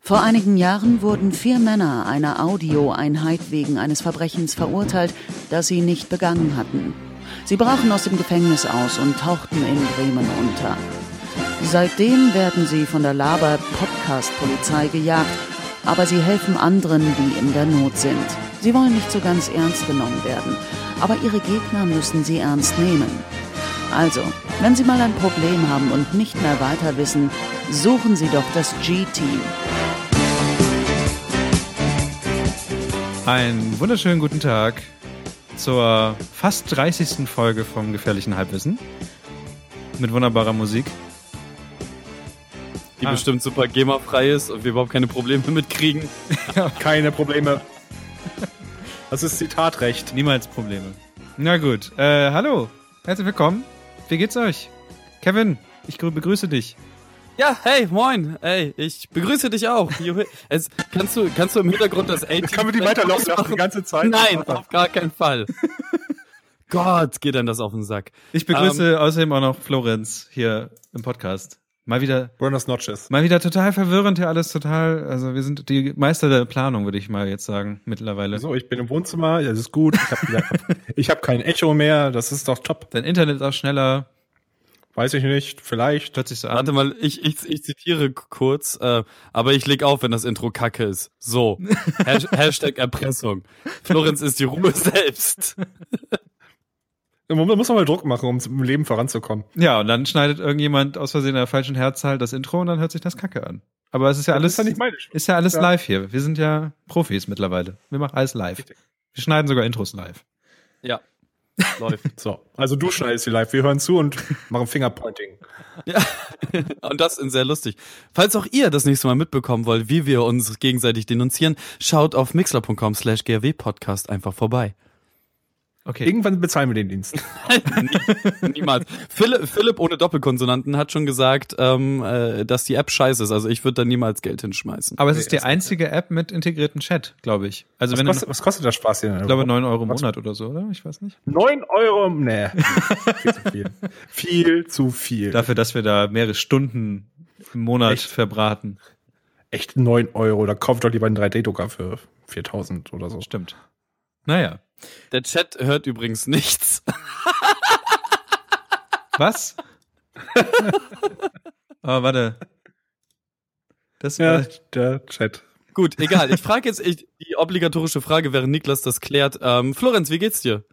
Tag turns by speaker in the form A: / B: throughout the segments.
A: Vor einigen Jahren wurden vier Männer einer Audioeinheit wegen eines Verbrechens verurteilt, das sie nicht begangen hatten. Sie brachen aus dem Gefängnis aus und tauchten in Bremen unter. Seitdem werden sie von der Laber-Podcast-Polizei gejagt, aber sie helfen anderen, die in der Not sind. Sie wollen nicht so ganz ernst genommen werden, aber ihre Gegner müssen sie ernst nehmen. Also, wenn Sie mal ein Problem haben und nicht mehr weiter wissen, suchen Sie doch das G-Team.
B: Einen wunderschönen guten Tag zur fast 30. Folge vom Gefährlichen Halbwissen. Mit wunderbarer Musik.
C: die
B: Ah.
C: bestimmt super GEMA-frei ist und wir überhaupt keine Probleme mitkriegen.
D: Keine Probleme. Das ist Zitatrecht.
B: Niemals Probleme. Na gut. Äh, hallo. Herzlich willkommen. Wie geht's euch? Kevin, ich grü- begrüße dich.
C: Ja, hey, moin, ey, ich begrüße dich auch. Juhu. Es, kannst, du, kannst du im Hintergrund das A-Team...
D: Können wir die weiterlaufen lassen die ganze Zeit?
C: Nein, auf gar keinen Fall. Gott, geht dann das auf den Sack.
B: Ich begrüße
D: Ähm.
B: außerdem auch noch Florenz hier im Podcast. Mal wieder,
D: Buenos Notches.
B: mal wieder total verwirrend hier alles total. Also wir sind die Meister der Planung, würde ich mal jetzt sagen, mittlerweile.
D: So, ich bin im Wohnzimmer, das ist gut. Ich habe hab kein Echo mehr, das ist doch top.
B: Dein Internet ist auch schneller.
D: Weiß ich nicht, vielleicht.
B: Hört sich so an.
C: Warte mal, ich, ich, ich zitiere k- kurz, äh, aber ich leg auf, wenn das Intro kacke ist. So, Hash, Hashtag Erpressung. Florenz ist die Ruhe selbst.
D: Man muss man mal Druck machen, um im Leben voranzukommen.
B: Ja, und dann schneidet irgendjemand aus Versehen in der falschen Herzzahl das Intro und dann hört sich das Kacke an. Aber es ist ja alles,
D: das ist ja nicht meine Schuld.
B: ist ja alles
D: Ja.
B: live hier. Wir sind ja Profis mittlerweile. Wir machen alles live.
D: Richtig.
B: Wir schneiden sogar Intros live.
C: Ja, läuft.
D: So, also du schneidest die live, wir hören zu und machen Fingerpointing.
C: Und das ist sehr lustig. Falls auch ihr das nächste Mal mitbekommen wollt, wie wir uns gegenseitig denunzieren, schaut auf mixler.com slash grwpodcast einfach vorbei.
B: Okay.
D: Irgendwann bezahlen wir den
B: Also
D: Dienst.
C: Niemals. Philipp, Philipp ohne Doppelkonsonanten hat schon gesagt, ähm, äh, dass die App scheiße ist. Also ich würde da niemals Geld hinschmeißen.
B: Aber es ist die einzige App mit integrierten Chat, glaube ich. Also
D: Was
B: wenn
D: kostet,
B: du,
D: was kostet der Spaß hier?
B: ich glaube, 9 Euro im Monat oder so, oder? Ich weiß nicht.
D: 9 Euro, nee. viel zu viel. Viel zu viel.
B: Dafür, dass wir da mehrere Stunden im Monat
D: Echt?
B: verbraten.
D: Echt 9 Euro, da kauft doch lieber einen 3D-Drucker für 4000 oder so.
B: Stimmt. Naja.
C: Der Chat hört übrigens nichts.
B: Was? oh, warte. Das
D: Ja,
B: war,
D: der Chat.
C: Gut, egal. Ich frage jetzt ich, die obligatorische Frage, während Niklas das klärt. Ähm, Florenz, wie geht's dir?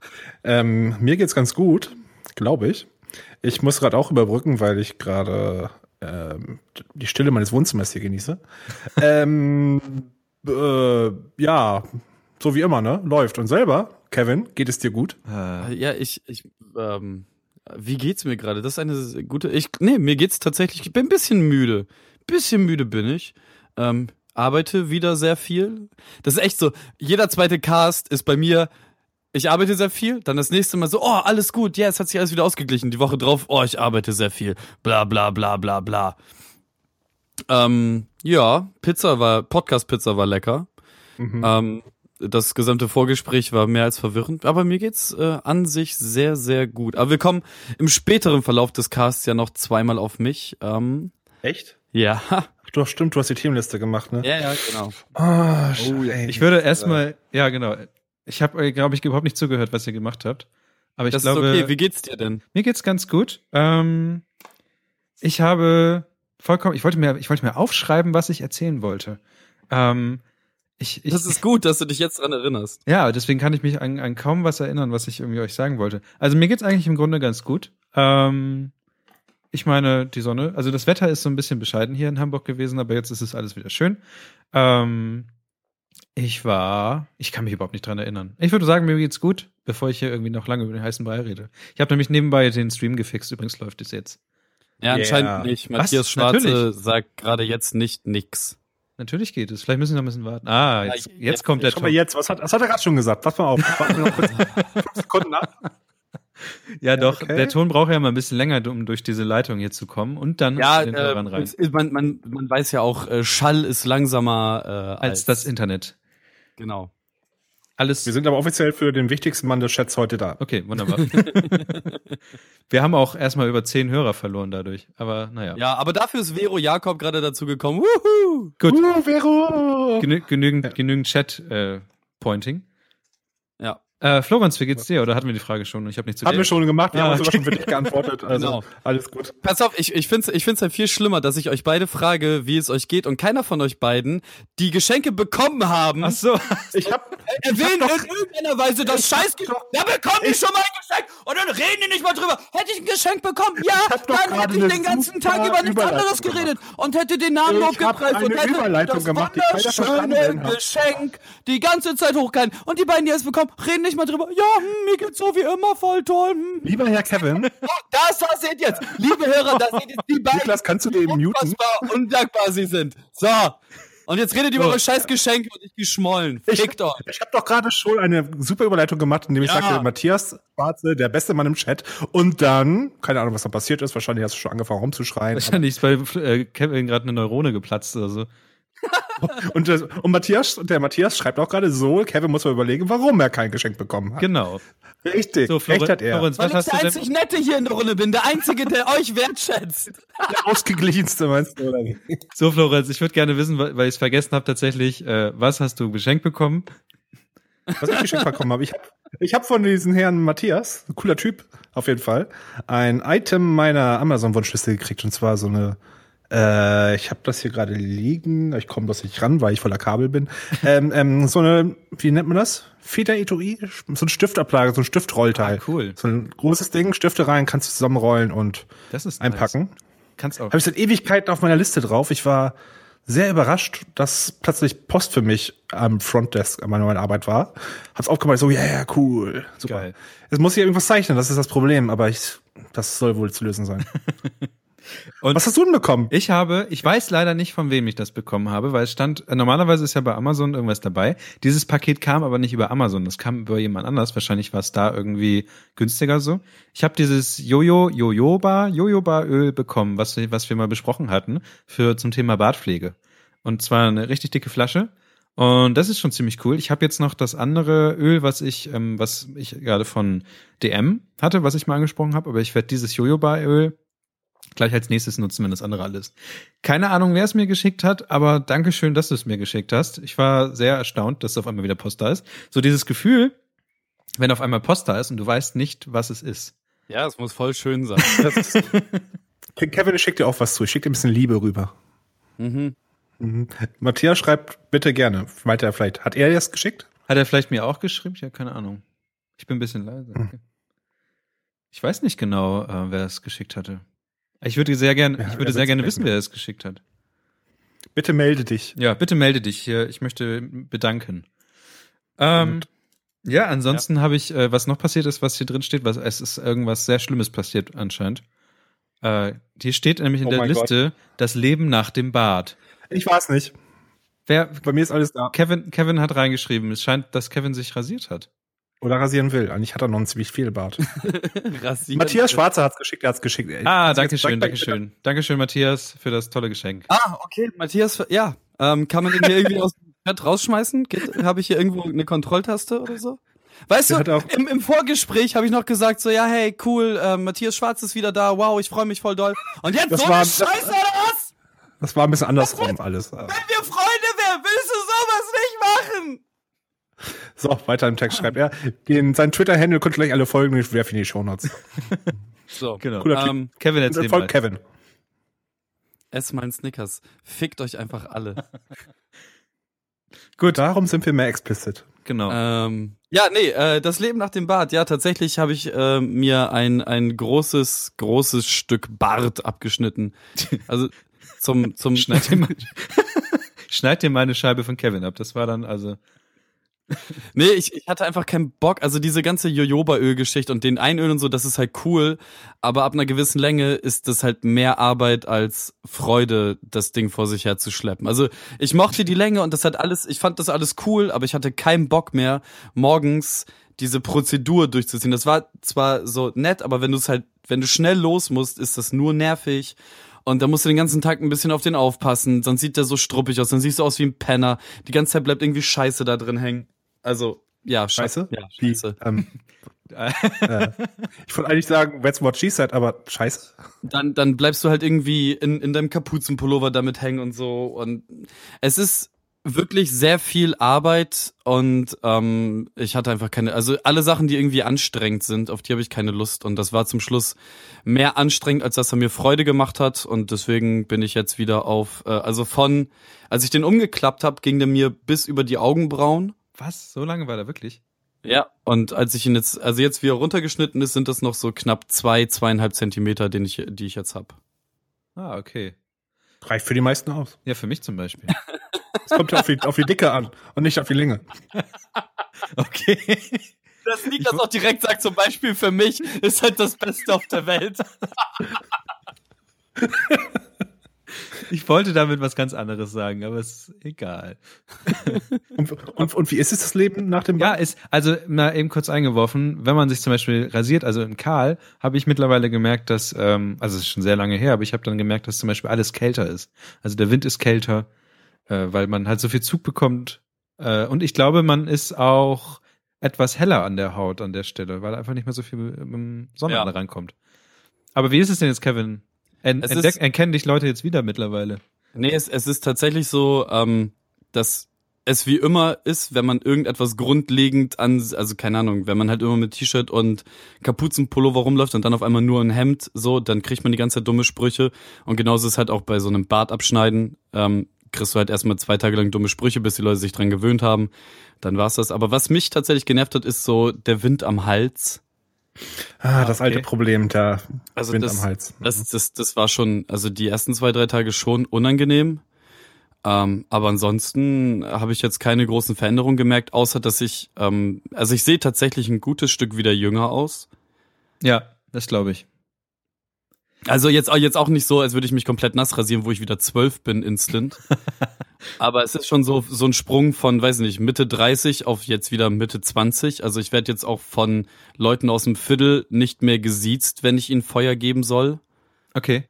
D: Ähm, mir geht's ganz gut, glaube ich. Ich muss gerade auch überbrücken, weil ich gerade ähm, die Stille meines Wohnzimmers hier genieße. ähm, äh, ja, so wie immer, ne? Läuft. Und selber, Kevin, geht es dir gut?
B: äh,
C: Ja, ich, ich, ähm, wie geht's mir gerade? Das ist eine gute, ich, nee, mir geht's tatsächlich, ich bin ein bisschen müde. Bisschen müde bin ich. Ähm, arbeite wieder sehr viel. Das ist echt so, jeder zweite Cast ist bei mir, ich arbeite sehr viel, dann das nächste Mal so, oh, alles gut, ja, es hat sich alles wieder ausgeglichen. Die Woche drauf, oh, ich arbeite sehr viel. Bla, bla, bla, bla, bla. Ähm, ja, Pizza war, Podcast-Pizza war lecker. Ähm, das gesamte Vorgespräch war mehr als verwirrend, aber mir geht's äh, an sich sehr, sehr gut. Aber wir kommen im späteren Verlauf des Casts ja noch zweimal auf mich. Ähm,
D: Echt?
C: ja.
D: Doch, stimmt, du hast die Themenliste gemacht, ne?
C: ja, ja, genau.
D: Ah,
B: Oh,
D: Scheiße.
B: Ich würde erstmal, ja genau. Ich habe, glaube ich, überhaupt nicht zugehört, was ihr gemacht habt. Aber ich
C: Das
B: glaube,
C: ist okay. Wie geht's dir denn?
B: mir geht's ganz gut. Ähm, ich habe vollkommen, ich wollte mir, ich wollte mir aufschreiben, was ich erzählen wollte. Ähm, ich, ich,
C: Das ist gut, dass du dich jetzt dran erinnerst.
B: ja, deswegen kann ich mich an, an kaum was erinnern, was ich irgendwie euch sagen wollte. Also mir geht's eigentlich im Grunde ganz gut. Ähm, ich meine, die Sonne, also das Wetter ist so ein bisschen bescheiden hier in Hamburg gewesen, aber jetzt ist es alles wieder schön. Ähm, ich war, ich kann mich überhaupt nicht dran erinnern. Ich würde sagen, mir geht's gut, bevor ich hier irgendwie noch lange über den heißen Brei rede. Ich habe nämlich nebenbei den Stream gefixt, übrigens läuft es jetzt.
C: Ja, anscheinend
D: Yeah.
C: nicht.
B: Was?
C: Matthias Schwarze
B: Natürlich.
C: sagt gerade jetzt nicht nix.
B: Natürlich geht es, vielleicht müssen wir noch ein bisschen warten. Ah,
C: Ja,
B: jetzt,
C: ich-
B: jetzt kommt der
D: Schau mal
B: Ton.
D: jetzt, was hat, was hat er gerade schon gesagt? Pass mal auf. Warten wir noch kurz fünf Sekunden ab.
B: Ja doch,
D: okay.
B: der Ton braucht ja mal ein bisschen länger, um durch diese Leitung hier zu kommen und dann
C: Ja,
B: zu den Hörern
C: äh,
B: rein.
C: es- man, man, man weiß ja auch, äh, Schall ist langsamer äh,
B: Als das Internet.
C: Genau.
B: Alles
D: Wir sind aber offiziell für den wichtigsten Mann des Chats heute da.
B: Okay, wunderbar. wir haben auch erstmal über zehn Hörer verloren dadurch. Aber naja.
C: Ja, aber dafür ist Vero Jakob gerade dazu gekommen. Wuhu!
B: Gut,
D: Uh, Vero!
B: genü genügend, genügend Chat-Pointing.
C: Ja,
B: Äh, Florenz, wie geht's dir? Oder hatten wir die Frage schon? Ich habe nichts zu
D: Haben wir
B: dir-
D: schon gemacht, wir
B: Ah,
D: haben uns aber
B: okay.
D: schon wirklich geantwortet. Also
C: Genau.
D: alles gut.
C: Pass auf, ich, ich finde es ich find's halt viel schlimmer, dass ich euch beide frage, wie es euch geht und keiner von euch beiden die Geschenke bekommen haben.
B: Ach so.
D: Ich hab,
C: Erwähnen in irgendeiner Weise das Scheißgeschenk. Da bekommen die schon mal ein Geschenk und dann reden die nicht mal drüber. Hätte ich ein Geschenk bekommen, ja,
D: hab doch
C: dann
D: gerade
C: hätte ich
D: eine
C: den ganzen
D: super
C: Tag über nichts
D: Überleitung
C: anderes geredet und hätte den Namen
D: Ich
C: hochgepreist
D: hab
C: und
D: eine
C: hätte
D: Überleitung
C: das
D: gemacht, die keiner verstanden
C: wunderschöne
D: hat.
C: Geschenk die ganze Zeit hochgehalten. Und die beiden, die es bekommen, reden nicht mal drüber. Ja, hm, mir geht's so wie immer voll toll. Hm.
D: lieber Herr Kevin,
C: Das, das seht jetzt. Liebe Hörer, das seht jetzt die beiden,
D: Niklas, kannst du den
C: die
D: muten?
C: unfassbar undankbar sie sind. So. Und jetzt redet ihr über eure scheiß Geschenke und ich geschmollen. Fickt euch.
D: Ich habe doch gerade schon eine super Überleitung gemacht, indem ich
C: Ja.
D: sagte, Matthias Schwarze, der beste Mann im Chat. Und dann, keine Ahnung, was da passiert ist, wahrscheinlich hast du schon angefangen rumzuschreien.
B: Wahrscheinlich ist bei äh, Kevin gerade eine Neurone geplatzt oder so.
D: Und, das, und Matthias, und der Matthias schreibt auch gerade so, Kevin muss mal überlegen, warum er kein Geschenk bekommen hat.
B: Genau.
D: Richtig,
B: So, Flore-
D: recht hat er.
B: Florenz,
C: Weil
B: was hast
C: ich der
B: du denn?
C: einzig Nette hier in der Runde bin. Der Einzige, der euch wertschätzt.
D: Der ausgeglichenste meinst du, oder wie?
B: So, Florenz, ich würde gerne wissen, weil ich es vergessen habe tatsächlich, äh, was hast du geschenkt bekommen?
D: was ich geschenkt bekommen habe. Ich habe ich hab von diesem Herrn Matthias, ein cooler Typ, auf jeden Fall, ein Item meiner Amazon-Wunschliste gekriegt. Und zwar so eine, äh, ich habe das hier gerade liegen, ich komme bloß nicht ran, weil ich voller Kabel bin. Ähm, ähm, so eine, wie nennt man das? Federetui? So ein Stiftablage, so ein Stiftrollteil.
B: Ah, cool.
D: So ein großes Ding, Stifte rein, kannst du zusammenrollen und
B: Das ist
D: einpacken.
B: Nice. Kannst auch.
D: Habe ich seit Ewigkeiten auf meiner Liste drauf. Ich war sehr überrascht, dass plötzlich Post für mich am Frontdesk an meiner neuen Arbeit war. Hab's aufgemacht, so, ja, ja, cool. Super.
B: Geil.
D: Es muss hier irgendwas zeichnen, das ist das Problem, aber ich, das soll wohl zu lösen sein.
B: Und-
D: Was hast du denn bekommen?
B: Ich habe, ich weiß leider nicht, von wem ich das bekommen habe, weil es stand, äh, normalerweise ist ja bei Amazon irgendwas dabei. Dieses Paket kam aber nicht über Amazon, das kam über jemand anders. Wahrscheinlich war es da irgendwie günstiger so. Ich habe dieses Jojo, Jojoba, Jojoba-Öl bekommen, was, wir- was wir mal besprochen hatten, für zum Thema Bartpflege. Und zwar eine richtig dicke Flasche. Und das ist schon ziemlich cool. Ich habe jetzt noch das andere Öl, was ich, ähm, was ich gerade von DM hatte, was ich mal angesprochen habe, aber ich werde dieses Jojoba-Öl gleich als nächstes nutzen, wenn das andere alles. Keine Ahnung, wer es mir geschickt hat, aber Dankeschön, dass du es mir geschickt hast. Ich war sehr erstaunt, dass auf einmal wieder Post da ist. So dieses Gefühl, wenn auf einmal Post da ist und du weißt nicht, was es ist.
C: Ja, es muss voll schön sein.
D: Das ist, Ke- Kevin, ich schick dir auch was zu. Ich schick dir ein bisschen Liebe rüber.
C: Mhm.
D: Mhm. Matthias schreibt bitte gerne. Meint er vielleicht. Hat er das geschickt?
B: Hat er vielleicht mir auch geschrieben? Ja, keine Ahnung. Ich bin ein bisschen leise.
D: Hm.
B: Okay. Ich weiß nicht genau, äh, wer es geschickt hatte. Ich würde sehr gerne,
D: Ja,
B: ich würde
D: er
B: sehr
D: wird's
B: gerne
D: merken.
B: wissen, wer es geschickt hat.
D: Bitte melde dich.
B: Ja, bitte melde dich hier. Ich möchte bedanken. Ähm, ja, ansonsten habe ich, äh, was noch passiert ist, was hier drin steht, was, es ist irgendwas sehr Schlimmes passiert anscheinend. Äh, hier steht nämlich in
D: Oh
B: der
D: mein Gott.
B: Liste das Leben nach dem Bad.
D: Ich war's nicht.
B: Wer,
D: Bei mir ist alles da.
B: Kevin, Kevin hat reingeschrieben, es scheint, dass Kevin sich rasiert hat.
D: Oder rasieren will. Eigentlich hat er noch ein ziemlich viel Bart.
C: Rasieren.
D: Matthias Schwarzer hat's geschickt, er hat's geschickt.
B: äh, Ah,
D: Jetzt-
B: danke
D: sag
B: schön,
D: mal-
B: danke schön. Danke schön, Matthias, für das tolle Geschenk.
C: Ah, okay, Matthias, ja. Ähm, kann man den hier irgendwie aus dem Chat rausschmeißen? Habe ich hier irgendwo eine Kontrolltaste oder so? Weißt
D: Der
C: du,
D: hat auch-
C: im, im Vorgespräch habe ich noch gesagt, so, ja, hey, cool, äh, Matthias Schwarz ist wieder da, wow, ich freue mich voll doll. Und jetzt
D: Das
C: so
D: war-
C: eine Scheiße, oder was?
D: Das war ein bisschen andersrum alles.
C: Wenn wir Freunde wären, willst du sowas nicht machen?
D: So, weiter im Text schreibt er. Den, sein Twitter-Handle könnt ihr gleich alle folgen, ich werfe in die Shownotes.
C: So,
B: Genau.
D: Cooler Typ.
C: ähm,
B: Kevin,
D: Und
B: erzähl
D: dann
B: mal.
D: folgt Kevin.
C: ess mal einen Snickers. Fickt euch einfach alle.
D: Gut. Darum sind wir mehr explicit.
B: Genau.
C: Ähm, ja, nee, äh, das Leben nach dem Bart. Ja, tatsächlich habe ich äh, mir ein, ein großes, großes Stück Bart abgeschnitten. Also zum, zum
B: Schneid, dir mal, schneid dir mal eine Scheibe von Kevin ab. Das war dann also.
C: Nee, ich, ich hatte einfach keinen Bock. Also diese ganze Jojoba-Öl-Geschichte und den Einölen und so, das ist halt cool. Aber ab einer gewissen Länge ist das halt mehr Arbeit als Freude, das Ding vor sich herzuschleppen. Also ich mochte die Länge und das hat alles, ich fand das alles cool, aber ich hatte keinen Bock mehr, morgens diese Prozedur durchzuziehen. Das war zwar so nett, aber wenn du es halt, wenn du schnell los musst, ist das nur nervig. Und da musst du den ganzen Tag ein bisschen auf den aufpassen, sonst sieht der so struppig aus, dann siehst du aus wie ein Penner. Die ganze Zeit bleibt irgendwie Scheiße da drin hängen. Also, Ja,
D: Scheiße?
C: Ja,
D: Die,
C: scheiße.
D: Ähm, äh, ich wollte eigentlich sagen, that's what she said, aber scheiße.
C: Dann, dann bleibst du halt irgendwie in, in deinem Kapuzenpullover damit hängen und so. Und es ist wirklich sehr viel Arbeit und ähm, ich hatte einfach keine, also alle Sachen, die irgendwie anstrengend sind, auf die habe ich keine Lust. Und das war zum Schluss mehr anstrengend, als dass er mir Freude gemacht hat. Und deswegen bin ich jetzt wieder auf, äh, also von, als ich den umgeklappt habe, ging der mir bis über die Augenbrauen.
B: Was? So lange war der wirklich?
C: Ja, und als ich ihn jetzt, also jetzt wie er runtergeschnitten ist, sind das noch so knapp zwei, zweieinhalb Zentimeter, den ich, die ich jetzt hab.
B: Ah, okay.
D: Reicht für die meisten aus.
B: Ja, für mich zum Beispiel.
D: Es kommt ja auf die, auf die Dicke an und nicht auf die Länge.
B: Okay.
C: Das
B: Ich
C: liegt das
B: wo-
C: auch direkt sagt, zum Beispiel für mich ist halt das Beste auf der Welt.
B: Ich wollte damit was ganz anderes sagen, aber ist egal.
D: Und, und, und wie ist es das Leben nach dem
B: Ja, ist, also mal eben kurz eingeworfen, wenn man sich zum Beispiel rasiert, also im Kahl, habe ich mittlerweile gemerkt, dass, ähm, also es ist schon sehr lange her, aber ich habe dann gemerkt, dass zum Beispiel alles kälter ist. Also der Wind ist kälter, äh, weil man halt so viel Zug bekommt. Äh, und ich glaube, man ist auch etwas heller an der Haut an der Stelle, weil einfach nicht mehr so viel ähm, Sonne
C: Ja.
B: da rankommt. Aber wie ist es denn jetzt, Kevin? En
C: Es
B: entdeck
C: ist-
B: erkennen dich Leute jetzt wieder mittlerweile?
C: Nee, es, es ist tatsächlich so, ähm, dass es wie immer ist, wenn man irgendetwas grundlegend an, also keine Ahnung, wenn man halt immer mit T-Shirt und Kapuzenpullover rumläuft und dann auf einmal nur ein Hemd, so, dann kriegt man die ganze Zeit dumme Sprüche. Und genauso ist halt auch bei so einem Bart abschneiden, ähm, kriegst du halt erstmal zwei Tage lang dumme Sprüche, bis die Leute sich dran gewöhnt haben. Dann war's das. Aber was mich tatsächlich genervt hat, ist so der Wind am Hals.
D: Ah, das
B: okay.
D: alte Problem da.
C: Also
D: Wind
C: das-
D: am Hals.
C: Das, das, das war schon, also die ersten zwei, drei Tage schon unangenehm. Ähm, aber ansonsten habe ich jetzt keine großen Veränderungen gemerkt, außer dass ich, ähm, also ich sehe tatsächlich ein gutes Stück wieder jünger aus.
B: Ja, das glaube ich.
C: Also jetzt, auch- jetzt auch nicht so, als würde ich mich komplett nass rasieren, wo ich wieder zwölf bin instant. aber es ist schon so, so ein Sprung von, weiß nicht, Mitte 30 auf jetzt wieder Mitte 20. Also ich werde jetzt auch von Leuten aus dem Viertel nicht mehr gesiezt, wenn ich ihnen Feuer geben soll.
B: Okay.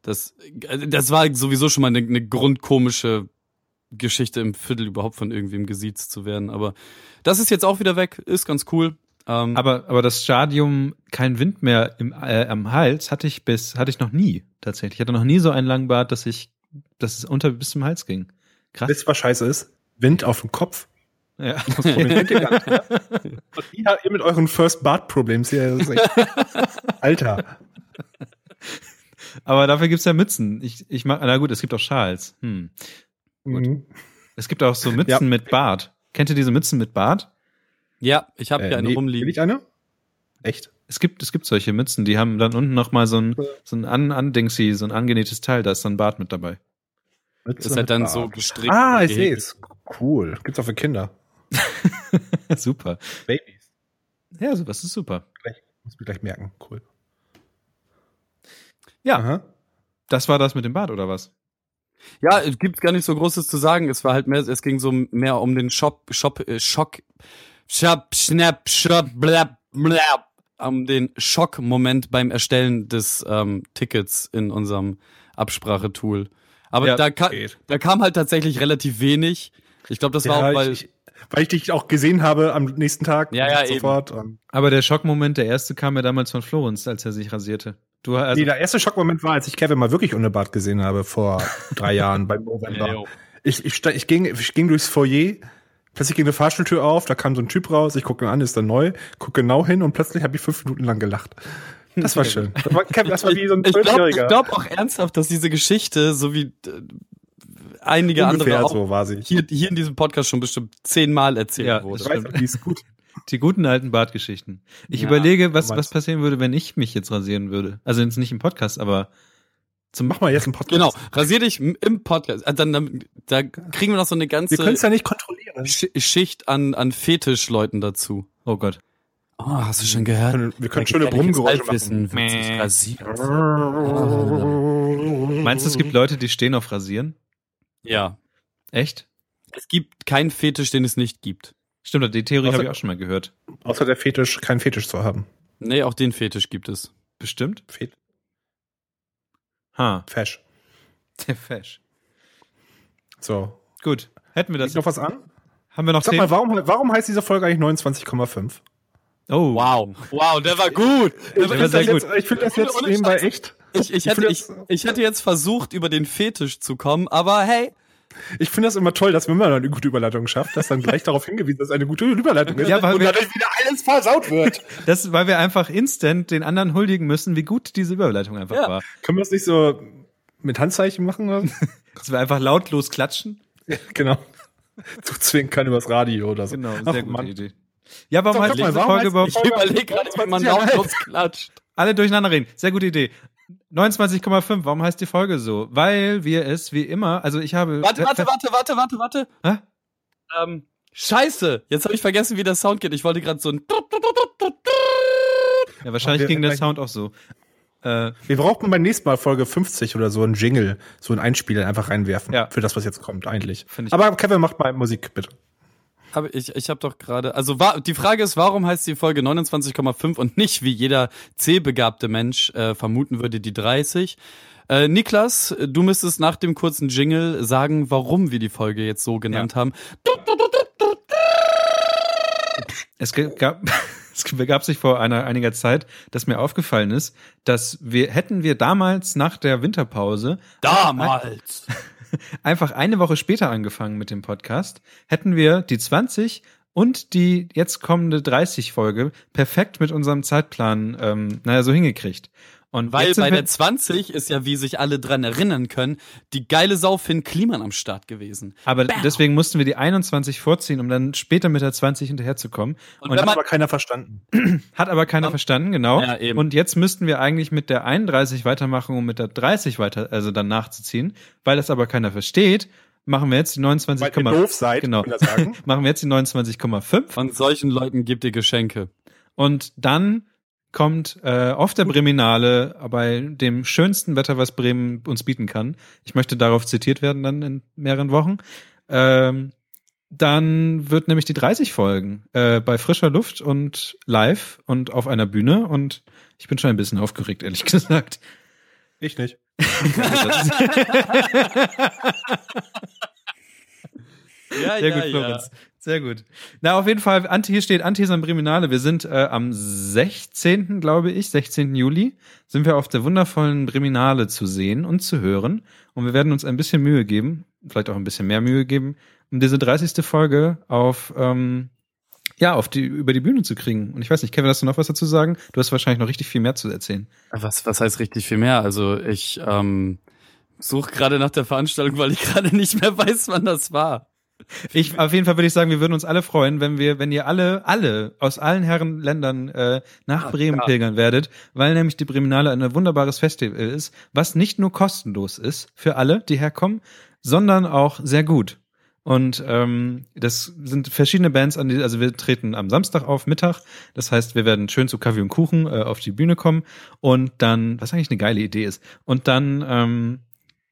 C: Das, also, das war sowieso schon mal eine, eine grundkomische Geschichte im Viertel überhaupt von irgendwem gesiezt zu werden. Aber das ist jetzt auch wieder weg, ist ganz cool. Ähm,
D: Mhm.
B: Aber, aber das Stadium kein Wind mehr im, äh, am Hals hatte ich bis, hatte ich noch nie tatsächlich. Ich hatte noch nie so einen langen Bart, dass ich, dass es unter bis zum Hals ging. Krass.
D: Wisst ihr, was scheiße ist? Wind auf dem Kopf.
B: Ja.
D: Problem kennt ihr gar nicht, oder? Und ihr, ihr mit euren First Bart Problems hier. Das ist echt, Alter.
B: aber dafür gibt's ja Mützen. Ich, ich mag, na gut, es gibt auch Schals. Hm.
D: Mhm.
B: Es gibt auch so Mützen
D: Ja.
B: mit Bart. Kennt ihr diese Mützen mit Bart?
C: ja, ich habe hier eine
D: Äh, nee,
C: rumliegen.
D: Will ich eine? Echt?
B: Es gibt, es gibt solche Mützen, die haben dann unten nochmal so ein, so ein an, Andingsy, so ein angenähtes Teil, da ist dann Bart mit dabei.
C: das ist halt dann so gestrickt.
D: Ah,
C: und
D: ich sehe
C: gehäkelt.
D: es. Cool. Gibt's auch für Kinder.
B: super.
D: Babys.
B: Ja, sowas ist super.
D: Muss mir gleich merken. Cool.
B: Ja.
D: Aha.
B: Das war das mit dem Bart, oder was?
C: Ja, es gibt gar nicht so Großes zu sagen. Es war halt mehr, es ging so mehr um den Shop, Shop, äh, Schock, Schnapp, Schnapp, Schnapp, blab, blab, um den Schockmoment beim Erstellen des ähm, Tickets in unserem Absprachetool. Aber
B: Ja,
C: da, ka
D: geht.
C: da kam halt tatsächlich relativ wenig. Ich glaube, das war
D: Ja,
C: auch, weil
D: ich, ich, weil ich dich auch gesehen habe am nächsten Tag.
C: Ja, ja,
D: und
C: eben.
D: sofort. Und
B: Aber der Schockmoment, der erste kam ja damals von Florenz, als er sich rasierte. Du, also,
D: nee, der erste Schockmoment war, als ich Kevin mal wirklich ohne Bart gesehen habe vor drei Jahren beim November.
C: Ey, yo.
D: Ich, ich, sta- ich, ging, ich ging durchs Foyer, plötzlich ging eine Fahrstuhltür auf, da kam so ein Typ raus, ich gucke ihn an, ist dann neu, gucke genau hin und plötzlich habe ich fünf Minuten lang gelacht. Das war schön. Hm. Das war, Kevin, das war wie so ein
C: ich glaube
D: Zwölfjähriger.
C: glaub auch ernsthaft, dass diese Geschichte, so wie äh, einige
D: Ungefähr
C: andere auch
D: so war sie.
C: hier, hier in diesem Podcast schon bestimmt zehnmal erzählt
B: Ja,
C: wurde.
D: Ich weiß, die ist gut.
B: Die guten alten Bartgeschichten. Ich
C: Ja,
B: überlege, was,
D: du
B: was
D: meinst.
B: passieren würde, wenn ich mich jetzt rasieren würde. Also jetzt nicht im Podcast, aber zum
D: Mach mal jetzt einen Podcast.
C: Genau, rasier dich m- im Podcast. Ah, Dann, dann, da kriegen wir noch so eine
D: Wir können
C: ganze
D: es ja nicht kontrollieren.
C: Äh, Sch- Schicht an, an Fetischleuten dazu.
B: Oh Gott.
C: Oh, hast du schon gehört?
D: Wir können- wir können schöne Brummgeräusche
C: machen. Rasieren.
B: Meinst du, es
D: Mhm.
B: gibt Leute, die stehen auf Rasieren?
C: Ja.
B: Echt?
C: Es gibt keinen Fetisch, den es nicht gibt.
B: Stimmt, die Theorie
D: Was-
B: habe ich auch schon mal gehört.
D: Außer der Fetisch, keinen Fetisch zu haben.
C: Nee, auch den Fetisch gibt es.
B: Bestimmt?
D: Fet
B: Ha,
D: Fesch.
B: der Fesch.
D: So.
B: Gut. Hätten wir das.
D: Liegt noch was an?
B: Haben wir noch
D: Sag
B: Themen?
D: mal, warum, warum heißt diese Folge eigentlich 29,5?
B: Oh,
C: Wow. Wow, der war gut. Der
D: Ich
C: war
D: finde
B: sehr
D: das, jetzt- ich find das
C: Ohne-
D: jetzt
C: ohne
D: nebenbei
C: Scheiß.
D: echt.
C: Ich, ich,
D: Ich
C: hätte,
D: fühl
C: ich,
D: das-
C: ich hätte jetzt versucht, über den Fetisch zu kommen, aber hey,
D: Ich finde das immer toll, dass wenn man eine gute Überleitung schafft, dass dann gleich darauf hingewiesen ist, dass eine gute Überleitung ist
B: Ja, weil
D: und
B: wir-
D: dadurch wieder alles versaut wird.
B: Das, weil wir einfach instant den anderen huldigen müssen, wie gut diese Überleitung einfach
C: Ja.
B: war.
D: Können wir das nicht so mit Handzeichen machen? oder?
B: Dass wir einfach lautlos klatschen.
D: genau. Zuzwingen kann übers Radio oder so.
B: Genau, sehr
D: Ach,
B: gute
D: Mann.
B: Idee. Ja, warum
D: Doch,
B: heißt
D: guck mal,
B: diese
D: warum
B: Folge
D: heißt-
B: überhaupt
C: ich überlege gerade, wie man lautlos klatscht.
B: alle durcheinander reden? Sehr gute Idee. 29,5, warum heißt die Folge so? Weil wir es wie immer, also ich habe.
C: Warte, warte, warte, warte, warte, warte.
B: Hä?
C: Ähm, Scheiße, jetzt habe ich vergessen, wie der Sound geht. Ich wollte gerade so ein
B: Ja, wahrscheinlich
D: Wir-
B: ging der Sound auch so. Äh,
D: Wir brauchen beim nächsten Mal Folge 50 oder so einen Jingle, so einen Einspieler einfach reinwerfen
B: Ja.
D: für das, was jetzt kommt, eigentlich.
B: Find ich-
D: Aber Kevin, macht mal Musik, bitte.
C: Hab ich ich habe doch gerade, also wa- die Frage ist, warum heißt die Folge 29,5 und nicht, wie jeder C-begabte Mensch äh, vermuten würde, die 30? Äh, Niklas, du müsstest nach dem kurzen Jingle sagen, warum wir die Folge jetzt so genannt haben.
B: Es ge- gab, es begab sich vor einer, einiger Zeit, dass mir aufgefallen ist, dass wir, hätten wir damals nach der Winterpause
C: Damals.
B: einfach eine Woche später angefangen mit dem Podcast, hätten wir die 20 und die jetzt kommende 30 Folge perfekt mit unserem Zeitplan, ähm, naja, so hingekriegt. Und
C: Weil
B: jetzt sind
C: bei
B: wir,
C: der 20 ist ja, wie sich alle dran erinnern können, die geile Sau Finn Kliman am Start gewesen.
B: aber deswegen mussten wir die 21 vorziehen, um dann später mit der 20 hinterherzukommen.
C: Und
B: Und,
C: wenn
D: Hat
C: man-
D: aber keiner verstanden.
B: hat aber keiner
C: Ja.
B: verstanden, genau.
C: Ja, eben.
B: Und jetzt müssten wir eigentlich mit der 31 weitermachen, um mit der 30 weiter, also dann nachzuziehen. Weil das aber keiner versteht, machen wir jetzt die
D: Weil ihr
B: 29,5.
D: doof seid,
B: genau.
D: kann man das sagen.
B: machen wir jetzt die 29,5.
C: Von solchen Leuten gibt ihr Geschenke.
B: Und dann kommt äh, auf der Breminale bei dem schönsten Wetter, was Bremen uns bieten kann. Ich möchte darauf zitiert werden dann in mehreren Wochen. Ähm, dann wird nämlich die 30 folgen äh, bei frischer Luft und live und auf einer Bühne und ich bin schon ein bisschen aufgeregt, ehrlich gesagt.
D: Ich nicht.
B: Das ist
C: Ja,
B: Sehr gut, Florenz. Sehr gut. Na, auf jeden Fall, Anti, hier steht Antis am Briminale. Wir sind äh, am 16., glaube ich, 16. Juli, sind wir auf der wundervollen Briminale zu sehen und zu hören. Und wir werden uns ein bisschen Mühe geben, vielleicht auch ein bisschen mehr Mühe geben, um diese 30. Folge auf, ähm, ja, auf die, über die Bühne zu kriegen. Und ich weiß nicht, Kevin, hast du noch was dazu sagen? Du hast wahrscheinlich noch richtig viel mehr zu erzählen.
C: Was, was heißt richtig viel mehr? Also ich ähm, suche gerade nach der Veranstaltung, weil ich gerade nicht mehr weiß, wann das war.
B: Ich, auf jeden Fall würde ich sagen, wir würden uns alle freuen, wenn wir, wenn ihr alle, alle aus allen Herren Ländern äh, nach
C: Ah,
B: Bremen
C: klar.
B: pilgern werdet, weil nämlich die Breminale ein wunderbares Festival ist, was nicht nur kostenlos ist für alle, die herkommen, sondern auch sehr gut. Und ähm, das sind verschiedene Bands, an die, also wir treten am Samstag auf, Mittag. Das heißt, wir werden schön zu Kaffee und Kuchen äh, auf die Bühne kommen und dann, was eigentlich eine geile Idee ist, und dann ähm,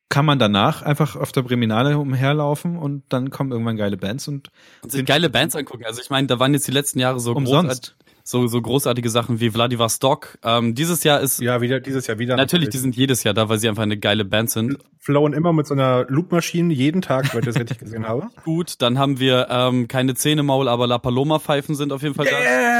B: kann man danach einfach auf der Breminale umherlaufen und dann kommen irgendwann geile Bands und
C: Und sich geile Bands angucken. Also ich meine, da waren jetzt die letzten Jahre so, großart-
B: umsonst.
C: so, so großartige Sachen wie Vladivostok. Ähm, dieses Jahr ist
D: Ja, wieder, dieses Jahr wieder.
C: natürlich, die sind jedes Jahr da, weil sie einfach eine geile Band sind.
D: flowen immer mit so einer Loopmaschine jeden Tag, weil ich das richtig gesehen habe.
C: Gut, dann haben wir ähm, keine Zähnemaul, aber La Paloma Pfeifen sind auf jeden Fall da.
D: Yeah,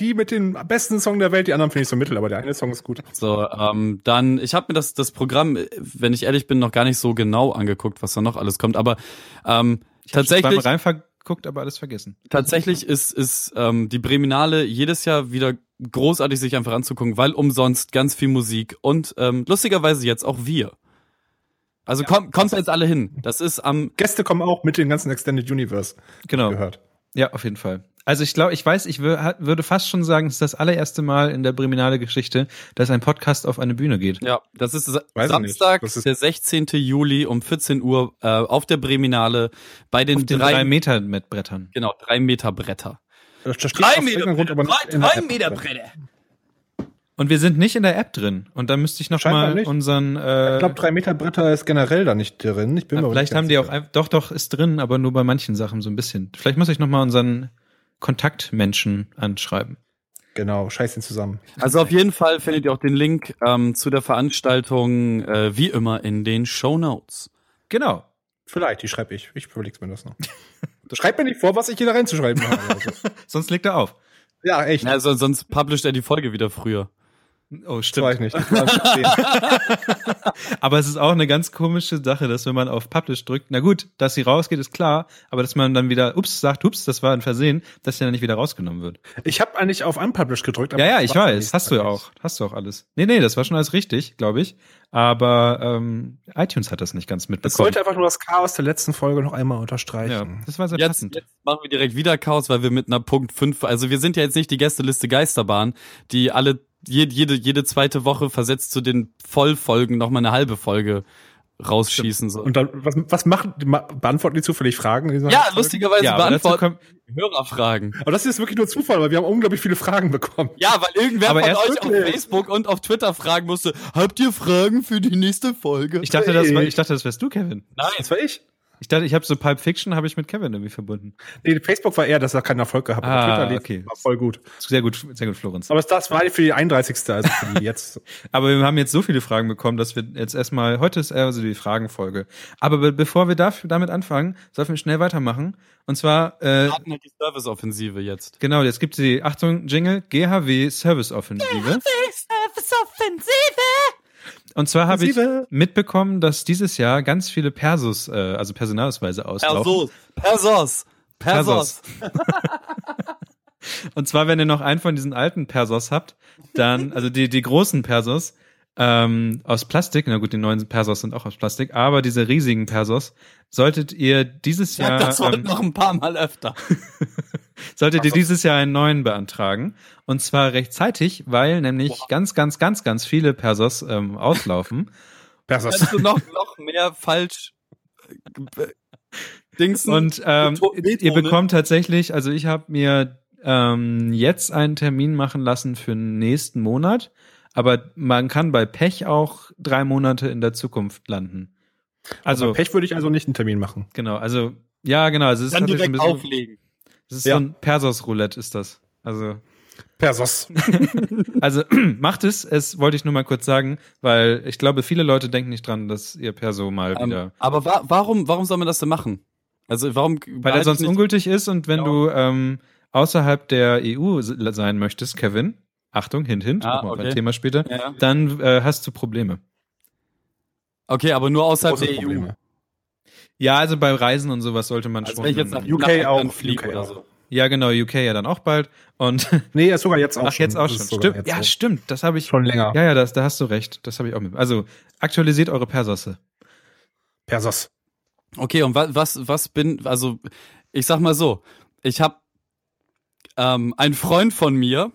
D: die mit dem besten Song der Welt, die anderen finde ich so mittel, aber der eine Song ist gut.
C: So, ähm, dann, ich habe mir das, das Programm, äh, wenn ich ehrlich bin, noch gar nicht so genau angeguckt, was da noch alles kommt, aber ähm, tatsächlich,
B: Beim reinverguckt, aber alles vergessen.
C: tatsächlich ist, ist ähm, die Breminale jedes Jahr wieder großartig, sich einfach anzugucken, weil umsonst ganz viel Musik und ähm, lustigerweise jetzt auch wir. Also komm, kommt jetzt alle hin. Das ist am,
D: Gäste kommen auch mit dem ganzen Extended Universe
B: Genau.
D: gehört.
B: Ja, auf jeden Fall. Also ich glaube, ich weiß, ich wür- ha- würde fast schon sagen, es ist das allererste Mal in der Breminale Geschichte, dass ein Podcast auf eine Bühne geht.
C: ja, das ist Sa-
D: Weiß ich
C: Samstag,
D: nicht. Das ist-
C: der 16. Juli um 14 Uhr äh, auf der Breminale bei den,
B: Auf den
C: drei,
B: drei Meter mit Brettern.
C: genau, drei Meter Bretter.
D: Das steht aus irgendeinem Grund aber nicht in der App.
C: Bretter.
B: Und wir sind nicht in der App drin. Und da müsste ich noch
D: Scheinbar
B: mal
D: nicht.
B: unseren. Äh,
D: Ich glaube, drei Meter Bretter ist generell da nicht drin. Ich bin mir
B: Ja,
D: aber
B: vielleicht
D: nicht ganz
B: haben die auch
D: sicher.
B: ein- doch doch ist drin, aber nur bei manchen Sachen so ein bisschen. Vielleicht muss ich noch mal unseren Kontaktmenschen anschreiben.
D: Genau, scheiß den zusammen.
C: Also auf jeden Fall findet ihr auch den Link ähm, zu der Veranstaltung äh, wie immer in den Show Notes.
B: Genau.
D: Vielleicht, die schreibe ich. Ich überleg's mir das noch. Schreibt mir nicht vor, was ich hier da reinzuschreiben habe. Also.
B: Sonst legt er auf.
D: Ja, echt.
C: Na, sonst, sonst publisht er die Folge wieder früher.
B: Oh,
D: das war ich
B: stimmt.
D: nicht. Das war schon stehen.
B: Aber es ist auch eine ganz komische Sache, dass wenn man auf Publish drückt, na gut, dass sie rausgeht, ist klar, aber dass man dann wieder, ups, sagt, ups, das war ein Versehen, dass sie dann nicht wieder rausgenommen wird.
D: ich habe eigentlich auf Unpublished gedrückt. aber
B: Ja, ja,
D: das
B: ich
D: war
B: weiß.
D: nicht.
B: Hast du ja auch. Hast du auch alles. Nee, nee, das war schon alles richtig, glaube ich. Aber ähm, iTunes hat das nicht ganz
D: Das
B: mitbekommen.
D: sollte einfach nur das Chaos der letzten Folge noch einmal unterstreichen.
B: ja, das war sehr
C: Jetzt,
B: passend.
C: jetzt machen wir direkt wieder Chaos, weil wir mit einer Punkt 5, also wir sind ja jetzt nicht die Gästeliste Geisterbahn, die alle, jede, jede, jede zweite Woche versetzt zu den Vollfolgen nochmal eine halbe Folge rausschießen. So.
D: Und dann, was, was machen, die- ma- beantworten die zufällig Fragen? in dieser
C: Ja,
D: Folge?
C: lustigerweise
B: Ja, aber dazu
C: beantworten
B: kommt,
C: Hörerfragen.
D: Aber das ist jetzt wirklich nur Zufall, weil wir haben unglaublich viele Fragen bekommen.
C: Ja, weil irgendwer
B: Aber
C: von
B: erst
C: euch auf
D: wirklich.
C: Facebook und auf Twitter fragen musste, habt ihr Fragen für die nächste Folge?
B: ich dachte, das, war-
D: Ey.
B: ich dachte, das wärst du, Kevin.
C: Nein.
D: war ich.
B: Ich dachte, ich habe so Pulp Fiction habe ich mit Kevin irgendwie verbunden.
D: Nee, Facebook war eher, dass er keinen Erfolg gehabt hat.
B: Ah,
D: Aber lief-
B: okay.
D: war voll gut.
B: Sehr gut, sehr gut, Florenz.
D: Aber das war für die 31. Also für die jetzt.
B: Aber wir haben jetzt so viele Fragen bekommen, dass wir jetzt erstmal, heute ist also die Fragenfolge. Aber be bevor wir dafür, damit anfangen, sollten wir schnell weitermachen. Und zwar, äh,
C: Wir hatten halt die Service-Offensive jetzt.
B: genau, jetzt gibt es die, Achtung, Jingle, GHW Service Offensive. Und zwar habe ich
D: Offensive.
B: mitbekommen, dass dieses Jahr ganz viele Persos, äh, also Personalausweise auslaufen.
C: Persos. Persos. Persos.
B: Persos. Und zwar, wenn ihr noch einen von diesen alten Persos habt, dann, also die, die großen Persos ähm, aus Plastik, na gut, die neuen Persos sind auch aus Plastik, aber diese riesigen Persos, solltet ihr dieses
C: Ja,
B: Jahr,
C: das wird
B: ähm,
C: noch ein paar Mal öfter.
B: solltet ihr dieses Jahr einen neuen beantragen. Und zwar rechtzeitig, weil nämlich ganz, ganz, ganz, ganz viele Persos ähm, auslaufen.
D: Persos.
C: kannst du noch, noch mehr falsch äh, Dingsen.
B: Und ähm,
C: Beto- ne?
B: ihr
C: Betone.
B: bekommt tatsächlich, also ich habe mir ähm, jetzt einen Termin machen lassen für den nächsten Monat, aber man kann bei Pech auch drei Monate in der Zukunft landen. Also
D: Pech würde ich also nicht einen Termin machen.
B: genau, also ja genau, also es ist
C: dann
B: natürlich ein
C: direkt
B: bisschen,
C: auflegen.
B: es ist
D: Ja.
B: so ein Persos Roulette ist das. Also
D: Persos.
B: also macht es, es wollte ich nur mal kurz sagen, weil ich glaube viele Leute denken nicht dran, dass ihr Perso mal
C: Ähm,
B: wieder
C: aber wa warum, warum soll man das denn machen? Also warum
B: Weil er
C: behalte
B: sonst
C: ich nicht-
B: ungültig ist und wenn
C: Genau.
B: du ähm, außerhalb der EU se- sein möchtest, Kevin, Achtung, hint, hint,
C: Ah,
B: nochmal auf
C: okay.
B: ein Thema später,
C: Ja.
B: dann äh, hast du Probleme.
C: Okay, aber nur
B: halt
C: außerhalb
B: E
C: der
D: Große
C: E EU.
D: Probleme.
B: Ja, also bei Reisen und sowas sollte man
C: Also
B: schon.
C: wenn ich jetzt nach
D: UK
C: nach England
D: auch,
C: fliege
D: UK
C: oder
D: auch.
C: so.
B: ja, genau, UK ja dann auch bald. Und
D: Nee, ist sogar jetzt auch
B: ach,
D: schon.
B: jetzt auch
D: Das ist
B: schon.
D: sogar
B: Stimmt.
D: jetzt
B: Ja,
D: so.
B: stimmt. Das habe ich.
D: schon länger.
B: Ja, ja, das, da hast du recht. Das habe ich auch mit. Also aktualisiert eure Persosse.
D: Persos.
C: Okay, und wa was, was bin, also ich sag mal so, ich habe ähm, ein Freund von mir,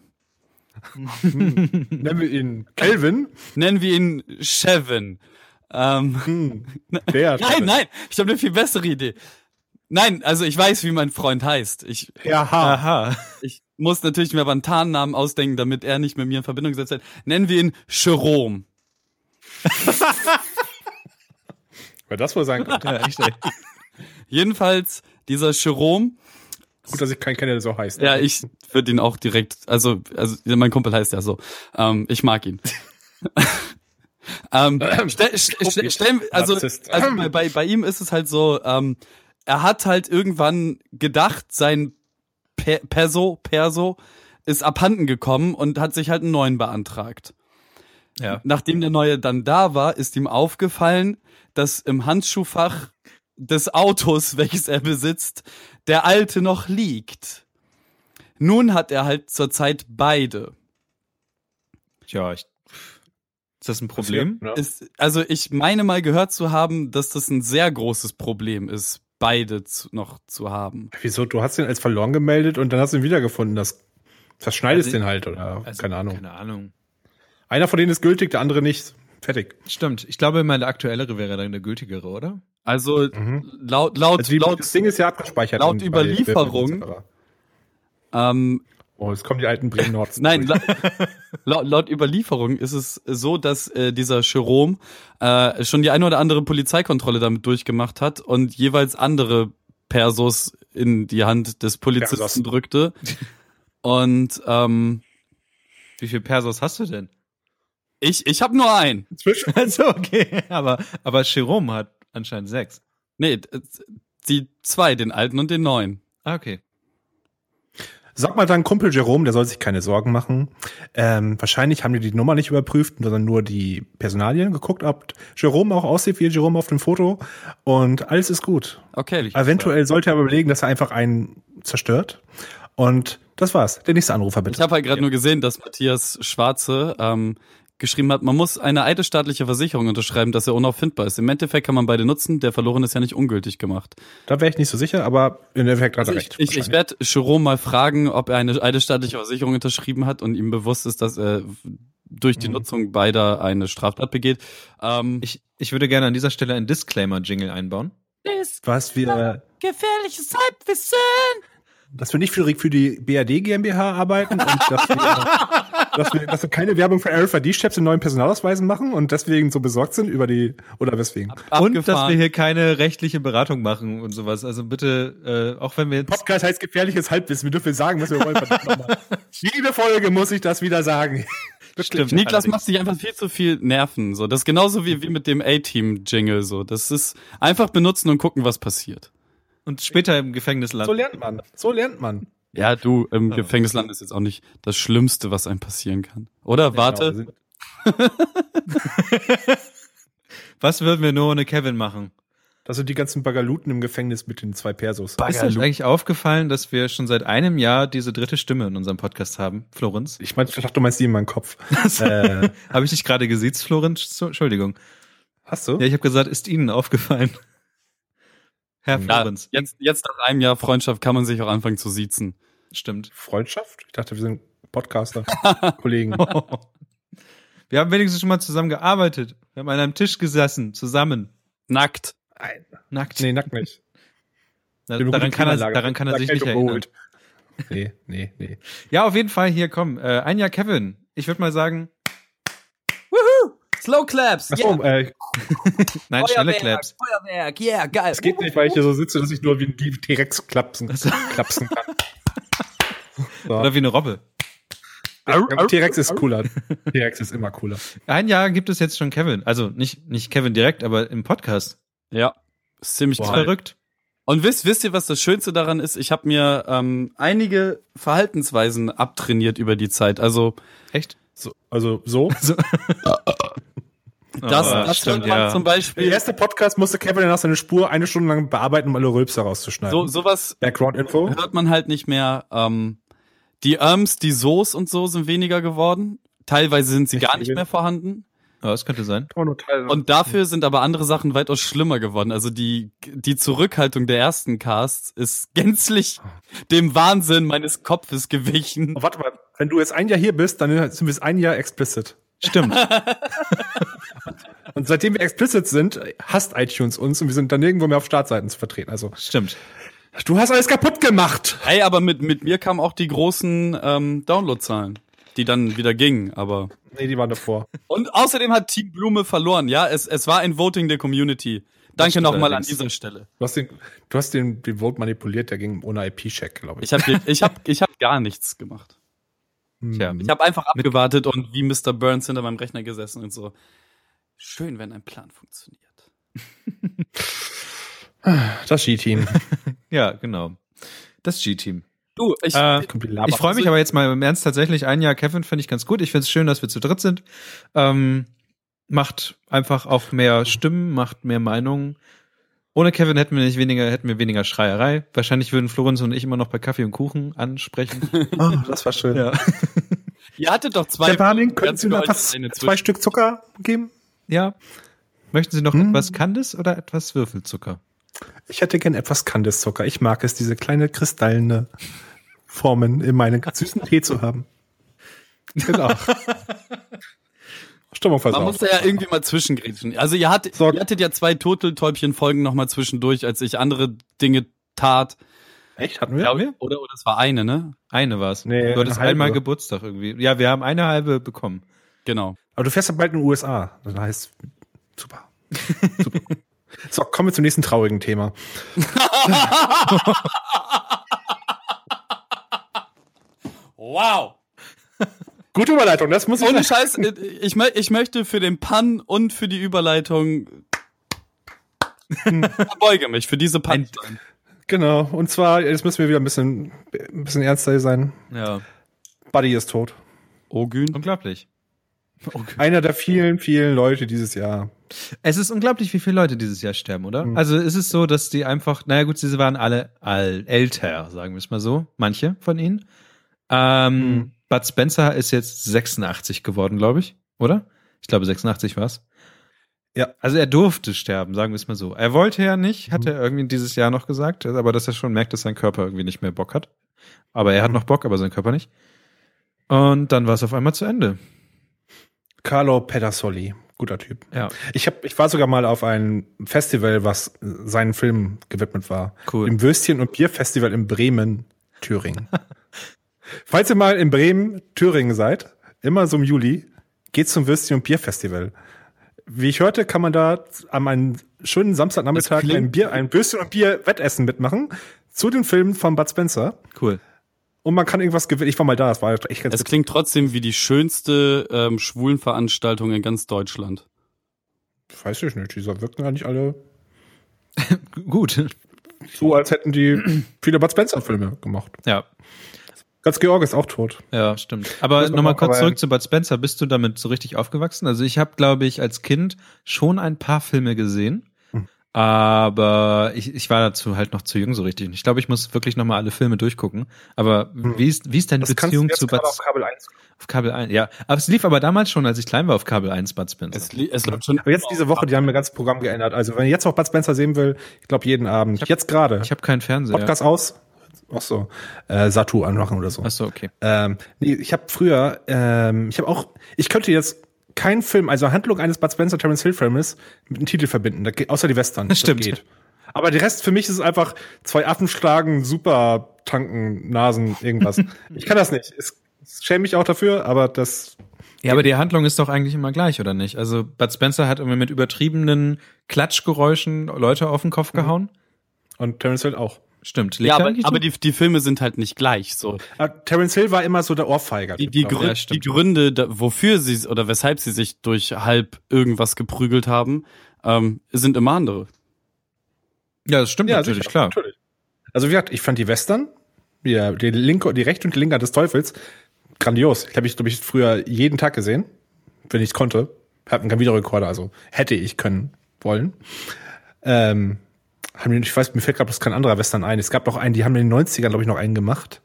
D: Nennen wir ihn Kelvin.
C: nennen wir ihn Chevin. Ähm,
D: Hm. Der.
C: Nein, nein, ich habe eine viel bessere Idee. Nein, also ich weiß, wie mein Freid heißt. Ich,
D: Aha.
B: Aha.
C: ich muss natürlich mir aber einen Tarnnamen ausdenken, damit er nicht mit mir in Verbindung gesetzt wird. Nennen wir ihn Jerome.
D: Wer das wohl sein könnte.
B: Ja, echt, ey.
C: Jedenfalls, dieser Jerome,
D: Gut, dass ich keinen kenne, der so heißt.
C: ja, ich würde ihn auch direkt, also, also mein Kumpel heißt ja so. Ähm, ich mag ihn. ähm, stell, stell, stell, also,
D: Narzisst.
C: also bei, bei, bei ihm ist es halt so, ähm, er hat halt irgendwann gedacht, sein per Perso, Perso ist abhanden gekommen und hat sich halt einen neuen beantragt.
B: ja.
C: Nachdem der neue dann da war, ist ihm aufgefallen, dass im Handschuhfach des Autos, welches er besitzt, der alte noch liegt. Nun hat er halt zurzeit beide.
B: Tja, ich. Ist das ein Problem?
D: Ja.
C: Ist, also ich meine mal gehört zu haben, dass das ein sehr großes Problem ist, beide zu, noch zu haben.
D: Wieso? Du hast ihn als verloren gemeldet und dann hast du ihn wiedergefunden. Das verschneidest
B: Also-
D: den halt, oder?
B: Also,
D: keine Ahnung.
B: Keine Ahnung.
D: Einer von denen ist gültig, der andere nicht. Fertig.
B: Stimmt. Ich glaube, immer der aktuellere wäre dann der gültigere, oder?
C: Also
D: Mhm.
C: laut laut
D: Also die, das
C: laut
D: Ding ist ja abgespeichert.
C: laut
D: in- bei
C: Überlieferung-
D: Bildern etc.
C: ähm,
D: Oh, jetzt kommen die alten Bremen Nords.
C: Nein, la laut, laut Überlieferung ist es so, dass äh, dieser Jerome äh, schon die eine oder andere Polizeikontrolle damit durchgemacht hat und jeweils andere Persos in die Hand des Polizisten
D: Persos.
C: drückte. Und ähm,
B: Wie viel Persos hast du denn?
C: ich, ich habe nur einen.
D: Zwischen
B: Also, okay. Aber, aber Jerome hat anscheinend sechs.
C: Nee, d- die zwei, den alten und den neuen.
B: Ah, okay.
D: Sag mal deinem Kumpel Jerome, der soll sich keine Sorgen machen. Ähm, wahrscheinlich haben die die Nummer nicht überprüft, sondern nur die Personalien geguckt, ob Jerome auch aussieht wie Jerome auf dem Foto. Und alles ist gut.
C: Okay. ich-
D: Eventuell sollte er aber überlegen, dass er einfach einen zerstört. Und das war's. Der nächste Anrufer
C: Ich
D: bitte.
C: habe halt gerade nur gesehen, dass Matthias Schwarze ähm, geschrieben hat, man muss eine alte staatliche Versicherung unterschreiben, dass er unauffindbar ist. Im Endeffekt kann man beide nutzen, der verloren ist ja nicht ungültig gemacht.
D: Da wäre ich nicht so sicher, aber im Endeffekt hat er recht.
C: Also Ich, ich werde Jerome mal fragen, ob er eine alte staatliche Versicherung unterschrieben hat und ihm bewusst ist, dass er durch die Nutzung beider eine Straftat begeht. Ähm,
B: Ich, ich würde gerne an dieser Stelle einen Disclaimer-Jingle einbauen.
D: was wir,
C: gefährliches Halbwissen.
D: dass wir nicht für, die- für die BAD GmbH arbeiten und dass wir, dass wir, dass wir keine Werbung für RFID-Steps in neuen Personalausweisen machen und deswegen so besorgt sind über die, oder weswegen.
B: Und dass wir hier keine rechtliche Beratung machen und sowas. Also bitte, äh, auch wenn wir jetzt.
D: Podcast heißt gefährliches Halbwissen. Wir dürfen sagen, was wir wollen. verdammt nochmal. Jede Folge muss ich das wieder sagen.
B: Stimmt,
C: Niklas
B: allerdings.
C: macht sich einfach viel zu viel Nerven. So, das ist genauso wie, wie mit dem A-Team-Jingle. So, das ist einfach benutzen und gucken, was passiert.
B: Und später im Gefängnis landen.
D: So lernt man. So lernt man.
C: Ja, du im
B: Ja.
C: Gefängnisland ist jetzt auch nicht das Schlimmste, was einem passieren kann. Oder warte,
D: Genau,
B: Was würden wir nur ohne Kevin machen?
D: Das sind die ganzen Bagaluten im Gefängnis mit den zwei Persos.
B: Ist euch eigentlich aufgefallen, dass wir schon seit einem Jahr diese dritte Stimme in unserem Podcast haben? Florenz? Also,
D: Ich meine, ich dachte, du meinst die in meinem Kopf. äh,
B: Habe ich dich gerade gesiezt, Florenz? So, Entschuldigung.
D: hast du?
B: Ja, ich habe gesagt, ist Ihnen aufgefallen. Herr
D: Ja,
C: ja,
B: Florenz.
C: jetzt, jetzt nach einem Jahr Freundschaft kann man sich auch anfangen zu siezen.
B: Stimmt.
D: Freundschaft? Ich dachte, wir sind Podcaster, Kollegen.
B: Wir haben wenigstens schon mal zusammen gearbeitet. Wir haben an einem Tisch gesessen, zusammen.
C: Nackt.
D: Nein.
B: Nackt.
D: Nee, nackt nicht.
B: Na,
D: Wir haben
B: daran, kann er,
D: eine gute Klimaanlage.
B: daran kann er
D: Da
B: sich
D: kein
B: nicht
D: Job
B: erinnern.
D: geholt. Nee, nee, nee.
B: Ja, auf jeden Fall hier, komm. Äh, ein Jahr Kevin. Ich würde mal sagen,
C: Slow Claps.
D: Ach so, äh,
B: nein, schnelle Claps.
C: Feuerwerk. Yeah, geil.
D: es geht nicht, weil ich hier so sitze, dass ich nur wie ein T-Rex klapsen, klapsen kann.
B: Oder wie eine Robbe.
D: T-Rex ist cooler. T-Rex ist immer cooler.
B: Ein Jahr gibt es jetzt schon Kevin. Also nicht, nicht Kevin direkt, aber im Podcast.
C: Ja, ist ziemlich
B: Ist
C: geil.
B: verrückt.
C: Und wisst, wisst ihr, was das Schönste daran ist? Ich habe mir ähm, einige Verhaltensweisen abtrainiert über die Zeit. Also
B: Echt?
D: So, also so.
C: das,
B: Ah,
C: das
B: stimmt,
C: hört man
B: ja.
C: zum
D: Der
C: Beispiel.
D: erste Podcast musste Kevin danach seine Spur eine Stunde lang bearbeiten, um alle Rülpser rauszuschneiden.
C: So, sowas
D: Background-Info.
C: hört man halt nicht mehr. Ähm, die Arms, die Soos und so sind weniger geworden. Teilweise sind sie gar nicht mehr vorhanden.
B: Ja, das könnte sein.
D: Oh,
C: Und dafür sind aber andere Sachen weitaus schlimmer geworden. Also die, die Zurückhaltung der ersten Casts ist gänzlich
B: Oh.
C: dem Wahnsinn meines Kopfes gewichen.
D: Oh, warte mal, wenn du jetzt ein Jahr hier bist, dann sind wir jetzt ein Jahr explicit.
B: Stimmt.
D: Und seitdem wir explicit sind, hasst iTunes uns und wir sind dann nirgendwo mehr auf Startseiten zu vertreten. Also,
B: Stimmt.
D: du hast alles kaputt gemacht.
C: Ey, aber mit, mit mir kamen auch die großen ähm, Downloadzahlen, die dann wieder gingen, aber.
D: Nee, die waren davor.
C: Und außerdem hat Team Blume verloren, ja. Es, es war ein Voting der Community. Danke
B: stimmt
C: nochmal an
B: allerdings.
C: dieser Stelle.
D: Du hast den, du hast den, den Vote manipuliert, der ging ohne IP-Check, glaube ich.
C: Ich habe ich hab, ich hab gar nichts gemacht.
B: Tja.
D: Hm.
C: Ich habe einfach abgewartet und wie Mr. Burns hinter meinem Rechner gesessen und so. Schön, wenn ein Plan funktioniert.
D: Das G-Team.
B: Ja, genau. Das G-Team.
C: Du, ich,
B: Äh, ich
D: ich
B: freue mich aber jetzt mal im Ernst tatsächlich. Ein Jahr Kevin finde ich ganz gut. Ich finde es schön, dass wir zu dritt sind. Ähm, macht einfach auch mehr Stimmen, macht mehr Meinungen. Ohne Kevin hätten wir nicht weniger, hätten wir weniger Schreierei. Wahrscheinlich würden Florenz und ich immer noch bei Kaffee und Kuchen ansprechen.
D: oh, das war schön.
B: ja.
C: ihr hattet doch zwei.
D: Herr Paning, könnten
C: ganz
D: Sie mir
C: für euch
D: einfach
C: eine
D: zwei
C: Zwischen-
D: Stück Zucker geben?
B: ja. Möchten Sie noch
D: Hm.
B: etwas Candice oder etwas Würfelzucker?
D: Ich hätte gern etwas Kandiszucker. Ich mag es, diese kleine kristallene Formen in meinem süßen Tee zu haben. Genau. Stimmung
C: Man
D: versaut.
C: muss da ja irgendwie mal zwischengrätschen. Also ihr, hatt,
D: Sorg-
C: ihr hattet ja zwei Turteltäubchen-Folgen nochmal zwischendurch, als ich andere Dinge tat.
D: Echt? Hatten wir?
B: Haben wir?
C: Oder, oder es war eine, ne?
B: Eine war es.
D: Nee,
B: du hattest
D: eine halbe.
B: einmal Geburtstag irgendwie. Ja, wir haben eine halbe bekommen.
C: Genau.
D: Aber du fährst ja bald in den USA. Das Also, heißt, super. super. so, kommen wir zum nächsten traurigen Thema.
C: Wow!
D: Gute Überleitung, das muss ich
C: Ohne
D: sagen.
C: Scheiß, äh, ich, mö- ich möchte für den Pun und für die Überleitung Ich verbeuge mich für diese Punchline.
D: Genau. Und zwar, jetzt müssen wir wieder ein bisschen, ein bisschen ernster sein.
B: Ja.
D: Buddy ist tot.
C: Ogün.
B: Unglaublich. Okay.
D: Einer der vielen, vielen Leute dieses Jahr.
B: Es ist unglaublich, wie viele Leute dieses Jahr sterben, oder? Also ist es so, dass die einfach, naja gut, diese waren alle all älter, sagen wir es mal so, manche von ihnen. Ähm,
D: Mhm.
B: Bud Spencer ist jetzt 86 geworden, glaube ich, oder? Ich glaube 86 war's.
D: Ja.
B: Also er durfte sterben, sagen wir es mal so. Er wollte ja nicht, hat er irgendwie dieses Jahr noch gesagt, aber dass er schon merkt, dass sein Körper irgendwie nicht mehr Bock hat. Aber er hat noch Bock, aber sein Körper nicht. Und dann war es auf einmal zu Ende.
D: Carlo Pedersoli. Guter Typ.
B: Ja,
D: Ich, hab, ich war sogar mal auf einem Festival, was äh, seinen Film gewidmet war.
B: cool.
D: Im Würstchen- und Bierfestival in Bremen, Thüringen. Falls ihr mal in Bremen, Thüringen seid, immer so im Juli, geht zum Würstchen- und Bierfestival. Wie ich hörte, kann man da an einem schönen Samstagnachmittag
C: Das klingt-
D: ein, Bier, ein Würstchen- und Bier-Wettessen mitmachen zu den Filmen von Bud Spencer.
B: cool.
D: Und man kann irgendwas gewinnen. Ich war mal da, das war echt ganz
C: Es klingt trotzdem wie die schönste ähm, Schwulenveranstaltung in ganz Deutschland.
D: Weiß ich nicht, die wirkten eigentlich alle
B: Gut.
D: so, als hätten die viele Bud Spencer-Filme gemacht.
B: Ja,
D: Ganz Georg ist auch tot.
B: Ja, stimmt. Aber
D: Muss man
B: nochmal
D: auch-
B: kurz
D: aber-
B: zurück zu Bud Spencer. Bist du damit so richtig aufgewachsen? Also ich habe, glaube ich, als Kind schon ein paar Filme gesehen,
D: Hm.
B: aber ich, ich war dazu halt noch zu jung so richtig. Und Ich glaube, ich muss wirklich nochmal alle Filme durchgucken. Aber wie ist, wie ist deine Beziehung zu Bud
D: auf Kabel 1.
B: auf Kabel 1? Ja, aber es lief aber damals schon, als ich klein war, auf Kabel 1 Bud Spencer.
C: Es, li- es läuft schon.
D: Aber jetzt diese Woche, die haben ihr ganzes Programm geändert. Also wenn ihr jetzt noch Bud Spencer sehen will, ich glaube jeden Abend, jetzt gerade,
B: ich habe keinen Fernseher.
D: Podcast aus, ach so, äh, Satu anmachen oder so.
B: Achso, okay.
D: Ähm, nee, ich habe früher, ähm, ich habe auch, ich könnte jetzt keinen Film, also Handlung eines Bud Spencer Terence Hill Filmes mit einem Titel verbinden, da geht, außer die Western. Das
B: Stimmt.
D: Geht. Aber der Rest für mich ist einfach zwei Affen schlagen, super tanken, Nasen, irgendwas. ich kann das nicht. Es, es schäme mich auch dafür, aber das
B: Ja, aber die Handlung ist doch eigentlich immer gleich, oder nicht? Also Bud Spencer hat irgendwie mit übertriebenen Klatschgeräuschen Leute auf den Kopf gehauen.
D: und Terence Hill auch.
B: Stimmt. Liegt
C: Ja,
B: da
C: aber,
B: eigentlich
C: aber
B: dran?
C: die, die Filme sind halt nicht gleich. So.
D: Aber Terence Hill war immer so der Ohrfeiger.
C: Die, die,
D: glaub
C: Grün-
D: ich.
B: ja,
C: die
B: stimmt.
C: Gründe, da, wofür sie oder weshalb sie sich durch halb irgendwas geprügelt haben, ähm, sind immer andere.
B: ja, das stimmt natürlich,
D: sicher,
B: klar.
D: Natürlich. Also wie gesagt, ich fand die Western, ja, die linke, die rechte und die linke Hand des Teufels, grandios. Ich habe ich, glaube ich, früher jeden Tag gesehen, wenn ich konnte. Hab einen Videorekorder, also hätte ich können wollen. Ähm, haben den, ich weiß, mir fällt gerade bloß kein anderer Western ein. Es gab noch einen, die haben in den 90ern, glaube ich, noch einen gemacht.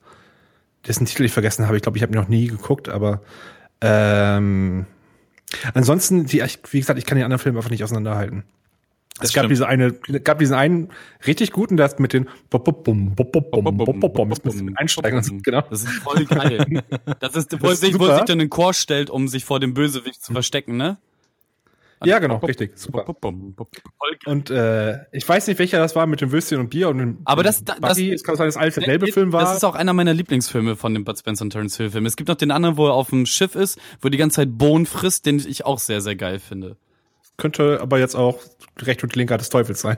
D: Dessen Titel ich vergessen habe. Ich glaube, ich habe ihn noch nie geguckt, aber ähm, ansonsten, die, ich- wie gesagt, ich kann die anderen Filme einfach nicht auseinanderhalten.
B: Das
D: es gab
B: stimmt.
D: diese eine, gab diesen einen richtig guten, der hat mit den bum, bum, bum, bum, bum, bum, bum, bum, bum, jetzt musst du einsteigen. und so, Genau.
C: Das ist voll geil. Das ist, wo,
D: Das ist
C: sich, wo
D: super.
C: sich dann ein Chor stellt, um sich vor dem Bösewicht zu verstecken, ne?
D: Ja, genau, richtig. Super.
C: Bum, bum, bum, bum. Voll geil.
D: Und äh, ich weiß nicht, welcher das war mit dem Würstchen und Bier und dem
C: Aber das-
D: dem
C: das-
D: Buggy. es kann sein, dass das alte Labelfilm war.
C: Das ist auch einer meiner Lieblingsfilme von dem Bud Spencer und Terence Hill Film. Es gibt noch den anderen, wo er auf dem Schiff ist, wo er die ganze Zeit Bohnen frisst, den ich auch sehr, sehr geil finde.
D: Könnte aber jetzt auch die rechte und die linke Hand des Teufels sein.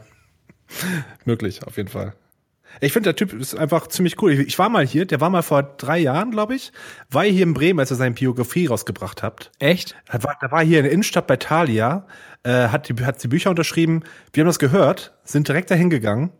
D: Möglich, auf jeden Fall. Ich finde, der Typ ist einfach ziemlich cool. Ich, ich war mal hier, der war mal vor drei Jahren, glaube ich, war hier in Bremen, als er seine Biografie rausgebracht hat.
B: Echt?
D: Da war, da war hier in der Innenstadt bei Thalia, äh, hat, die, hat die Bücher unterschrieben. Wir haben das gehört, sind direkt dahin gegangen,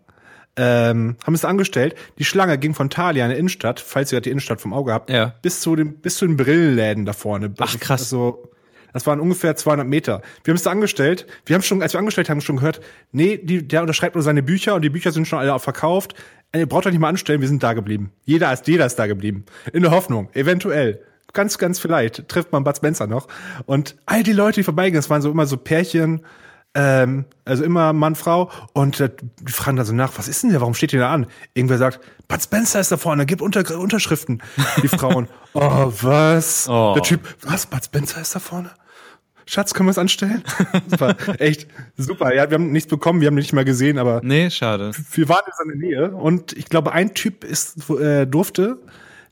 D: ähm, haben es angestellt. Die Schlange ging von Thalia in der Innenstadt, falls ihr gerade die Innenstadt vom Auge habt,
B: Ja.
D: bis, zu dem, bis zu den Brillenläden da vorne.
B: Ach,
D: Das-
B: krass.
D: Also, das waren ungefähr 200 Meter. Wir haben es da angestellt. Wir haben schon, als wir angestellt haben, schon gehört, nee, die, der unterschreibt nur seine Bücher und die Bücher sind schon alle auch verkauft. Äh, Ihr braucht euch nicht mal anstellen, wir sind da geblieben. Jeder ist, jeder ist da geblieben. In der Hoffnung, eventuell. Ganz, ganz vielleicht trifft man Bud Spencer noch. Und all die Leute, die vorbeigingen, es waren so immer so Pärchen, ähm, also immer Mann, Frau. Und äh, die fragen dann so nach, was ist denn der, warum steht der da an? Irgendwer sagt, Bud Spencer ist da vorne, gib unter, Unterschriften. Die Frauen, oh, was?
B: Oh.
D: Der Typ, was, Bud Spencer ist da vorne? Schatz, können wir es anstellen? super, echt super. Ja, wir haben nichts bekommen, wir haben ihn nicht mal gesehen, aber
B: Nee, schade.
D: wir waren in seiner Nähe und ich glaube, ein Typ ist, äh, durfte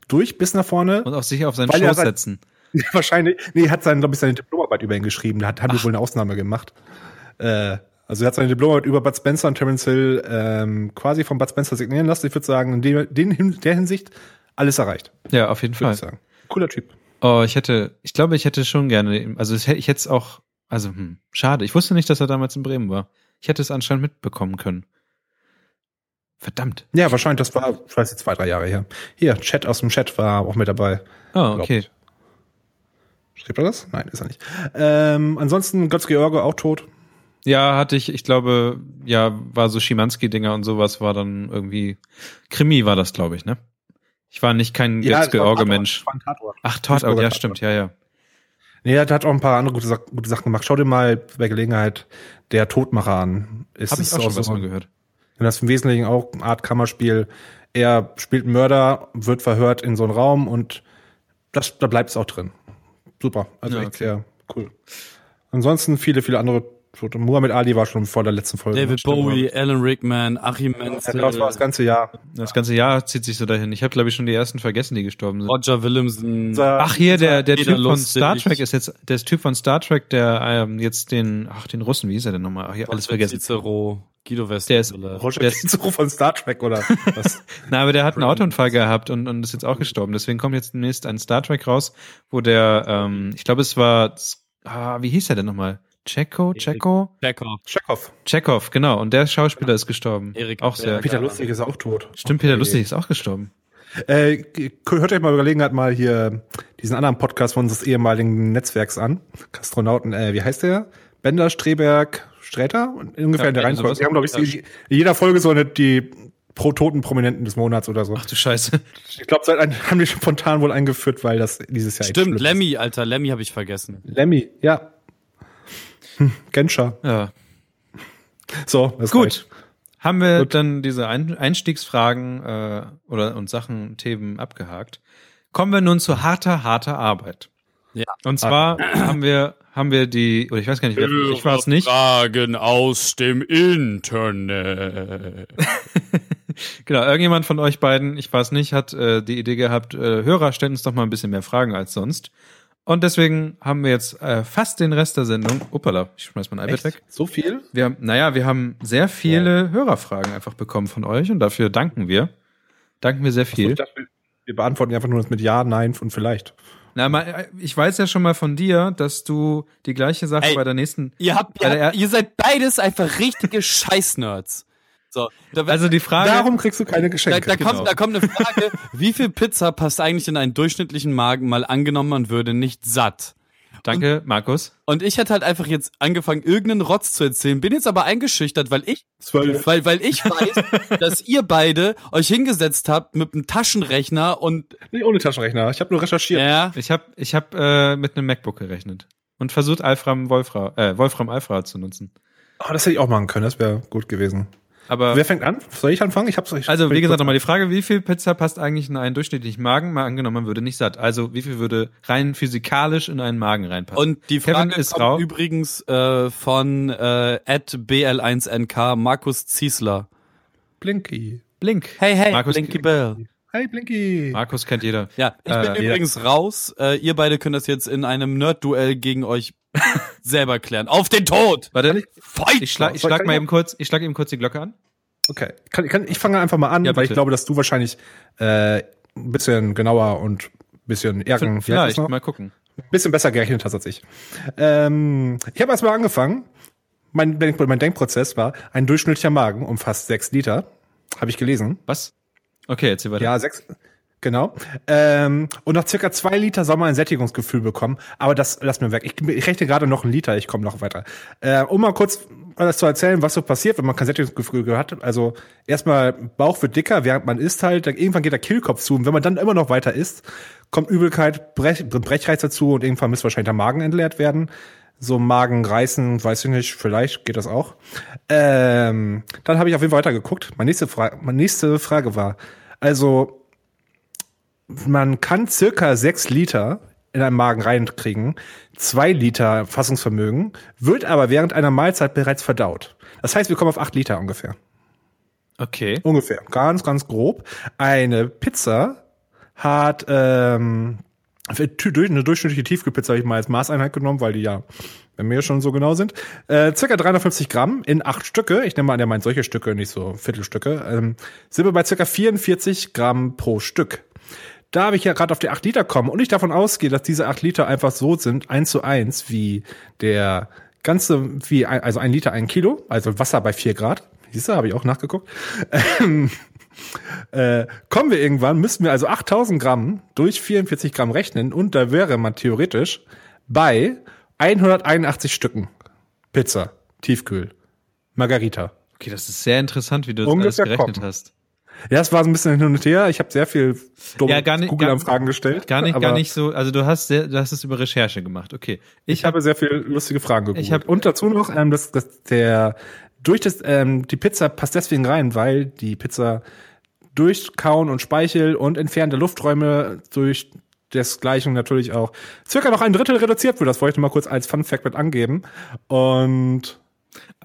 D: durch bis nach vorne.
B: Und auch sich auf seinen
D: Weil er halt
B: Schoß
D: sein-
B: setzen.
D: Wahrscheinlich, nee, hat sein, glaube ich, seine Diplomarbeit über ihn geschrieben. Da hat, haben wir wohl eine Ausnahme gemacht. Äh, also er hat seine Diplomarbeit über Bud Spencer und Terence Hill ähm, quasi von Bud Spencer signieren lassen. Ich würde sagen, in dem, den, hin- der Hinsicht alles erreicht,
B: Ja, auf jeden
D: würde
B: Fall.
D: ich sagen. Cooler Typ.
B: Oh, ich hätte, ich glaube, ich hätte schon gerne, also ich hätte es auch, also hm, schade. Ich wusste nicht, dass er damals in Bremen war. Ich hätte es anscheinend mitbekommen können. Verdammt.
D: Ja, wahrscheinlich, das war, ich weiß nicht, zwei, drei Jahre her. Hier, Chat aus dem Chat war auch mit dabei.
B: Ah,
D: Glaub
B: okay.
D: ich. Schreibt er das? Nein, ist er nicht. Ähm, ansonsten, Götz George auch tot.
B: Ja, hatte ich, ich glaube, ja, war so Schimanski-Dinger und sowas, war dann irgendwie. Krimi war das, glaube ich, ne? Ich war nicht kein
D: Ja,
B: jetzt
D: das war ein
B: George-Mensch.
D: Tatort, das war ein Tatort.
B: Ach, Tatort,
D: Duisburger
B: ja,
D: Tatort.
B: stimmt, ja, ja.
D: Nee, er hat auch ein paar andere gute, Sa- gute Sachen gemacht. Schau dir mal bei Gelegenheit der Todmacher an. Ist
B: Habe ich
D: es
B: auch schon was
D: so-
B: mal gehört.
D: Und das ist im Wesentlichen auch eine Art Kammerspiel. Er spielt einen Mörder, wird verhört in so einen Raum und das, da bleibt es auch drin. Super. Also
B: Ja,
D: echt
B: okay.
D: sehr cool. Ansonsten viele, viele andere. Tote. Muhammad Ali war schon vor der letzten Folge.
C: David
D: Stimmt,
C: Bowie, Alan Rickman, Achim
D: Ja, genau, das war
C: Menzel,
D: das ganze Jahr.
B: Das ganze Jahr zieht sich so dahin. Ich habe, glaube ich, schon die ersten vergessen, die gestorben sind.
C: Roger Williamson.
B: Ach hier, der, der
C: Peter
B: Typ von
C: halt Lustig.
B: Star Trek ist jetzt, der Typ von Star Trek, der ähm, jetzt den, ach, den Russen, wie ist er denn nochmal? Ach, hier, alles
C: Walter
B: vergessen.
C: Cicero, Guido
B: Der ist-
C: Westerwelle.
D: Roger
B: der ist-
D: Cicero von Star Trek oder was?
B: Na, aber der hat einen Autounfall gehabt und, und ist jetzt auch gestorben. Deswegen kommt jetzt demnächst ein Star Trek raus, wo der, ähm, ich glaube, es war, ah, wie hieß er denn nochmal? Checo, Checo?
C: Chekhov.
D: Chekhov.
B: Chekhov, genau. Und der Schauspieler ist gestorben.
C: Erik
B: auch sehr.
C: Berger.
D: Peter Lustig ist auch tot.
B: Stimmt, Peter Lustig ist auch gestorben.
D: Äh, hört euch mal bei Gelegenheit mal hier diesen anderen Podcast von unseres ehemaligen Netzwerks an. Kastronauten, äh, wie heißt der? Bender, Streberg, Sträter? Und ungefähr
B: Ja,
D: in der
B: irgendwie
D: Reihenfolge.
B: sowas.
D: Die haben, glaube ich, die- in jeder Folge so eine, die pro toten Prominenten des Monats oder so.
B: Ach du Scheiße.
D: Ich glaube, seit ein- haben die spontan wohl eingeführt, weil das dieses Jahr echt
C: Stimmt,
D: schlimm
C: Lemmy, Alter, Lemmy habe ich vergessen.
D: ist. Lemmy, ja. Hm, Genscher.
B: Ja.
D: So, das
B: Gut.
D: reicht.
B: Haben wir
D: Gut.
B: dann diese Ein Einstiegsfragen äh, oder und Sachen, Themen abgehakt. Kommen wir nun zu harter, harter Arbeit.
C: Ja.
B: Und zwar
D: Ah.
B: haben wir haben wir die oder ich weiß gar nicht, wer,
C: Äh,
B: ich war es nicht.
C: Fragen aus dem Internet.
B: Genau, irgendjemand von euch beiden, ich weiß nicht, hat äh, die Idee gehabt, äh, Hörer stellen uns doch mal ein bisschen mehr Fragen als sonst. Und deswegen haben wir jetzt äh, fast den Rest der Sendung. Uppala, ich schmeiß mein iPad weg.
D: Echt? So viel?
B: Wir haben, naja, wir haben sehr viele Hörerfragen einfach bekommen von euch und dafür danken wir. Danken wir sehr viel.
D: Ich dachte, wir- wir beantworten die einfach nur das mit Ja, Nein und vielleicht.
B: Na, mal, äh, ich weiß ja schon mal von dir, dass du die gleiche Sache
C: Ey.
B: bei der nächsten.
C: Ihr, habt, ihr,
B: Alter,
C: habt,
B: er-
C: ihr seid beides einfach richtige Scheißnerds. So, da, also, genau.
B: Also die Frage.
D: Darum kriegst du keine
C: da,
D: Geschenke.
C: da, kommt, da kommt eine Frage, wie viel Pizza passt eigentlich in einen durchschnittlichen Magen, mal angenommen, man würde nicht satt?
B: danke, Markus.
C: Und ich hätte halt einfach jetzt angefangen, irgendeinen Rotz zu erzählen, bin jetzt aber eingeschüchtert, weil ich
D: Zwölf.
C: Weil, weil ich weiß, dass ihr beide euch hingesetzt habt mit einem Taschenrechner und
D: Nee, ohne Taschenrechner. Ich habe nur recherchiert.
C: ja,
B: Ich habe ich hab, äh, mit einem MacBook gerechnet und versucht, Wolfram Wolfra, äh, Wolfram Alfra zu nutzen.
D: Ah, das hätte ich auch machen können, das wäre gut gewesen.
B: Aber
D: Wer fängt an? Soll ich anfangen? Ich hab's euch.
B: also, wie
D: ich-
B: gesagt, nochmal die Frage, wie viel Pizza passt eigentlich in einen durchschnittlichen Magen? Mal angenommen, man würde nicht satt. Also, wie viel würde rein physikalisch in einen Magen reinpassen?
C: und die
B: Kevin
C: Frage
B: ist
C: kommt
B: rau.
C: übrigens äh, von äh, @bl1nk Markus Ziesler.
D: Blinky.
B: Blink.
C: Hey hey,
B: Markus,
C: Blinky Bell.
D: Hey, Blinky.
B: Markus kennt jeder.
C: Ja, ich bin
B: Äh,
C: übrigens raus. Äh, ihr beide könnt das jetzt in einem Nerd-Duell gegen euch selber klären. Auf den Tod!
B: Warte,
C: Fight!
B: ich schlag, ich
D: Soll-
B: schlag
D: kann
B: mal
D: ich-
B: eben kurz, ich schlag eben kurz die Glocke an.
D: Okay. Kann, kann, ich fange einfach mal an,
B: Ja,
D: weil ich
B: bitte.
D: glaube, dass du wahrscheinlich äh, ein bisschen genauer und ein bisschen ärgern.
B: Vielleicht, mal gucken.
D: Ein bisschen besser gerechnet hast als ich. Ähm, ich habe erstmal angefangen. Mein, Denk mein Denkprozess war, ein durchschnittlicher Magen umfasst sechs Liter. Habe ich gelesen.
B: Was? Okay, jetzt hier weiter.
D: Ja, sechs. Genau. Ähm, und nach circa zwei Liter soll man ein Sättigungsgefühl bekommen. Aber das lass mir weg. Ich, ich rechne gerade noch einen Liter, ich komme noch weiter. Äh, um mal kurz alles zu erzählen, was so passiert, wenn man kein Sättigungsgefühl hat. Also erstmal Bauch wird dicker, während man isst halt. Dann, irgendwann geht der Kehlkopf zu. Und wenn man dann immer noch weiter isst, kommt Übelkeit, Brech, Brechreiz dazu und irgendwann muss wahrscheinlich der Magen entleert werden. So Magen reißen, weiß ich nicht, vielleicht geht das auch. Ähm, dann habe ich auf jeden Fall weitergeguckt. Meine nächste, Fra meine nächste Frage war, also man kann circa sechs Liter in einen Magen reinkriegen, zwei Liter Fassungsvermögen, wird aber während einer Mahlzeit bereits verdaut. Das heißt, wir kommen auf acht Liter ungefähr.
B: Okay.
D: Ungefähr. Ganz, ganz grob. Eine Pizza hat ähm, für- tü- durch- eine durchschnittliche Tiefkühlpizza habe ich mal als Maßeinheit genommen, weil die ja bei mir schon so genau sind. Äh, circa 350 Gramm in acht Stücke. Ich nehme an, der meint solche Stücke, nicht so Viertelstücke. Ähm, sind wir bei circa 44 Gramm pro Stück. Da habe ich ja gerade auf die 8 Liter kommen und ich davon ausgehe, dass diese 8 Liter einfach so sind, eins zu eins, wie der ganze, wie, ein, also ein Liter, ein Kilo, also Wasser bei vier Grad. Siehst du, habe ich auch nachgeguckt. Ähm, äh, kommen wir irgendwann, müssen wir also 8000 Gramm durch 44 Gramm rechnen und da wäre man theoretisch bei 181 Stücken Pizza, Tiefkühl, Margarita.
B: Okay, das ist sehr interessant, wie du das alles
D: Ungefähr
B: gerechnet
D: kommen.
B: hast.
D: Ja, es war so ein bisschen hin und her. Ich habe sehr viel dumme
B: Ja, gar nicht-
D: Google-Anfragen
B: gar-
D: gestellt.
B: Gar nicht,
D: aber
B: gar nicht so. Also du hast, sehr, du hast es über Recherche gemacht. Okay, ich,
D: Ich habe sehr viel lustige Fragen gegoogelt.
B: Ich hab-
D: und dazu noch, ähm, dass, dass der durch das ähm, die Pizza passt deswegen rein, weil die Pizza durch Kauen und Speichel und entfernte Lufträume durch desgleichen natürlich auch circa noch ein Drittel reduziert wird. Das wollte ich mal kurz als Fun Fact mit angeben. Und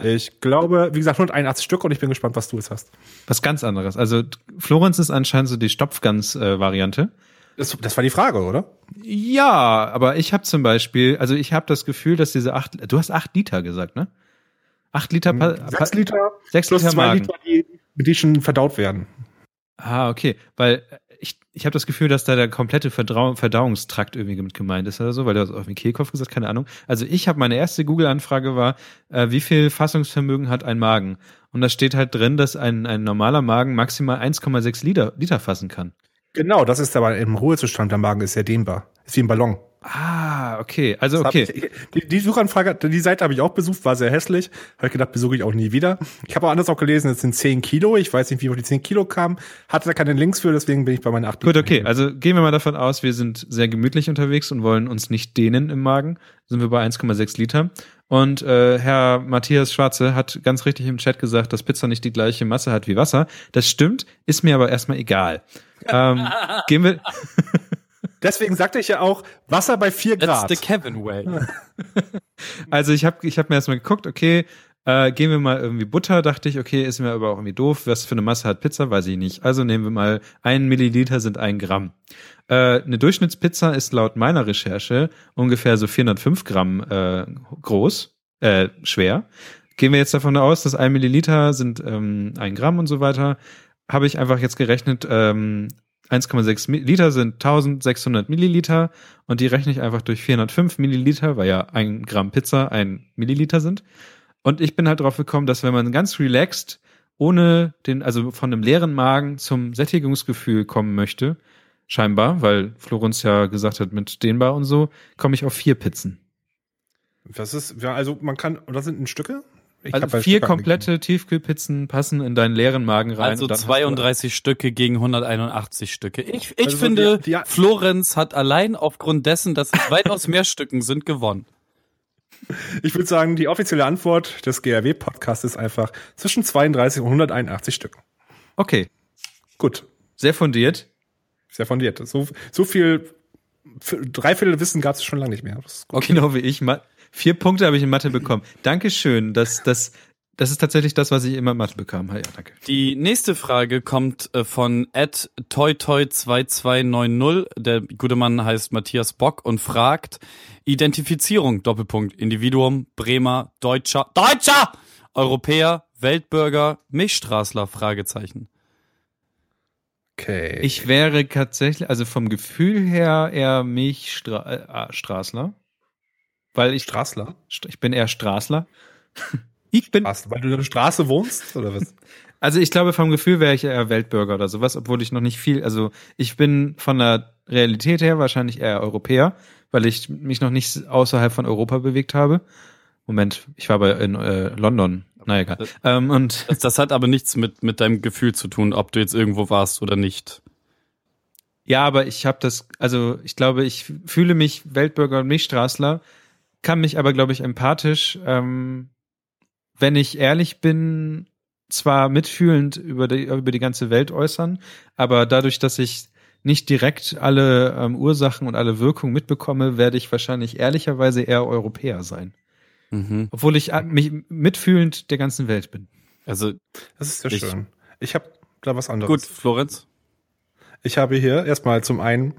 D: ich glaube, wie gesagt, 181 Stück und ich bin gespannt, was du jetzt hast.
B: was ganz anderes. Also Florenz ist anscheinend so die äh, Stopfgans-Variante.
D: Das, das war die Frage, oder?
B: Ja, aber ich habe zum Beispiel, also ich habe das Gefühl, dass diese acht, du hast acht Liter gesagt, ne? Acht Liter, pa, pa,
D: Hm, Sechs Liter
B: sechs
D: plus
B: Liter
D: zwei
B: Magen.
D: Liter, die, die schon verdaut werden.
B: Ah, okay, weil ich, ich habe das Gefühl, dass da der komplette Verdau Verdauungstrakt irgendwie mit gemeint ist oder so, weil du hast auf den Kehlkopf gesagt, keine Ahnung. Also ich habe meine erste Google-Anfrage war, äh, wie viel Fassungsvermögen hat ein Magen? Und da steht halt drin, dass ein, ein normaler Magen maximal 1,6 Liter, Liter fassen kann.
D: Genau, das ist aber im Ruhezustand der Magen ist sehr dehnbar. Ist wie ein Ballon.
B: Ah, okay, also
D: Das
B: okay.
D: hab Ich, die, die Suchanfrage, die Seite habe ich auch besucht, war sehr hässlich. Habe ich gedacht, besuche ich auch nie wieder. Ich habe auch anders auch gelesen, es sind 10 Kilo. Ich weiß nicht, wie ich auf die 10 Kilo kam. Hatte da keine Links für, deswegen bin ich bei meinen 8
B: Gut, okay. Also gehen wir mal davon aus, wir sind sehr gemütlich unterwegs und wollen uns nicht dehnen im Magen. Sind wir bei 1,6 Liter. Und äh, Herr Matthias Schwarze hat ganz richtig im Chat gesagt, dass Pizza nicht die gleiche Masse hat wie Wasser. Das stimmt, ist mir aber erstmal egal. ähm, gehen wir.
D: Deswegen sagte ich ja auch, Wasser bei 4
C: That's
D: Grad.
C: the Kevin way.
B: Also ich habe ich hab mir erstmal geguckt, okay, äh, gehen wir mal irgendwie Butter, dachte ich, okay, ist mir aber auch irgendwie doof. Was für eine Masse hat Pizza, weiß ich nicht. Also nehmen wir mal, ein Milliliter sind ein Gramm. Äh, eine Durchschnittspizza ist laut meiner Recherche ungefähr so 405 Gramm äh, groß, äh, schwer. Gehen wir jetzt davon aus, dass ein Milliliter sind ähm, ein Gramm und so weiter. Habe ich einfach jetzt gerechnet, ähm, 1,6 Mi- Liter sind 1600 Milliliter und die rechne ich einfach durch 405 Milliliter, weil ja ein Gramm Pizza ein Milliliter sind. Und ich bin halt drauf gekommen, dass wenn man ganz relaxed, ohne den, also von einem leeren Magen zum Sättigungsgefühl kommen möchte, scheinbar, weil Florenz ja gesagt hat, mit dehnbar und so, komme ich auf vier Pizzen.
D: Das ist, ja, also man kann, und das sind in Stücke? Ich hab halt
B: also
D: bei
B: vier
D: Stück
B: komplette Tiefkühlpizzen passen in deinen leeren Magen rein.
C: Also
B: und dann hast du-
C: 32 Stücke gegen 181 Stücke. Ich, ich
D: Also so
C: finde,
D: die- die-
C: Florenz hat allein aufgrund dessen, dass es weitaus mehr Stücken sind, gewonnen.
D: angegeben. Ich würde sagen, die offizielle Antwort des GRW-Podcasts ist einfach zwischen 32 und 181 Stück.
B: Okay,
D: Gut,
B: sehr fundiert.
D: sehr fundiert. So, so viel, für- Dreiviertel Wissen gab es schon lange nicht mehr. Das ist gut.
B: Okay. Genau wie ich. Ma Vier Punkte habe ich in Mathe bekommen. Dankeschön. Das, das, das ist tatsächlich das, was ich immer in Mathe bekam. Ja, danke.
C: Die nächste Frage kommt äh, von toytoy2290. Der gute Mann heißt Matthias Bock und fragt Identifizierung, Doppelpunkt, Individuum, Bremer, Deutscher, Deutscher, Europäer, Weltbürger, Milchstraßler, Fragezeichen.
D: okay.
C: Äh,
B: Ich wäre tatsächlich, also vom Gefühl her eher mich Stra äh, Straßler. Weil ich,
D: Straßler?
B: St- ich bin eher Straßler. Ich bin,
D: Straße, weil du in der Straße wohnst oder was?
B: also ich glaube, vom Gefühl wäre ich eher Weltbürger oder sowas, obwohl ich noch nicht viel, also ich bin von der Realität her wahrscheinlich eher Europäer, weil ich mich noch nicht außerhalb von Europa bewegt habe. Moment, ich war aber in äh, London. Na egal. Ähm, und
C: Das, das hat aber nichts mit, mit deinem Gefühl zu tun, ob du jetzt irgendwo warst oder nicht.
B: Ja, aber ich habe das, also ich glaube, ich fühle mich Weltbürger und Milchstraßler, kann mich aber, glaube ich, empathisch, ähm, wenn ich ehrlich bin, zwar mitfühlend über die, über die ganze Welt äußern, aber dadurch, dass ich nicht direkt alle ähm, Ursachen und alle Wirkungen mitbekomme, werde ich wahrscheinlich ehrlicherweise eher Europäer sein.
C: Mhm.
B: Obwohl ich äh, mich mitfühlend der ganzen Welt bin.
C: Also
D: Das ist sehr
C: Ich-
D: schön. Ich habe da was anderes.
C: gut, Florenz.
D: Ich habe hier erstmal zum einen,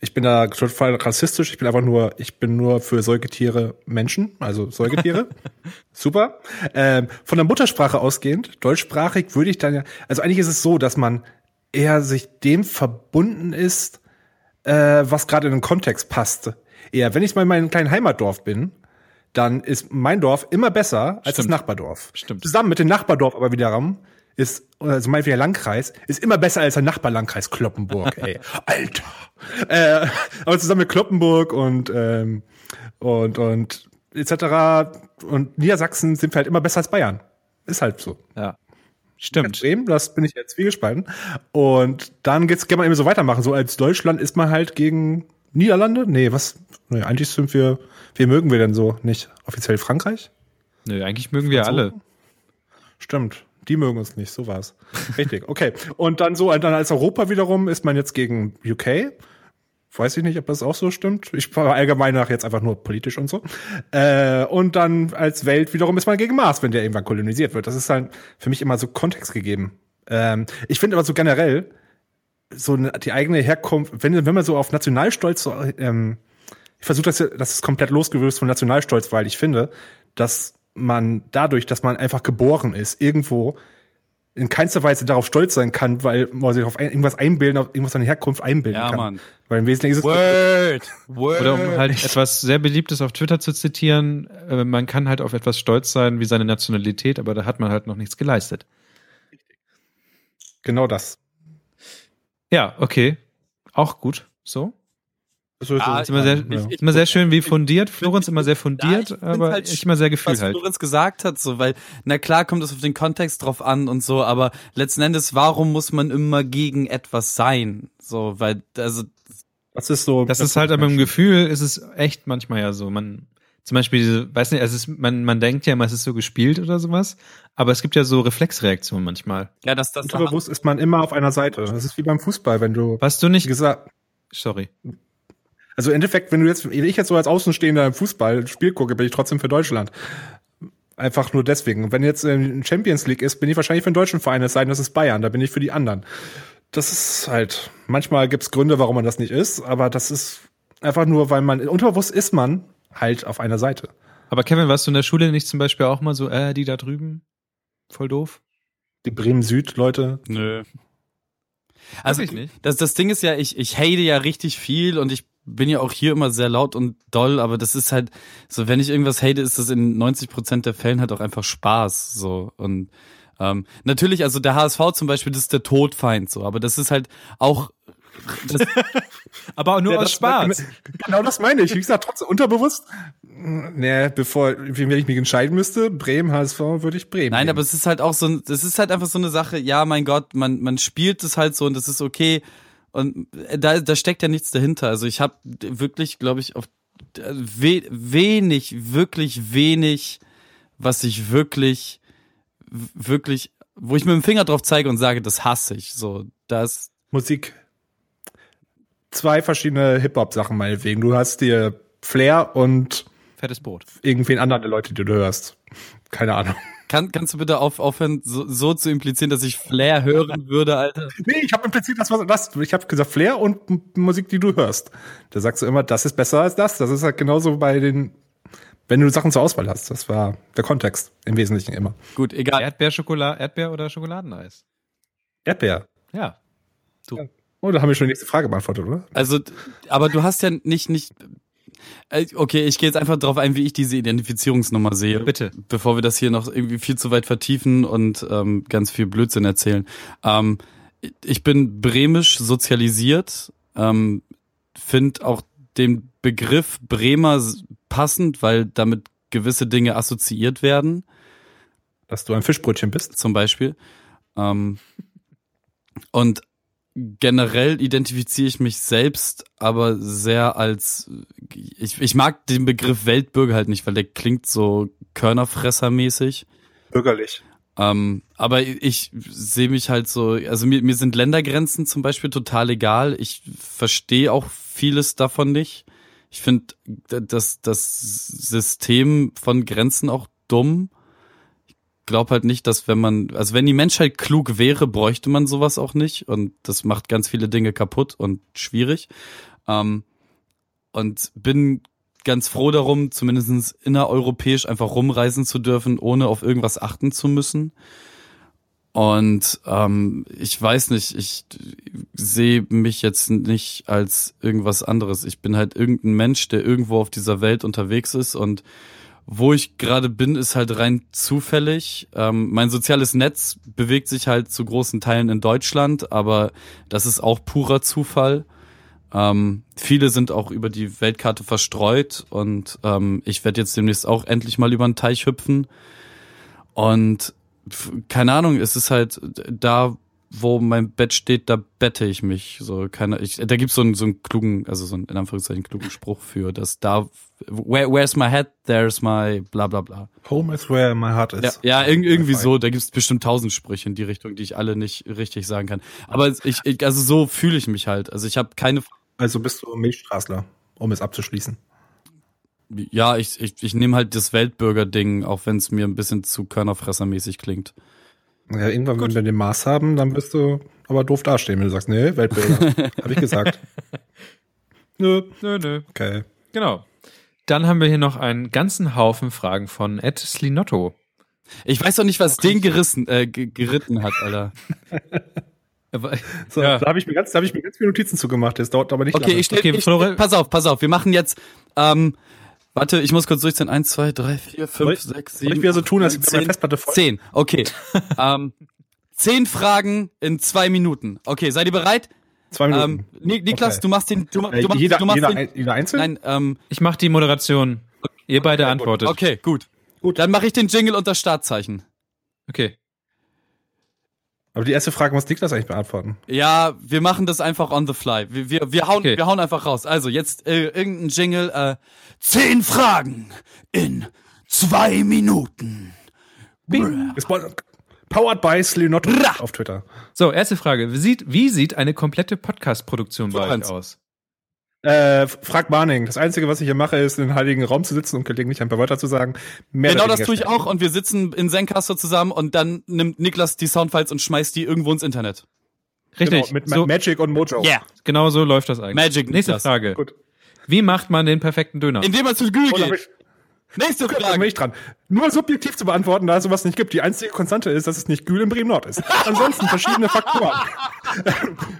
D: ich bin da total rassistisch, ich bin einfach nur, ich bin nur für Säugetiere Menschen, also Säugetiere. Super. Ähm, von der Muttersprache ausgehend, deutschsprachig würde ich dann ja, also eigentlich ist es so, dass man eher sich dem verbunden ist, äh, was gerade in den Kontext passt. Eher, wenn ich mal in meinem kleinen Heimatdorf bin, dann ist mein Dorf immer besser als das
B: Stimmt.
D: Nachbardorf.
B: Stimmt.
D: Zusammen mit dem Nachbardorf aber wiederum ist, also mein der Landkreis, ist immer besser als der Nachbarlandkreis Kloppenburg, ey. Alter! Äh, aber zusammen mit Kloppenburg und, ähm, und, und etc. und Niedersachsen sind wir halt immer besser als Bayern. Ist halt so.
B: Ja. Stimmt.
D: Bremen, das bin ich jetzt zwiegespalten. Und dann geht's, kann man eben so weitermachen. So als Deutschland ist man halt gegen Niederlande? Nee, was? Nee, eigentlich sind wir, wen mögen wir denn so? Nicht offiziell Frankreich?
B: Nö, eigentlich mögen wir alle.
D: Stimmt. Die mögen uns nicht, so war's. Richtig, okay. Und dann so, dann als Europa wiederum ist man jetzt gegen UK. Weiß ich nicht, ob das auch so stimmt. Ich fahre allgemein nach jetzt einfach nur politisch und so. Äh, und dann als Welt wiederum ist man gegen Mars, wenn der irgendwann kolonisiert wird. Das ist dann für mich immer so Kontext gegeben. Ähm, ich finde aber so generell, so eine- die eigene Herkunft, wenn, wenn man so auf Nationalstolz so, ähm, ich versuche das, das ist komplett losgelöst von Nationalstolz, weil ich finde, dass man dadurch, dass man einfach geboren ist, irgendwo in keinster Weise darauf stolz sein kann, weil man sich auf ein- irgendwas einbilden, auf irgendwas seine Herkunft einbilden
C: Ja,
D: kann.
C: Mann.
D: Weil im Wesentlichen ist es,
C: Word! Word!
B: Oder um halt etwas sehr Beliebtes auf Twitter zu zitieren, äh, man kann halt auf etwas stolz sein wie seine Nationalität, aber da hat man halt noch nichts geleistet.
D: genau das.
B: Ja, okay. Auch gut. So.
D: So ist
C: Ah,
B: Ist
D: es.
B: immer sehr, ist immer sehr schön wie fundiert. Florenz immer sehr fundiert,
C: Ja, ich find's
B: aber
C: halt
B: ich immer sehr
C: was
B: Gefühl halt.
C: Florenz gesagt hat, so, weil, na klar kommt es auf den Kontext drauf an und so, aber letzten Endes, warum muss man immer gegen etwas sein? So, weil, also,
D: Das ist so.
B: Das ist halt aber im Gefühl, ist es echt manchmal ja so. Man, zum Beispiel, diese, weiß nicht, es ist, man, man denkt ja immer, es ist so gespielt oder sowas, aber es gibt ja so Reflexreaktionen manchmal.
C: ja, dass das
D: Unterbewusst ist man immer auf einer Seite. Das ist wie beim Fußball, wenn du,
B: Warst du
D: wie
B: nicht.
D: gesagt,
B: Sorry.
D: also im Endeffekt, wenn du jetzt, wenn ich jetzt so als Außenstehender im Fußball ein Spiel gucke, bin ich trotzdem für Deutschland. Einfach nur deswegen. Und wenn jetzt ähm, Champions League ist, bin ich wahrscheinlich für einen deutschen Verein, es sei denn, das ist Bayern, da bin ich für die anderen. Das ist halt, manchmal gibt's Gründe, warum man das nicht ist, aber das ist einfach nur, weil man, unterbewusst ist man halt auf einer Seite.
B: Aber Kevin, warst du in der Schule nicht zum Beispiel auch mal so, äh, die da drüben? Voll doof?
D: Die Bremen-Süd-Leute,
C: Nö. Also,
B: Wirklich nicht?
C: Das, das Ding ist ja, ich, ich hate ja richtig viel und ich bin ja auch hier immer sehr laut und doll, aber das ist halt, so wenn ich irgendwas hate, ist das in 90% der Fällen halt auch einfach Spaß, so. Und ähm, natürlich, also der HSV zum Beispiel, das ist der Todfeind, so, aber das ist halt auch, das,
B: Aber nur
D: Ja,
B: aus
D: das-
B: Spaß.
D: Genau das meine ich. Wie gesagt, trotzdem unterbewusst. mm, Nee, bevor, wenn ich mich entscheiden müsste, Bremen, HSV, würde ich Bremen.
C: Nein,
D: nehmen.
C: aber es ist halt auch so, ein- es ist halt einfach so eine Sache, ja, mein Gott, man, man spielt es halt so und das ist okay. Und äh, da, da steckt ja nichts dahinter. Also ich habe wirklich, glaube ich, auf äh, we, wenig, wirklich wenig, was ich wirklich, w- wirklich, wo ich mit dem Finger drauf zeige und sage, das hasse ich. So, das,
D: Musik. Zwei verschiedene Hip-Hop-Sachen meinetwegen. Du hast dir Flair und
B: Fettes Brot.
D: irgendwen anderen der Leute, die du hörst. Keine Ahnung.
C: kann, kannst du bitte auf, aufhören, so, so zu implizieren, dass ich Flair hören würde, Alter?
D: Nee, ich habe im Prinzip das, was das. Ich habe gesagt, Flair und M- Musik, die du hörst. Da sagst du immer, das ist besser als das. Das ist halt genauso bei den, wenn du Sachen zur Auswahl hast. Das war der Kontext im Wesentlichen immer.
C: Gut, egal.
B: Erdbeer, Schokolade, Erdbeer oder Schokoladeneis?
D: Erdbeer.
B: Ja.
D: Oh, da haben wir schon die nächste Frage beantwortet, oder?
C: Also, d- aber du hast ja nicht, nicht. äh, Okay, ich gehe jetzt einfach drauf ein, wie ich diese Identifizierungsnummer sehe.
B: Bitte.
C: Bevor wir das hier noch irgendwie viel zu weit vertiefen und ähm, ganz viel Blödsinn erzählen. Ähm, ich bin bremisch sozialisiert, ähm, finde auch den Begriff Bremer s- passend, weil damit gewisse Dinge assoziiert werden
D: Dass du ein Fischbrötchen bist.
C: zum Beispiel. Ähm, und generell identifiziere ich mich selbst aber sehr als, ich, ich mag den Begriff Weltbürger halt nicht, weil der klingt so Körnerfressermäßig.
D: Bürgerlich.
C: Ähm, aber ich sehe mich halt so, also mir, mir sind Ländergrenzen zum Beispiel total egal. Ich verstehe auch vieles davon nicht. Ich finde das, das System von Grenzen auch dumm. Ich glaube halt nicht, dass wenn man, also wenn die Menschheit klug wäre, bräuchte man sowas auch nicht. Und das macht ganz viele Dinge kaputt und schwierig. Ähm, und bin ganz froh darum, zumindestens innereuropäisch einfach rumreisen zu dürfen, ohne auf irgendwas achten zu müssen. Und ähm, ich weiß nicht, ich sehe mich jetzt nicht als irgendwas anderes. Ich bin halt irgendein Mensch, der irgendwo auf dieser Welt unterwegs ist und wo ich gerade bin, ist halt rein zufällig. Ähm, mein soziales Netz bewegt sich halt zu großen Teilen in Deutschland, aber das ist auch purer Zufall. Ähm, viele sind auch über die Weltkarte verstreut und ähm, ich werde jetzt demnächst auch endlich mal über den Teich hüpfen. Und f- keine Ahnung, es ist halt da, wo mein Bett steht, da bette ich mich. So, keine, ich, da gibt's so einen, so einen klugen, also so einen in Anführungszeichen klugen Spruch für, dass da, where, where's my head, there's my bla bla bla.
D: Home is where my heart
C: Ja,
D: is.
C: ja irg irgendwie
D: Wi-Fi.
C: so. Da gibt's bestimmt tausend Sprüche in die Richtung, die ich alle nicht richtig sagen kann. Aber ich, ich also so fühle ich mich halt. Also ich habe keine.
D: Also bist du Milchstraßler, um es abzuschließen.
C: Ja, ich, ich, ich nehme halt das Weltbürger-Ding, auch wenn es mir ein bisschen zu körnerfressermäßig klingt.
D: Ja, irgendwann, wenn wir den Mars haben, dann wirst du aber doof dastehen, wenn du sagst, nee, Weltbilder. Hab ich gesagt.
B: Nö, nö, nö.
D: Okay.
B: Genau. Dann haben wir hier noch einen ganzen Haufen Fragen von Ed Slinotto.
C: Ich weiß doch nicht, was den gerissen, äh, ge- geritten hat, Alter.
B: Aber-
D: So,
B: Ja.
D: da habe ich, mir ganz- da hab ich mir ganz viele Notizen zugemacht. Das dauert aber nicht
C: Okay, ich stell,
B: Okay,
C: ich,
B: Florian-
C: pass auf, pass auf. Wir machen jetzt, ähm, warte, ich muss kurz durchzählen. Eins, zwei, drei, vier,
D: Soll
C: fünf,
D: ich-
C: sechs,
D: Soll
C: sieben.
D: ich wieder so tun, als
C: acht,
D: ich meine
C: neun,
D: Festplatte voll
C: Zehn, okay. ähm, zehn Fragen in zwei Minuten. Okay, seid ihr bereit?
D: Zwei Minuten.
C: Ähm, Ni- Niklas,
D: Okay.
C: du machst den. Du, ma-
D: Äh,
C: du machst,
D: jeder,
C: du machst
D: jeder,
C: den.
D: ein- jeder einzeln?
C: nein, ähm,
B: Ich mache die Moderation. Ihr beide antwortet.
C: okay, gut.
D: Gut.
C: Dann mache ich den Jingle unter Startzeichen.
B: Okay.
D: Aber die erste Frage muss Niklas eigentlich beantworten.
C: Ja, wir machen das einfach on the fly. Wir, wir, wir, hauen,
B: Okay.
C: wir hauen einfach raus. Also jetzt äh, irgendein Jingle. Äh, zehn Fragen in zwei Minuten. Brr.
D: Gespon- Powered by Slinotto auf Twitter.
B: So, erste Frage. Wie sieht, wie sieht eine komplette Podcast-Produktion bei euch
C: Florenz.
B: aus?
D: Äh, frag Barning. Das Einzige, was ich hier mache, ist, in den heiligen Raum zu sitzen und gelegentlich ein paar Wörter zu sagen. Mehr
C: Genau
D: oder
C: das
D: weniger
C: tue ich
D: schnell.
C: auch und wir sitzen in Zencaster zusammen und dann nimmt Niklas die Soundfiles und schmeißt die irgendwo ins Internet.
B: Richtig.
D: Genau, mit Ma-
B: so,
D: Magic und Mojo.
C: Yeah.
B: genau so läuft das eigentlich.
C: Magic
B: Nächste
C: Niklas.
B: Frage.
D: Gut.
B: Wie macht man den perfekten Döner?
C: Indem er zur Gül
D: Oh, da bin
C: geht.
D: ich,
C: Nächste
D: da bin
C: Frage.
D: ich dran. Nur subjektiv zu beantworten, da es sowas nicht gibt. Die einzige Konstante ist, dass es nicht Gül in Bremen-Nord ist. Ansonsten verschiedene Faktoren.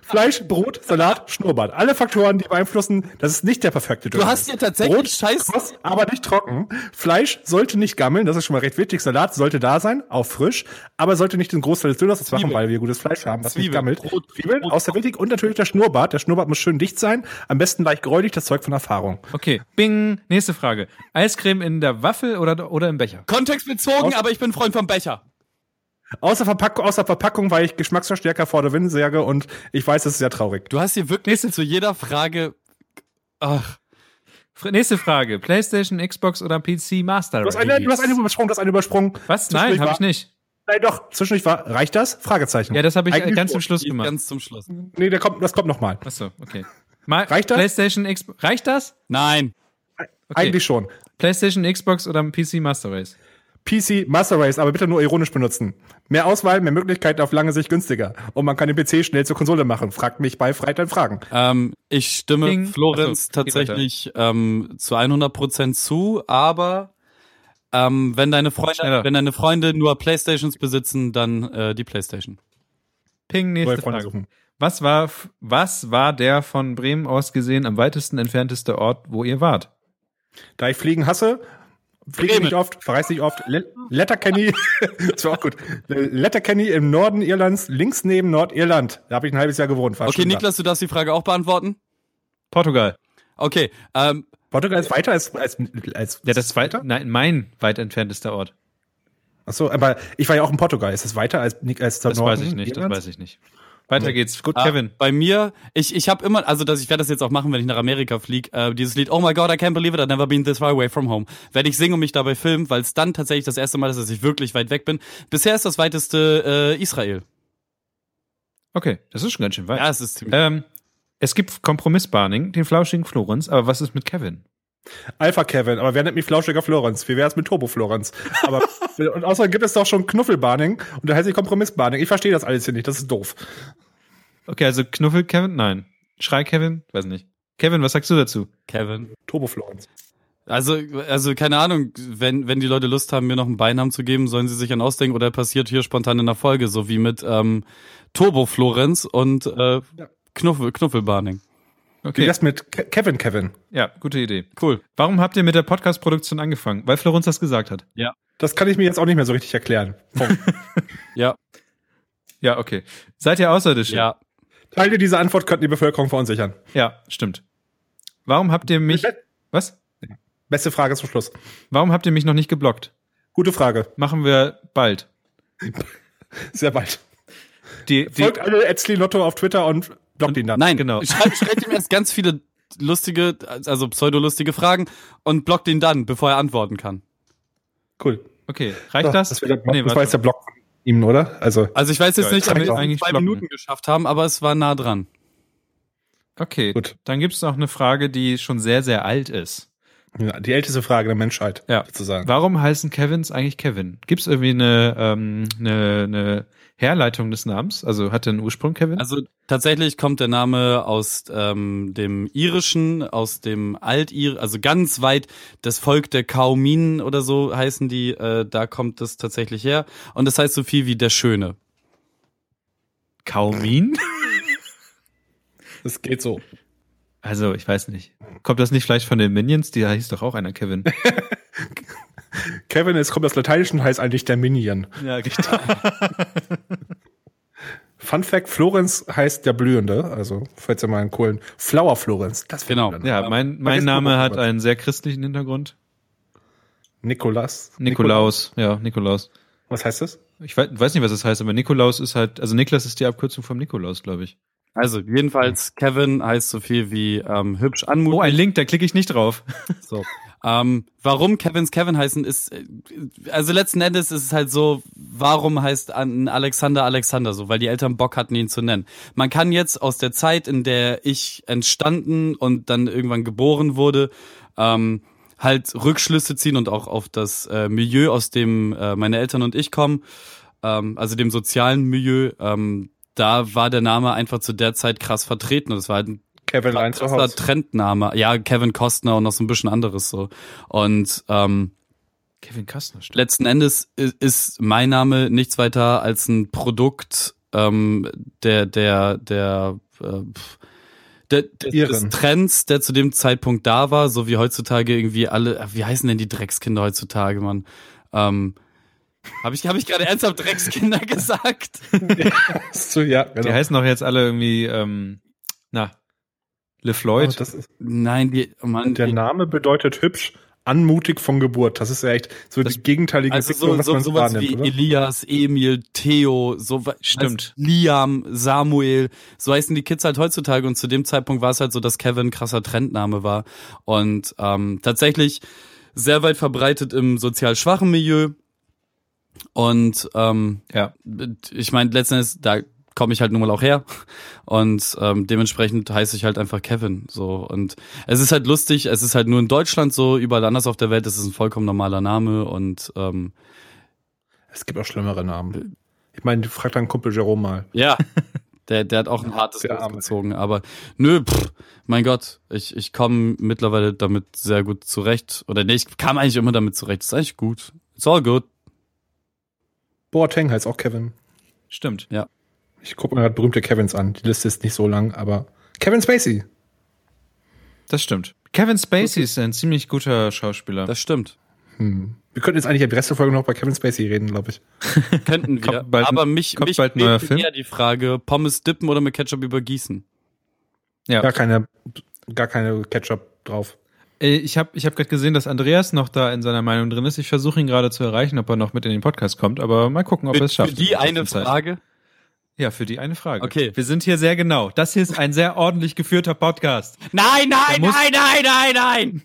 D: Fleisch, Brot, Salat, Schnurrbart. Alle Faktoren, die beeinflussen, dass es nicht der perfekte Döner
C: Du hast dir
D: ist.
C: tatsächlich
D: Brot,
C: scheiß-
D: kross, aber nicht trocken. Fleisch sollte nicht gammeln, das ist schon mal recht wichtig. Salat sollte da sein, auch frisch, aber sollte nicht den Großteil des Döners machen, weil wir gutes Fleisch haben, was
C: Zwiebel,
D: nicht gammelt.
C: Brot,
D: Zwiebeln, außer wichtig und natürlich der Schnurrbart. Der Schnurrbart muss schön dicht sein, am besten leicht gräulich, das Zeug von Erfahrung.
B: Okay. Bing. Nächste Frage. Eiscreme in der Waffel oder, oder im Becher?
C: Kontextbezogen,
D: Aus-
C: aber ich bin Freund vom Becher.
D: Außer, Verpack außer Verpackung war ich Geschmacksverstärker vor der Windsäge und ich weiß, das ist sehr traurig.
C: Du hast hier wirklich zu jeder Frage. Ach,
B: Fr nächste Frage. PlayStation, Xbox oder PC Master
D: Du hast eine, du hast eine übersprungen, du hast eine übersprungen.
B: Was? Nein,
D: Zwischendurch
B: habe
D: war-
B: ich nicht.
D: Nein, doch, zwischendurch war, reicht das? Fragezeichen.
B: Ja, das habe ich äh,
D: Eigentlich
B: ganz zum
D: schon.
B: Schluss
C: die
B: gemacht.
C: ganz zum Schluss.
D: Nee, der kommt, das kommt nochmal.
B: Achso, okay. Ma
D: Reicht das?
B: PlayStation, X reicht das?
C: Nein.
D: Eigentlich schon.
B: PlayStation, Xbox oder PC Master Race?
D: PC Master Race, aber bitte nur ironisch benutzen. Mehr Auswahl, mehr Möglichkeiten, auf lange Sicht günstiger. Und man kann den PC schnell zur Konsole machen. Fragt mich bei Freitag Fragen.
C: Ähm, ich stimme
B: Ding.
C: Florenz
B: Ach so, geht
C: tatsächlich ähm, zu 100% zu, aber ähm, wenn, deine Freunde,
B: Schneller.
C: wenn deine Freunde nur Playstations besitzen, dann äh, die Playstation.
B: Ping,
D: Neue
B: nächste
D: Freunde
B: Frage.
D: suchen.
B: Was war, f- was war der von Bremen aus gesehen am weitesten entfernteste Ort, wo ihr wart?
D: Da ich Fliegen hasse, fliege ich
C: Bremen.
D: nicht oft, verreise nicht oft. Le Letterkenny, das war auch gut. Letterkenny im Norden Irlands, links neben Nordirland. Da habe ich ein halbes Jahr gewohnt. war
C: Okay,
D: schon da.
C: Niklas, du darfst die Frage auch beantworten.
B: Portugal.
C: Okay, ähm,
D: Portugal ist weiter als, als, als
B: Ja, das weit, nein, mein weit entferntester Ort.
D: Ach so, aber ich war ja auch in Portugal. Ist es weiter als, Nik- als der
B: Das
D: Norden?
B: weiß ich nicht, das
D: Irlands? Ah.
B: weiß ich nicht. Weiter geht's. Gut,
C: äh,
B: Kevin.
C: bei mir, ich, ich habe immer, also das, ich werde das jetzt auch machen, wenn ich nach Amerika fliege, äh, dieses Lied Oh my God, I can't believe it, I've never been this far away from home, werde ich singen und mich dabei filmen, weil es dann tatsächlich das erste Mal ist, dass ich wirklich weit weg bin. Bisher ist das weiteste äh, Israel.
B: Okay, das ist schon ganz schön weit.
C: Ja, es ist ziemlich...
B: Ähm, es gibt Kompromiss-Barning, den flauschigen Florenz, aber was ist mit Kevin?
D: Alpha Kevin, aber wer nennt mich flauschiger Florenz? Wie wär's mit Turbo Florenz? Aber und außerdem gibt es doch schon Knuffelbarning und da heißt ich Kompromissbarning. Ich verstehe das alles hier nicht, das ist doof.
B: Okay, also Knuffel Kevin? Nein. Schrei Kevin? Weiß nicht. Kevin, was sagst du dazu?
C: Kevin.
D: Turbo Florenz.
C: Also, also keine Ahnung, wenn, wenn die Leute Lust haben, mir noch einen Beinamen zu geben, sollen sie sich einen ausdenken oder passiert hier spontan in der Folge, so wie mit ähm, Turbo Florenz und äh, Knuffel, Knuffelbarning.
D: Wie
B: Okay,
D: das mit Ke- Kevin Kevin?
B: ja, gute Idee.
C: Cool.
B: Warum habt ihr mit der Podcast-Produktion angefangen? Weil Florenz das gesagt hat.
D: Das kann ich mir jetzt auch nicht mehr so richtig erklären.
C: Ja,
B: Ja, okay. Seid ihr Außerirdische?
C: ja.
D: Teile dieser Antwort könnten die Bevölkerung verunsichern.
B: Ja, stimmt. Warum habt ihr mich. Was?
D: Beste Frage zum Schluss.
B: Warum habt ihr mich noch nicht geblockt?
D: Gute Frage.
B: Machen wir bald.
D: Sehr bald.
B: Die, die,
D: Folgt alle Etzli Lotto auf Twitter und blockt ihn dann.
C: Nein,
B: genau.
C: Schreibt, schreibt ihm erst ganz viele lustige, also pseudolustige Fragen und blockt ihn dann, bevor er antworten kann.
D: Cool.
B: okay, reicht das?
D: Das, war,
B: Nee,
D: das war
B: warte.
D: jetzt der Block von ihm, oder? Also,
C: Also ich weiß jetzt
B: Ja,
C: nicht,
B: jetzt
C: ob
B: kann
C: wir
B: ich
C: es in
B: eigentlich
C: zwei
B: blocken.
C: Minuten geschafft haben, aber es war nah dran.
B: Okay,
D: Gut.
B: dann gibt es noch eine Frage, die schon sehr, sehr alt ist.
D: ja, die älteste Frage der Menschheit,
B: Ja.
D: sozusagen.
B: Warum heißen Kevins eigentlich Kevin? Gibt es irgendwie eine, ähm, eine, eine Herleitung des Namens? Also hat er einen Ursprung, Kevin?
C: Also tatsächlich kommt der Name aus ähm, dem Irischen, aus dem Altir, also ganz weit das Volk der Kauminen oder so heißen die. Äh, da kommt das tatsächlich her und das heißt so viel wie der Schöne.
B: Kaumin?
D: Das geht so.
B: Also, ich weiß nicht. Kommt das nicht vielleicht von den Minions? Die hieß doch auch einer Kevin.
D: Kevin ist, kommt aus Lateinischen, heißt eigentlich der Minion.
B: ja, genau. richtig.
D: Fun Fact, Florenz heißt der Blühende. Also, falls ihr mal einen coolen Flower Florenz. Das
C: Genau.
D: wäre dann.
B: Ja, mein, mein
D: Vergiss
B: Name
D: Nikola-
B: hat einen sehr christlichen Hintergrund.
D: Nikolas.
B: Nikolaus, ja, Nikolaus.
D: Was heißt das?
B: Ich weiß, weiß nicht, was das heißt, aber Nikolaus ist halt, also Niklas ist die Abkürzung vom Nikolaus, glaube ich.
C: Also jedenfalls Kevin heißt so viel wie ähm, hübsch anmutig.
B: Oh, ein Link, da klicke ich nicht drauf.
C: So. Ähm, warum Kevins Kevin heißen ist, äh, also letzten Endes ist es halt so, warum heißt an Alexander Alexander so, weil die Eltern Bock hatten, ihn zu nennen. Man kann jetzt aus der Zeit, in der ich entstanden und dann irgendwann geboren wurde, ähm, halt Rückschlüsse ziehen und auch auf das äh, Milieu, aus dem äh, meine Eltern und ich kommen, ähm, also dem sozialen Milieu, ähm, da war der Name einfach zu der Zeit krass vertreten und es war halt ein
D: Kevin Lein zu
C: krasser
D: Hause.
C: Trendname. Ja, Kevin Costner und noch so ein bisschen anderes so. Und ähm,
B: Kevin Kastner, stimmt.
C: letzten Endes i- ist mein Name nichts weiter als ein Produkt ähm, der der der äh, pf, der, der, des
D: Iren.
C: Trends, der zu dem Zeitpunkt da war, so wie heutzutage irgendwie alle, ah, wie heißen denn die Dreckskinder heutzutage, Mann? Ähm, habe ich, hab ich gerade ernsthaft Dreckskinder gesagt?
D: So, ja, genau.
B: Die heißen doch jetzt alle irgendwie, ähm, na,
D: Aber
B: LeFloid.
D: Oh, das ist,
C: Nein, die, Mann,
D: der
C: die-
D: Name bedeutet hübsch, anmutig von Geburt. Das ist ja echt so
B: Das-
D: die gegenteilige
C: Also so,
D: was
C: so,
D: man
C: sowas
D: wahrnimmt,
C: wie
D: oder?
C: Elias, Emil, Theo, so we-
B: Stimmt.
C: weiß- Liam, Samuel, so heißen die Kids halt heutzutage und zu dem Zeitpunkt war es halt so, dass Kevin ein krasser Trendname war und ähm, tatsächlich sehr weit verbreitet im sozial schwachen Milieu und ähm,
B: ja.
C: ich meine letzten Endes, da komme ich halt nun mal auch her und ähm, dementsprechend heiße ich halt einfach Kevin so und es ist halt lustig, es ist halt nur in Deutschland so, überall anders auf der Welt ist es ein vollkommen normaler Name und ähm,
D: Es gibt auch schlimmere Namen. Ich meine, frag deinen Kumpel Jerome mal.
C: Ja. Der, der hat auch ein hartes
D: Der
C: Los
D: Arme.
C: gezogen, aber nö, pff, mein Gott, ich, ich komme mittlerweile damit sehr gut zurecht. Oder nee, ich kam eigentlich immer damit zurecht. Ist eigentlich gut. It's all good.
D: Boateng heißt auch Kevin.
B: Stimmt.
D: Ich gucke mir gerade berühmte Kevins an. Die Liste ist nicht so lang, aber Kevin Spacey.
B: Das stimmt. Kevin Spacey ist ein ziemlich guter Schauspieler.
C: Das stimmt.
D: Hm. Wir könnten jetzt eigentlich ja die Rest der Folge noch bei Kevin Spacey reden, glaube ich.
C: Könnten wir.
B: Kommt bald ein-
C: aber mich,
B: kommt
C: mich
B: bald ein neuer
C: bewegt
B: Film?
C: eher die Frage, Pommes dippen oder mit Ketchup übergießen.
D: Gar keine, gar keine Ketchup drauf.
B: Äh, Ich habe ich hab gerade gesehen, dass Andreas noch da in seiner Meinung drin ist. Ich versuche ihn gerade zu erreichen, ob er noch mit in den Podcast kommt, aber mal gucken, ob er
C: Für,
B: es schafft.
C: für
B: in
C: die
B: der
C: eine
B: kurzen Zeit.
C: Frage.
B: Ja, für die eine Frage.
C: Okay.
B: Wir sind hier sehr genau. Das hier ist ein sehr ordentlich geführter Podcast.
C: Nein, nein,
B: muss-
C: nein, nein, nein,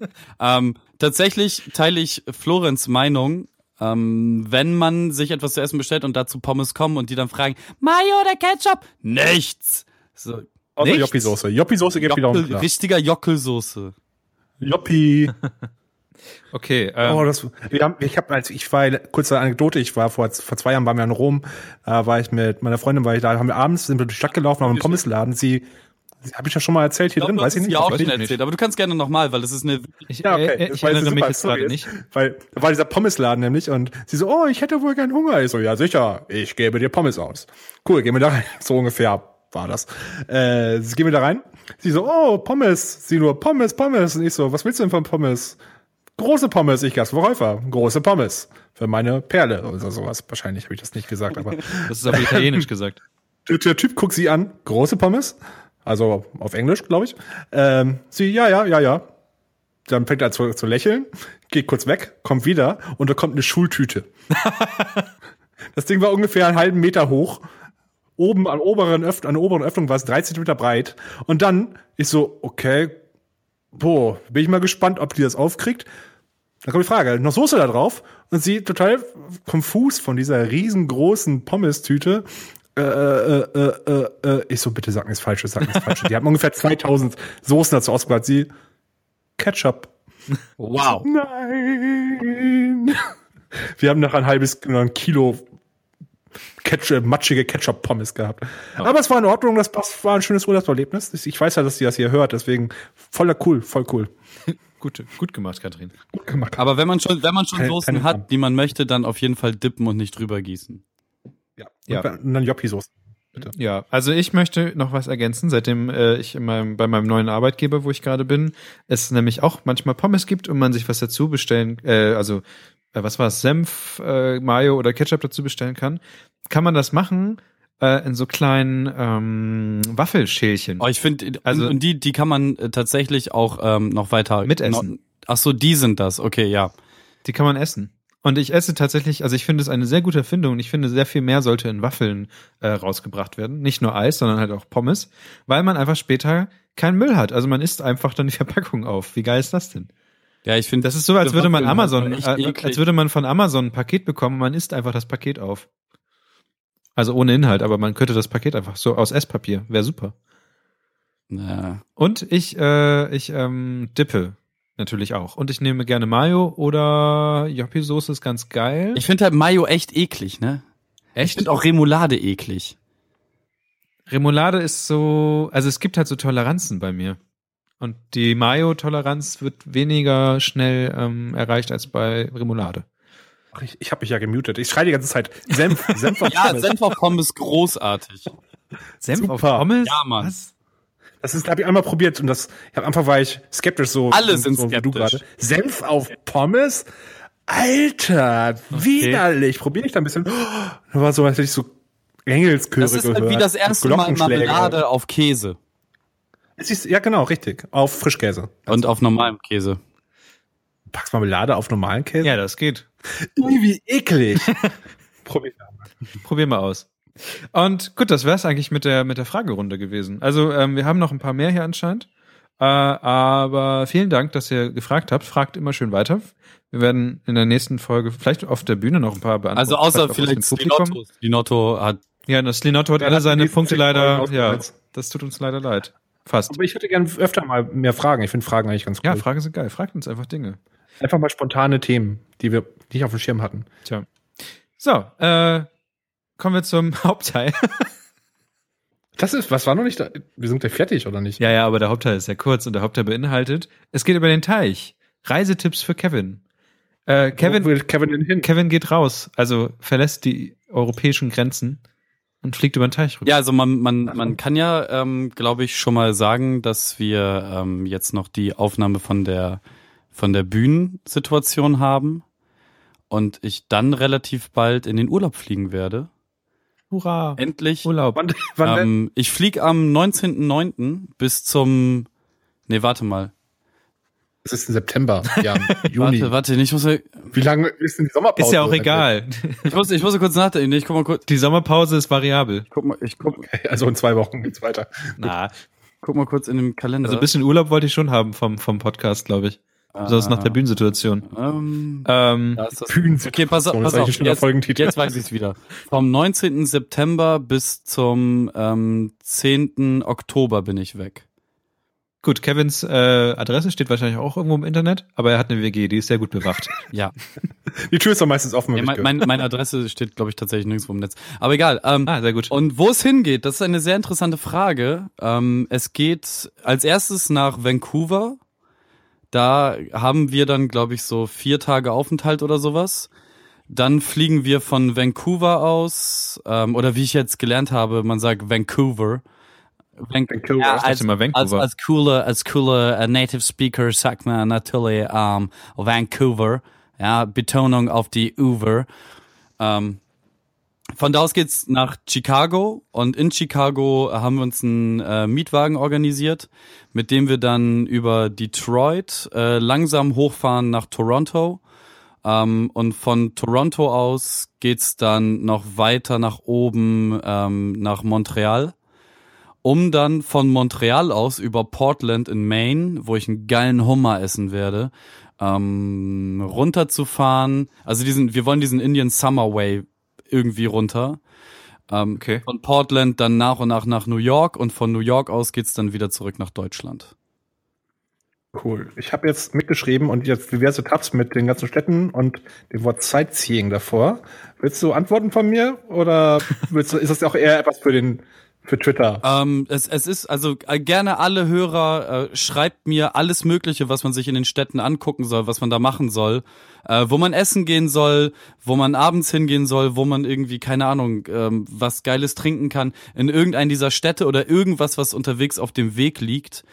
C: nein. ähm, tatsächlich teile ich Florenz Meinung. Ähm, wenn man sich etwas zu essen bestellt und dazu Pommes kommen und die dann fragen, Mayo oder Ketchup? Nichts. So,
D: Außer
C: Nichts.
D: Joppi-Soße. Joppi-Soße geht wieder um.
C: Jockel,
D: klar.
C: richtiger Jockelsoße.
D: Joppi.
B: Okay.
D: Oh,
B: Ähm,
D: das, wir haben, ich habe, als ich war, kurze Anekdote, ich war vor, vor zwei Jahren, waren wir in Rom, da war ich mit meiner Freundin, war ich da, haben wir abends, sind wir durch die Stadt gelaufen, haben einen Pommessladen, sie, sie habe ich ja schon mal erzählt hier
C: Ich glaub,
D: drin,
C: du
D: weiß
C: hast
D: ich
C: es
D: nicht.
C: ja auch
B: weiß
C: schon
B: ich nicht.
C: erzählt, aber du kannst gerne nochmal, weil das ist eine.
B: ich
D: Ja, okay.
B: äh, ich
D: Weil
B: erinnere
D: es
B: mich
D: ist super,
B: jetzt
D: sorry.
B: gerade nicht.
D: Weil da war dieser Pommesladen nämlich und sie so, oh, ich hätte wohl gern Hunger. Ich so, ja sicher, ich gebe dir Pommes aus. Cool, gehen wir da rein. So ungefähr war das. Äh, sie gehen wieder rein. Sie so, oh, Pommes. Sie nur, Pommes, Pommes. Und ich so, was willst du denn von Pommes? Große Pommes, ich Gaspar Häufer. Große Pommes. Für meine Perle oder sowas. Wahrscheinlich habe ich das nicht gesagt, aber
B: Das ist aber italienisch gesagt.
D: der, der Typ guckt sie an. Große Pommes. Also auf Englisch, glaube ich. Ähm, sie, ja, ja, ja, ja. Dann fängt er an zu, zu lächeln, geht kurz weg, kommt wieder und da kommt eine Schultüte. das Ding war ungefähr einen halben Meter hoch. Oben an, oberen Öff an der oberen Öffnung war es 13 Meter breit. Und dann ich so, okay, boah, bin ich mal gespannt, ob die das aufkriegt. Dann kommt die Frage, noch Soße da drauf? Und sie total konfus von dieser riesengroßen Pommes-Tüte. Äh, äh, äh, äh, äh, ich so, bitte sag nichts Falsches, sag nichts Falsches. Die haben ungefähr 2000 Soßen dazu ausgebracht. Sie, Ketchup.
C: Wow.
D: Nein! Wir haben noch ein halbes ein Kilo Ketchup, matschige Ketchup-Pommes gehabt. Aber es war in Ordnung, das passt- war ein schönes Urlaubserlebnis. Ich- Ich weiß ja, dass sie das hier hört, deswegen voller cool, voll cool.
B: Gut, gut gemacht, Katrin.
D: Gut gemacht.
C: Aber wenn man schon, wenn man schon
D: Keine-
C: Soßen
D: keine Ahnung.
C: hat, die man möchte, dann auf jeden Fall dippen und nicht drüber gießen.
B: Ja.
D: Und dann Joppi-Soße.
B: Ja, also ich möchte noch was ergänzen, seitdem äh, ich in meinem, bei meinem neuen Arbeitgeber, wo ich gerade bin, es nämlich auch manchmal Pommes gibt und man sich was dazu bestellen, äh, also äh, was war es, Senf, äh, Mayo oder Ketchup dazu bestellen kann, kann man das machen äh, in so kleinen ähm, Waffelschälchen.
C: Oh, ich finde, also
B: Also-
C: und die, die kann man äh, tatsächlich auch ähm, noch weiter
B: Mitessen.
C: No, ach so, die sind das. Okay, ja.
B: Die kann man essen. Und ich esse tatsächlich, also ich finde es eine sehr gute Erfindung. Ich finde, sehr viel mehr sollte in Waffeln äh, rausgebracht werden. Nicht nur Eis, sondern halt auch Pommes, weil man einfach später keinen Müll hat. Also man isst einfach dann die Verpackung auf. Wie geil ist das denn?
C: Ja, ich finde
B: Das ist so, als würde man Amazon,
C: Echt
B: äh,
C: eklig.
B: als würde man von Amazon ein Paket bekommen, man isst einfach das Paket auf. Also ohne Inhalt, aber man könnte das Paket einfach so aus Esspapier. Wäre super.
C: Ja.
B: Und ich, äh, ich ähm, dippe natürlich auch. Und ich nehme gerne Mayo oder Joppi-Soße ist ganz geil.
C: Ich finde halt Mayo echt eklig, ne? Ich
B: Echt?
C: finde auch Remoulade eklig.
B: Remoulade ist so, also es gibt halt so Toleranzen bei mir. Und die Mayo-Toleranz wird weniger schnell ähm, erreicht als bei Remoulade.
D: Ach, ich ich habe mich ja gemutet. Ich schreie die ganze Zeit Senf, Senf auf
C: Ja,
D: Pommes.
C: Senf auf Pommes großartig.
B: Senf
D: Super.
B: auf Pommes?
C: Ja, Mann.
B: Was?
D: Das ist, habe ich einmal probiert und das, ich hab, einfach war ich skeptisch so.
C: Alle sind
D: so, wie
C: skeptisch.
D: Senf auf Pommes? Alter, widerlich. Probier ich da ein bisschen. Oh, da war so, als hätte ich so Engelschöre
C: Das ist
D: gehört.
C: halt wie das erste Mal
D: Glockenschläge.
C: Marmelade auf Käse
D: Es ist, ja, genau, richtig. Auf Frischkäse.
C: und auf normalem Käse.
D: Du packst Marmelade auf normalen Käse?
B: Ja, das geht.
D: Ui, wie eklig. Probier da mal.
B: Probier mal aus. Und gut, das wär's eigentlich mit der, mit der Fragerunde gewesen. Also, ähm, wir haben noch ein paar mehr hier anscheinend. Äh, aber vielen Dank, dass ihr gefragt habt. Fragt immer schön weiter. Wir werden in der nächsten Folge vielleicht auf der Bühne noch ein paar beantworten.
C: Also außer
B: auch aus dem
C: vielleicht
B: Publikum.
C: Slinotto. Slinotto hat
B: Ja, das Linotto hat
D: Ja,
B: alle
D: das
B: seine
D: nächste
B: Punkte
D: Folge
B: leider. Ja,
D: ausgewählt.
B: das tut uns leider leid. Fast.
D: Aber ich hätte gern öfter mal mehr Fragen. Ich finde Fragen eigentlich ganz cool.
B: Ja, Fragen sind geil. Fragt uns einfach Dinge.
D: Einfach mal spontane Themen, die wir nicht auf dem Schirm hatten.
B: Tja. So, äh, kommen wir zum Hauptteil.
D: Das ist, was war noch nicht da? Wir sind gleich fertig, oder nicht?
B: Ja, ja, aber der Hauptteil ist ja kurz und der Hauptteil beinhaltet, es geht über den Teich. Reisetipps für Kevin. Äh,
D: Kevin, Wo
B: Kevin,
D: will Kevin denn hin?
B: Kevin geht raus, also verlässt die europäischen Grenzen und fliegt über den Teich rüber.
C: Ja, also man, man, man kann ja, ähm, glaube ich, schon mal sagen, dass wir ähm, jetzt noch die Aufnahme von der, von der Bühnensituation haben und ich dann relativ bald in den Urlaub fliegen werde.
B: Hurra!
C: Endlich.
B: Urlaub.
D: Wann, wann denn?
C: Ähm, ich fliege am 19.09. bis zum... Nee, warte mal.
D: Es ist im September, ja, im Juni.
C: Warte, warte, ich muss, ich
D: Wie lange ist denn die Sommerpause?
B: Ist ja auch egal.
C: muss, ich muss kurz nachdenken. Nee, Ich guck mal kurz.
B: Die Sommerpause ist variabel.
C: Guck mal, ich guck,
D: Also in zwei Wochen geht's weiter.
B: Na,
C: guck mal kurz in dem Kalender.
B: also ein bisschen Urlaub wollte ich schon haben vom, vom Podcast, glaube ich.
C: Ah,
B: Besonders nach der Bühnensituation.
C: Ähm,
B: Ähm,
C: da ist das
D: Bühnensituation
C: Okay, pass, auf,
D: Das
C: pass
D: ist
C: auf.
D: eigentlich ein schöner
C: Jetzt,
D: Folgentitel.
C: jetzt weiß ich es wieder. Vom 19. September bis zum ähm, 10. Oktober bin ich weg.
B: gut, Kevins äh, Adresse steht wahrscheinlich auch irgendwo im Internet, aber er hat eine WG, die ist sehr gut bewacht.
C: Ja,
D: Die Tür ist doch meistens offen.
C: ja
D: hab ich
C: mein, mein, meine Adresse steht, glaube ich, tatsächlich nirgendwo im Netz. Aber egal. Ähm,
B: ah, sehr gut.
C: und wo es hingeht, das ist eine sehr interessante Frage. Ähm, es geht als erstes nach Vancouver. Da haben wir dann, glaube ich, so vier Tage Aufenthalt oder sowas. Dann fliegen wir von Vancouver aus, ähm, oder wie ich jetzt gelernt habe, man sagt Vancouver, Vancouver.
B: Ich dachte immer
C: als,
B: Vancouver.
C: als cooler, als cooler äh, Native Speaker sagt man natürlich ähm, Vancouver. Ja, Betonung auf die Uver. Ähm, von da aus geht's nach Chicago und in Chicago haben wir uns einen äh, Mietwagen organisiert, mit dem wir dann über Detroit äh, langsam hochfahren nach Toronto. Ähm, und von Toronto aus geht's dann noch weiter nach oben ähm, nach Montreal, um dann von Montreal aus über Portland in Maine, wo ich einen geilen Hummer essen werde, ähm, runterzufahren. Also diesen, wir wollen diesen Indian Summer Way irgendwie runter. Ähm,
B: Okay.
C: Von Portland dann nach und nach nach New York und von New York aus geht's dann wieder zurück nach Deutschland.
D: Cool. Ich habe jetzt mitgeschrieben und jetzt diverse Tabs mit den ganzen Städten und dem Wort Sightseeing davor. Willst du Antworten von mir oder willst du, ist das auch eher etwas für den für
B: Ah.
D: Twitter?
C: Ähm, es, es ist also äh, gerne alle Hörer äh, schreibt mir alles Mögliche, was man sich in den Städten angucken soll, was man da machen soll, äh, wo man essen gehen soll, wo man abends hingehen soll, wo man irgendwie keine Ahnung ähm, was Geiles trinken kann in irgendeiner dieser Städte oder irgendwas, was unterwegs auf dem Weg liegt.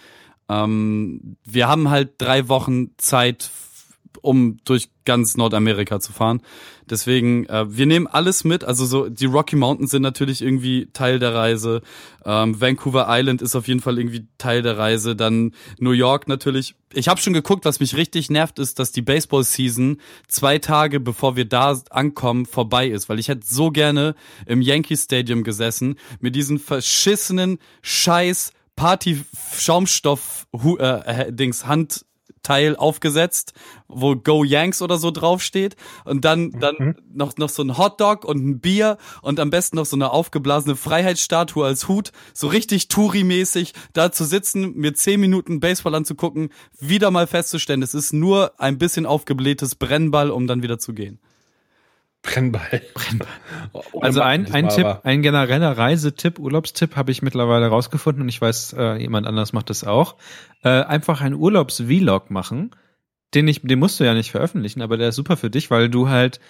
C: Ähm, wir haben halt drei Wochen Zeit, f- um durch ganz Nordamerika zu fahren. Deswegen, äh, wir nehmen alles mit. Also so die Rocky Mountains sind natürlich irgendwie Teil der Reise. Ähm, Vancouver Island ist auf jeden Fall irgendwie Teil der Reise. Dann New York natürlich. Ich habe schon geguckt, was mich richtig nervt, ist, dass die Baseball-Season zwei Tage bevor wir da ankommen vorbei ist, weil ich hätte so gerne im Yankee Stadium gesessen mit diesen verschissenen Scheiß Party-Schaumstoff-Dings, Handteil aufgesetzt, wo Go Yanks oder so draufsteht und dann,
D: Mhm.
C: dann noch, noch so ein Hotdog und ein Bier und am besten noch so eine aufgeblasene Freiheitsstatue als Hut, so richtig Touri-mäßig da zu sitzen, mir zehn Minuten Baseball anzugucken, wieder mal festzustellen, es ist nur ein bisschen aufgeblähtes Brennball, um dann wieder zu gehen.
D: Brennball. Brennball.
B: Also ein, ein Tipp, ein genereller Reisetipp, Urlaubstipp habe ich mittlerweile rausgefunden und ich weiß, äh, jemand anders macht das auch. Äh, einfach einen Urlaubs-Vlog machen, den, ich, den musst du ja nicht veröffentlichen, aber der ist super für dich, weil du halt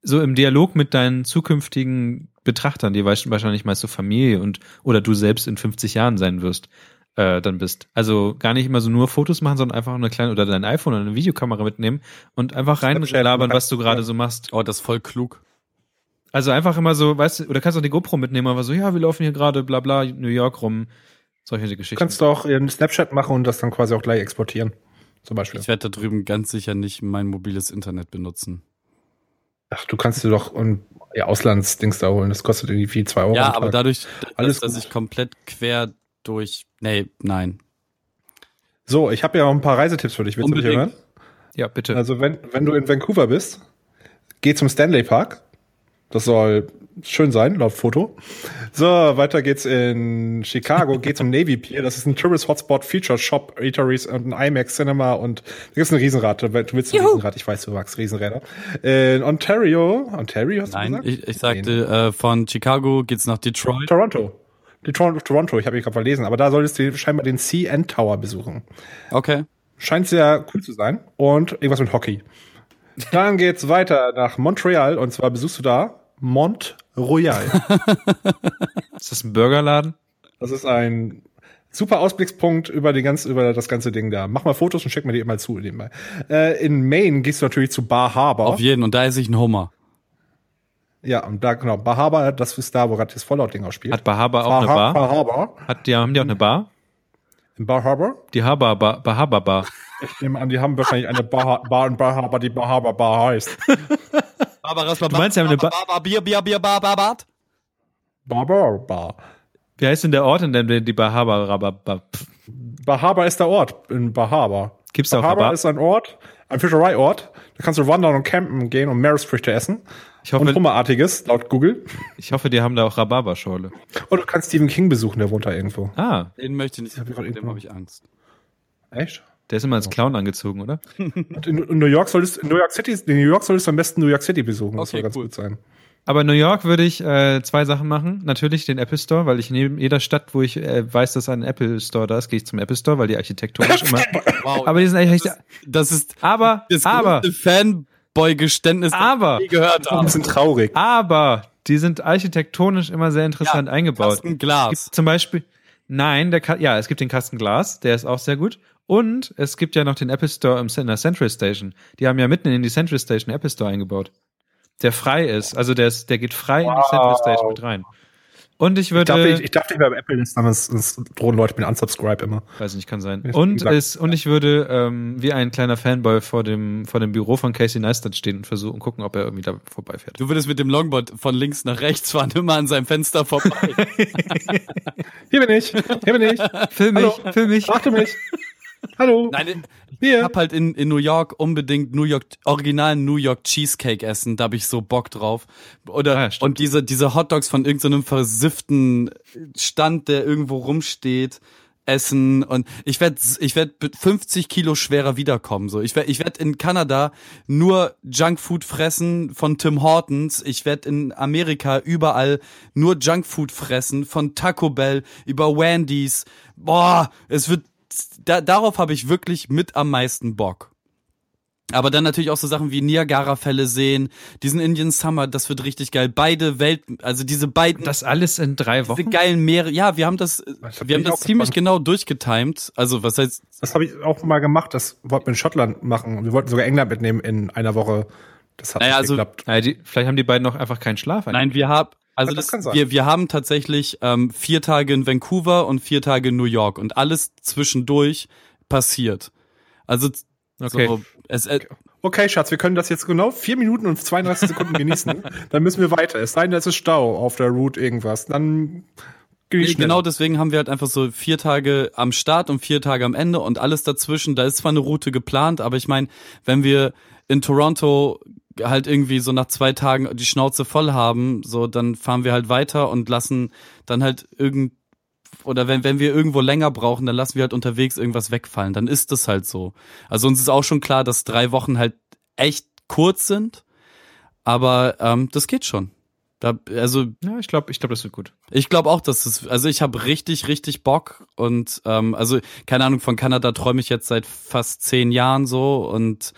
B: so im Dialog mit deinen zukünftigen Betrachtern, die weißt- wahrscheinlich meinst du Familie und oder du selbst in 50 Jahren sein wirst, äh, dann bist. Also gar nicht immer so nur Fotos machen, sondern einfach eine kleine oder dein iPhone oder eine Videokamera mitnehmen und einfach
D: Snapchat,
B: reinlabern,
D: man
B: was du
D: kann-
B: gerade so machst.
C: Oh, das ist voll klug.
B: Also einfach immer so, weißt du, oder kannst auch die GoPro mitnehmen, aber so, ja, wir laufen hier gerade, bla bla, New York rum, solche Geschichten.
D: Du kannst doch einen Snapchat machen und das dann quasi auch gleich exportieren. Zum Beispiel.
C: Ich werde da drüben ganz sicher nicht mein mobiles Internet benutzen.
D: Ach, du kannst dir doch ein ja, Auslandsdings da holen. Das kostet irgendwie viel, zwei Euro. am
C: ja,
D: Tag.
C: aber dadurch,
D: Alles
C: dass, dass
D: gut.
C: ich komplett quer durch. Nee, nein.
D: so, ich habe ja auch ein paar Reisetipps für dich. Willst du
C: Unbedingt.
D: dich hören?
B: ja, bitte.
D: Also, wenn, wenn du in Vancouver bist, geh zum Stanley Park. Das soll schön sein, laut Foto. So, weiter geht's in Chicago. geh zum Navy Pier. Das ist ein Tourist Hotspot, Feature Shop, Eateries und ein IMAX Cinema und da gibt's ein Riesenrad. Du willst ein Riesenrad. Ich weiß, du magst Riesenräder. In Ontario. Ontario hast du
C: Nein,
D: gesagt?
C: ich, ich
D: Nee,
C: sagte, äh, von Chicago geht's nach Detroit.
D: Toronto. Die Tor Toronto, ich habe hier gerade verlesen, aber da solltest du scheinbar den CN Tower besuchen.
C: Okay.
D: Scheint sehr cool zu sein. Und irgendwas mit Hockey. Dann geht's weiter nach Montreal und zwar besuchst du da Mont Royal.
B: Ist das ein Burgerladen?
D: Das ist ein super Ausblickspunkt über, die ganz, über das ganze Ding da. Mach mal Fotos und schick mir die immer zu. Nebenbei. Äh, in Maine gehst du natürlich zu Bar Harbor.
C: Auf jeden. Und da esse ich einen Hummer.
D: ja, und da, genau, Bar Harbor, das ist da, wo gerade das Fallout-Ding auch spielt.
B: Hat Bahaba auch
D: Bar,
B: eine Bar?
D: Har- Bar Harbor.
B: Hat die, haben die auch eine Bar?
D: In Bar Harbor?
B: Die Haba, ba, Bahaba Bar.
D: Ich nehme an, die haben wahrscheinlich eine Bar, Bar in Bar Harbor, die Bar Harbor Bar heißt.
C: Barbaras, du
B: meinst, sie haben eine Ba-
C: Bier, Bier, Bier, Bar, Bar, Bart?
D: Bar Bar Bar.
B: Wie heißt denn der Ort, in dem die- die Bahaba Raba, ba, pff,
D: Bar Harbor ist der Ort in Bar Harbor.
B: Gibt's da
D: Bar
B: auch eine
D: Harbor
B: Bar?
D: ist ein Ort, ein Fischereiort. Da kannst du wandern und campen gehen und Meeresfrüchte essen.
B: Ich hoffe-
D: und Hummerartiges, laut Google.
B: Ich hoffe, die haben da auch Rhabarberschorle.
D: Und du kannst Stephen King besuchen, der wohnt da irgendwo.
B: Ah,
C: Den möchte ich nicht.
D: ich gerade
C: Dem habe ich Angst.
D: Echt?
B: der ist immer als Clown angezogen, oder?
D: Und in, in New York solltest in New York City, in New York solltest du am besten New York City besuchen. Das
C: Okay,
D: soll ganz
C: cool.
D: gut sein.
B: Aber in New York würde ich äh, zwei Sachen machen. Natürlich den Apple Store, weil ich neben jeder Stadt, wo ich äh, weiß, dass ein Apple Store da ist, gehe ich zum Apple Store, weil die architektonisch immer.
C: Wow.
B: Aber die sind eigentlich.
C: das, das ist
B: aber,
C: das
B: aber,
C: größte Fanboy-Geständnis, das
B: aber.
C: ich je gehört
D: Ein
C: habe.
D: bisschen traurig.
B: Aber die sind architektonisch immer sehr interessant
C: Ja,
B: eingebaut.
C: Ein
B: Gibt
C: Glas.
B: zum Beispiel, Nein, der Ka ja, es gibt den Kasten Glas, der ist auch sehr gut. Und es gibt ja noch den Apple Store im, in der Central Station. Die haben ja mitten in die Central Station Apple Store eingebaut. Der frei ist, also der, ist, der geht frei in die Central Station mit rein. Und ich
D: Ich
B: würde.
D: darf, nicht, ich darf nicht bei Apple installieren, sonst sonst drohen Leute mit Unsubscribe immer.
B: Weiß nicht, kann sein.
D: Wie
B: Und,
D: gesagt,
B: es, und ich würde ähm, wie ein kleiner Fanboy vor dem, vor dem Büro von Casey Neistat stehen und versuchen und gucken, ob er irgendwie da vorbeifährt.
C: Du würdest mit dem Longboard von links nach rechts fahren, immer an seinem Fenster vorbei.
D: Hier bin ich, hier bin ich,
B: Film mich, film mich.
D: achte mich. Hallo,
C: Nein, ich
D: hier.
C: hab halt in, in New York unbedingt New York, originalen New York Cheesecake essen, da hab ich so Bock drauf. Oder,
B: Ah, ja, stimmt.
C: und diese, diese Hotdogs von irgendeinem versifften Stand, der irgendwo rumsteht, essen und ich werd ich werd mit 50 Kilo schwerer wiederkommen, so. Ich werd ich werd in Kanada nur Junkfood fressen von Tim Hortons. Ich werd in Amerika überall nur Junkfood fressen von Taco Bell über Wendy's. Boah, es wird, da, darauf habe ich wirklich mit am meisten Bock. Aber dann natürlich auch so Sachen wie Niagara-Fälle sehen, diesen Indian Summer, das wird richtig geil. Beide Welt, also diese beiden,
B: Das alles in drei
C: diese
B: Wochen.
C: geilen Meere. Ja, wir haben das,
D: hab
C: wir haben
D: ich
C: das
D: auch
C: ziemlich
D: gespannt.
C: genau durchgetimed. Also was heißt,
D: Das habe ich auch mal gemacht, das wollten wir in Schottland machen. Wir wollten sogar England mitnehmen in einer Woche. Das hat
C: Naja,
D: nicht
C: also-
D: geklappt.
B: Ja, Äh, die, vielleicht haben die beiden noch einfach keinen Schlaf.
C: nein, wir haben, also
D: Ja, das
C: das
D: kann sein.
C: wir, wir haben tatsächlich ähm, vier Tage in Vancouver und vier Tage in New York und alles zwischendurch passiert. Also
B: Okay.
C: so, es, äh,
D: Okay, Schatz, wir können das jetzt genau vier Minuten und 32 Sekunden genießen. Dann müssen wir weiter. Es sei denn, es ist Stau auf der Route irgendwas. Dann genießen
C: Nee, genau deswegen haben wir halt einfach so vier Tage am Start und vier Tage am Ende und alles dazwischen. Da ist zwar eine Route geplant, aber ich meine, wenn wir in Toronto halt irgendwie so nach zwei Tagen die Schnauze voll haben, so dann fahren wir halt weiter und lassen dann halt irgend oder wenn, wenn wir irgendwo länger brauchen, dann lassen wir halt unterwegs irgendwas wegfallen. Dann ist das halt so. Also uns ist auch schon klar, dass drei Wochen halt echt kurz sind, aber ähm, das geht schon. Da, also
B: Ja, ich glaube, ich glaub, das wird gut.
C: ich glaube auch, dass es, also ich habe richtig, richtig Bock und ähm, also keine Ahnung, von Kanada träume ich jetzt seit fast zehn Jahren so und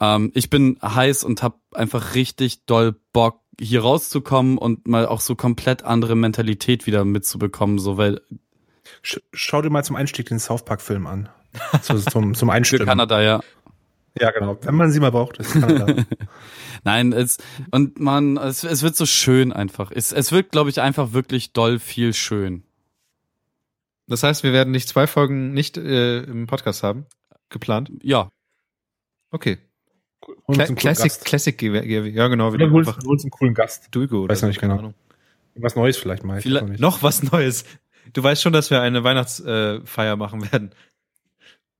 C: ähm, ich bin heiß und habe einfach richtig doll Bock, hier rauszukommen und mal auch so komplett andere Mentalität wieder mitzubekommen, so weil
D: Sch schau dir mal zum Einstieg den South Park Film an. Zu, zum, zum
C: für
D: Einstimmen.
C: Kanada ja.
D: Ja, genau. Wenn man sie mal braucht, ist Kanada.
C: Nein, es, und man, es, es wird so schön einfach. Es, es wird, glaube ich, einfach wirklich doll viel schön.
B: Das heißt, wir werden nicht zwei Folgen nicht äh, im Podcast haben. Geplant.
C: Ja,
B: Okay.
D: Holen wir uns
B: Cla
D: einen coolen
B: Classic,
D: Gast.
B: Classic GW. Ja, genau.
D: Oder
B: Wieder
D: holen
B: einfach
D: wir uns einen coolen Gast.
B: Duigo oder
D: Weiß noch
B: so,
D: nicht genau.
B: keine Ahnung.
D: Was Neues vielleicht mal. ich
C: Vielleicht-
D: weiß noch nicht.
B: Noch was Neues. Du weißt schon, dass wir eine Weihnachtsfeier äh, Feier machen werden.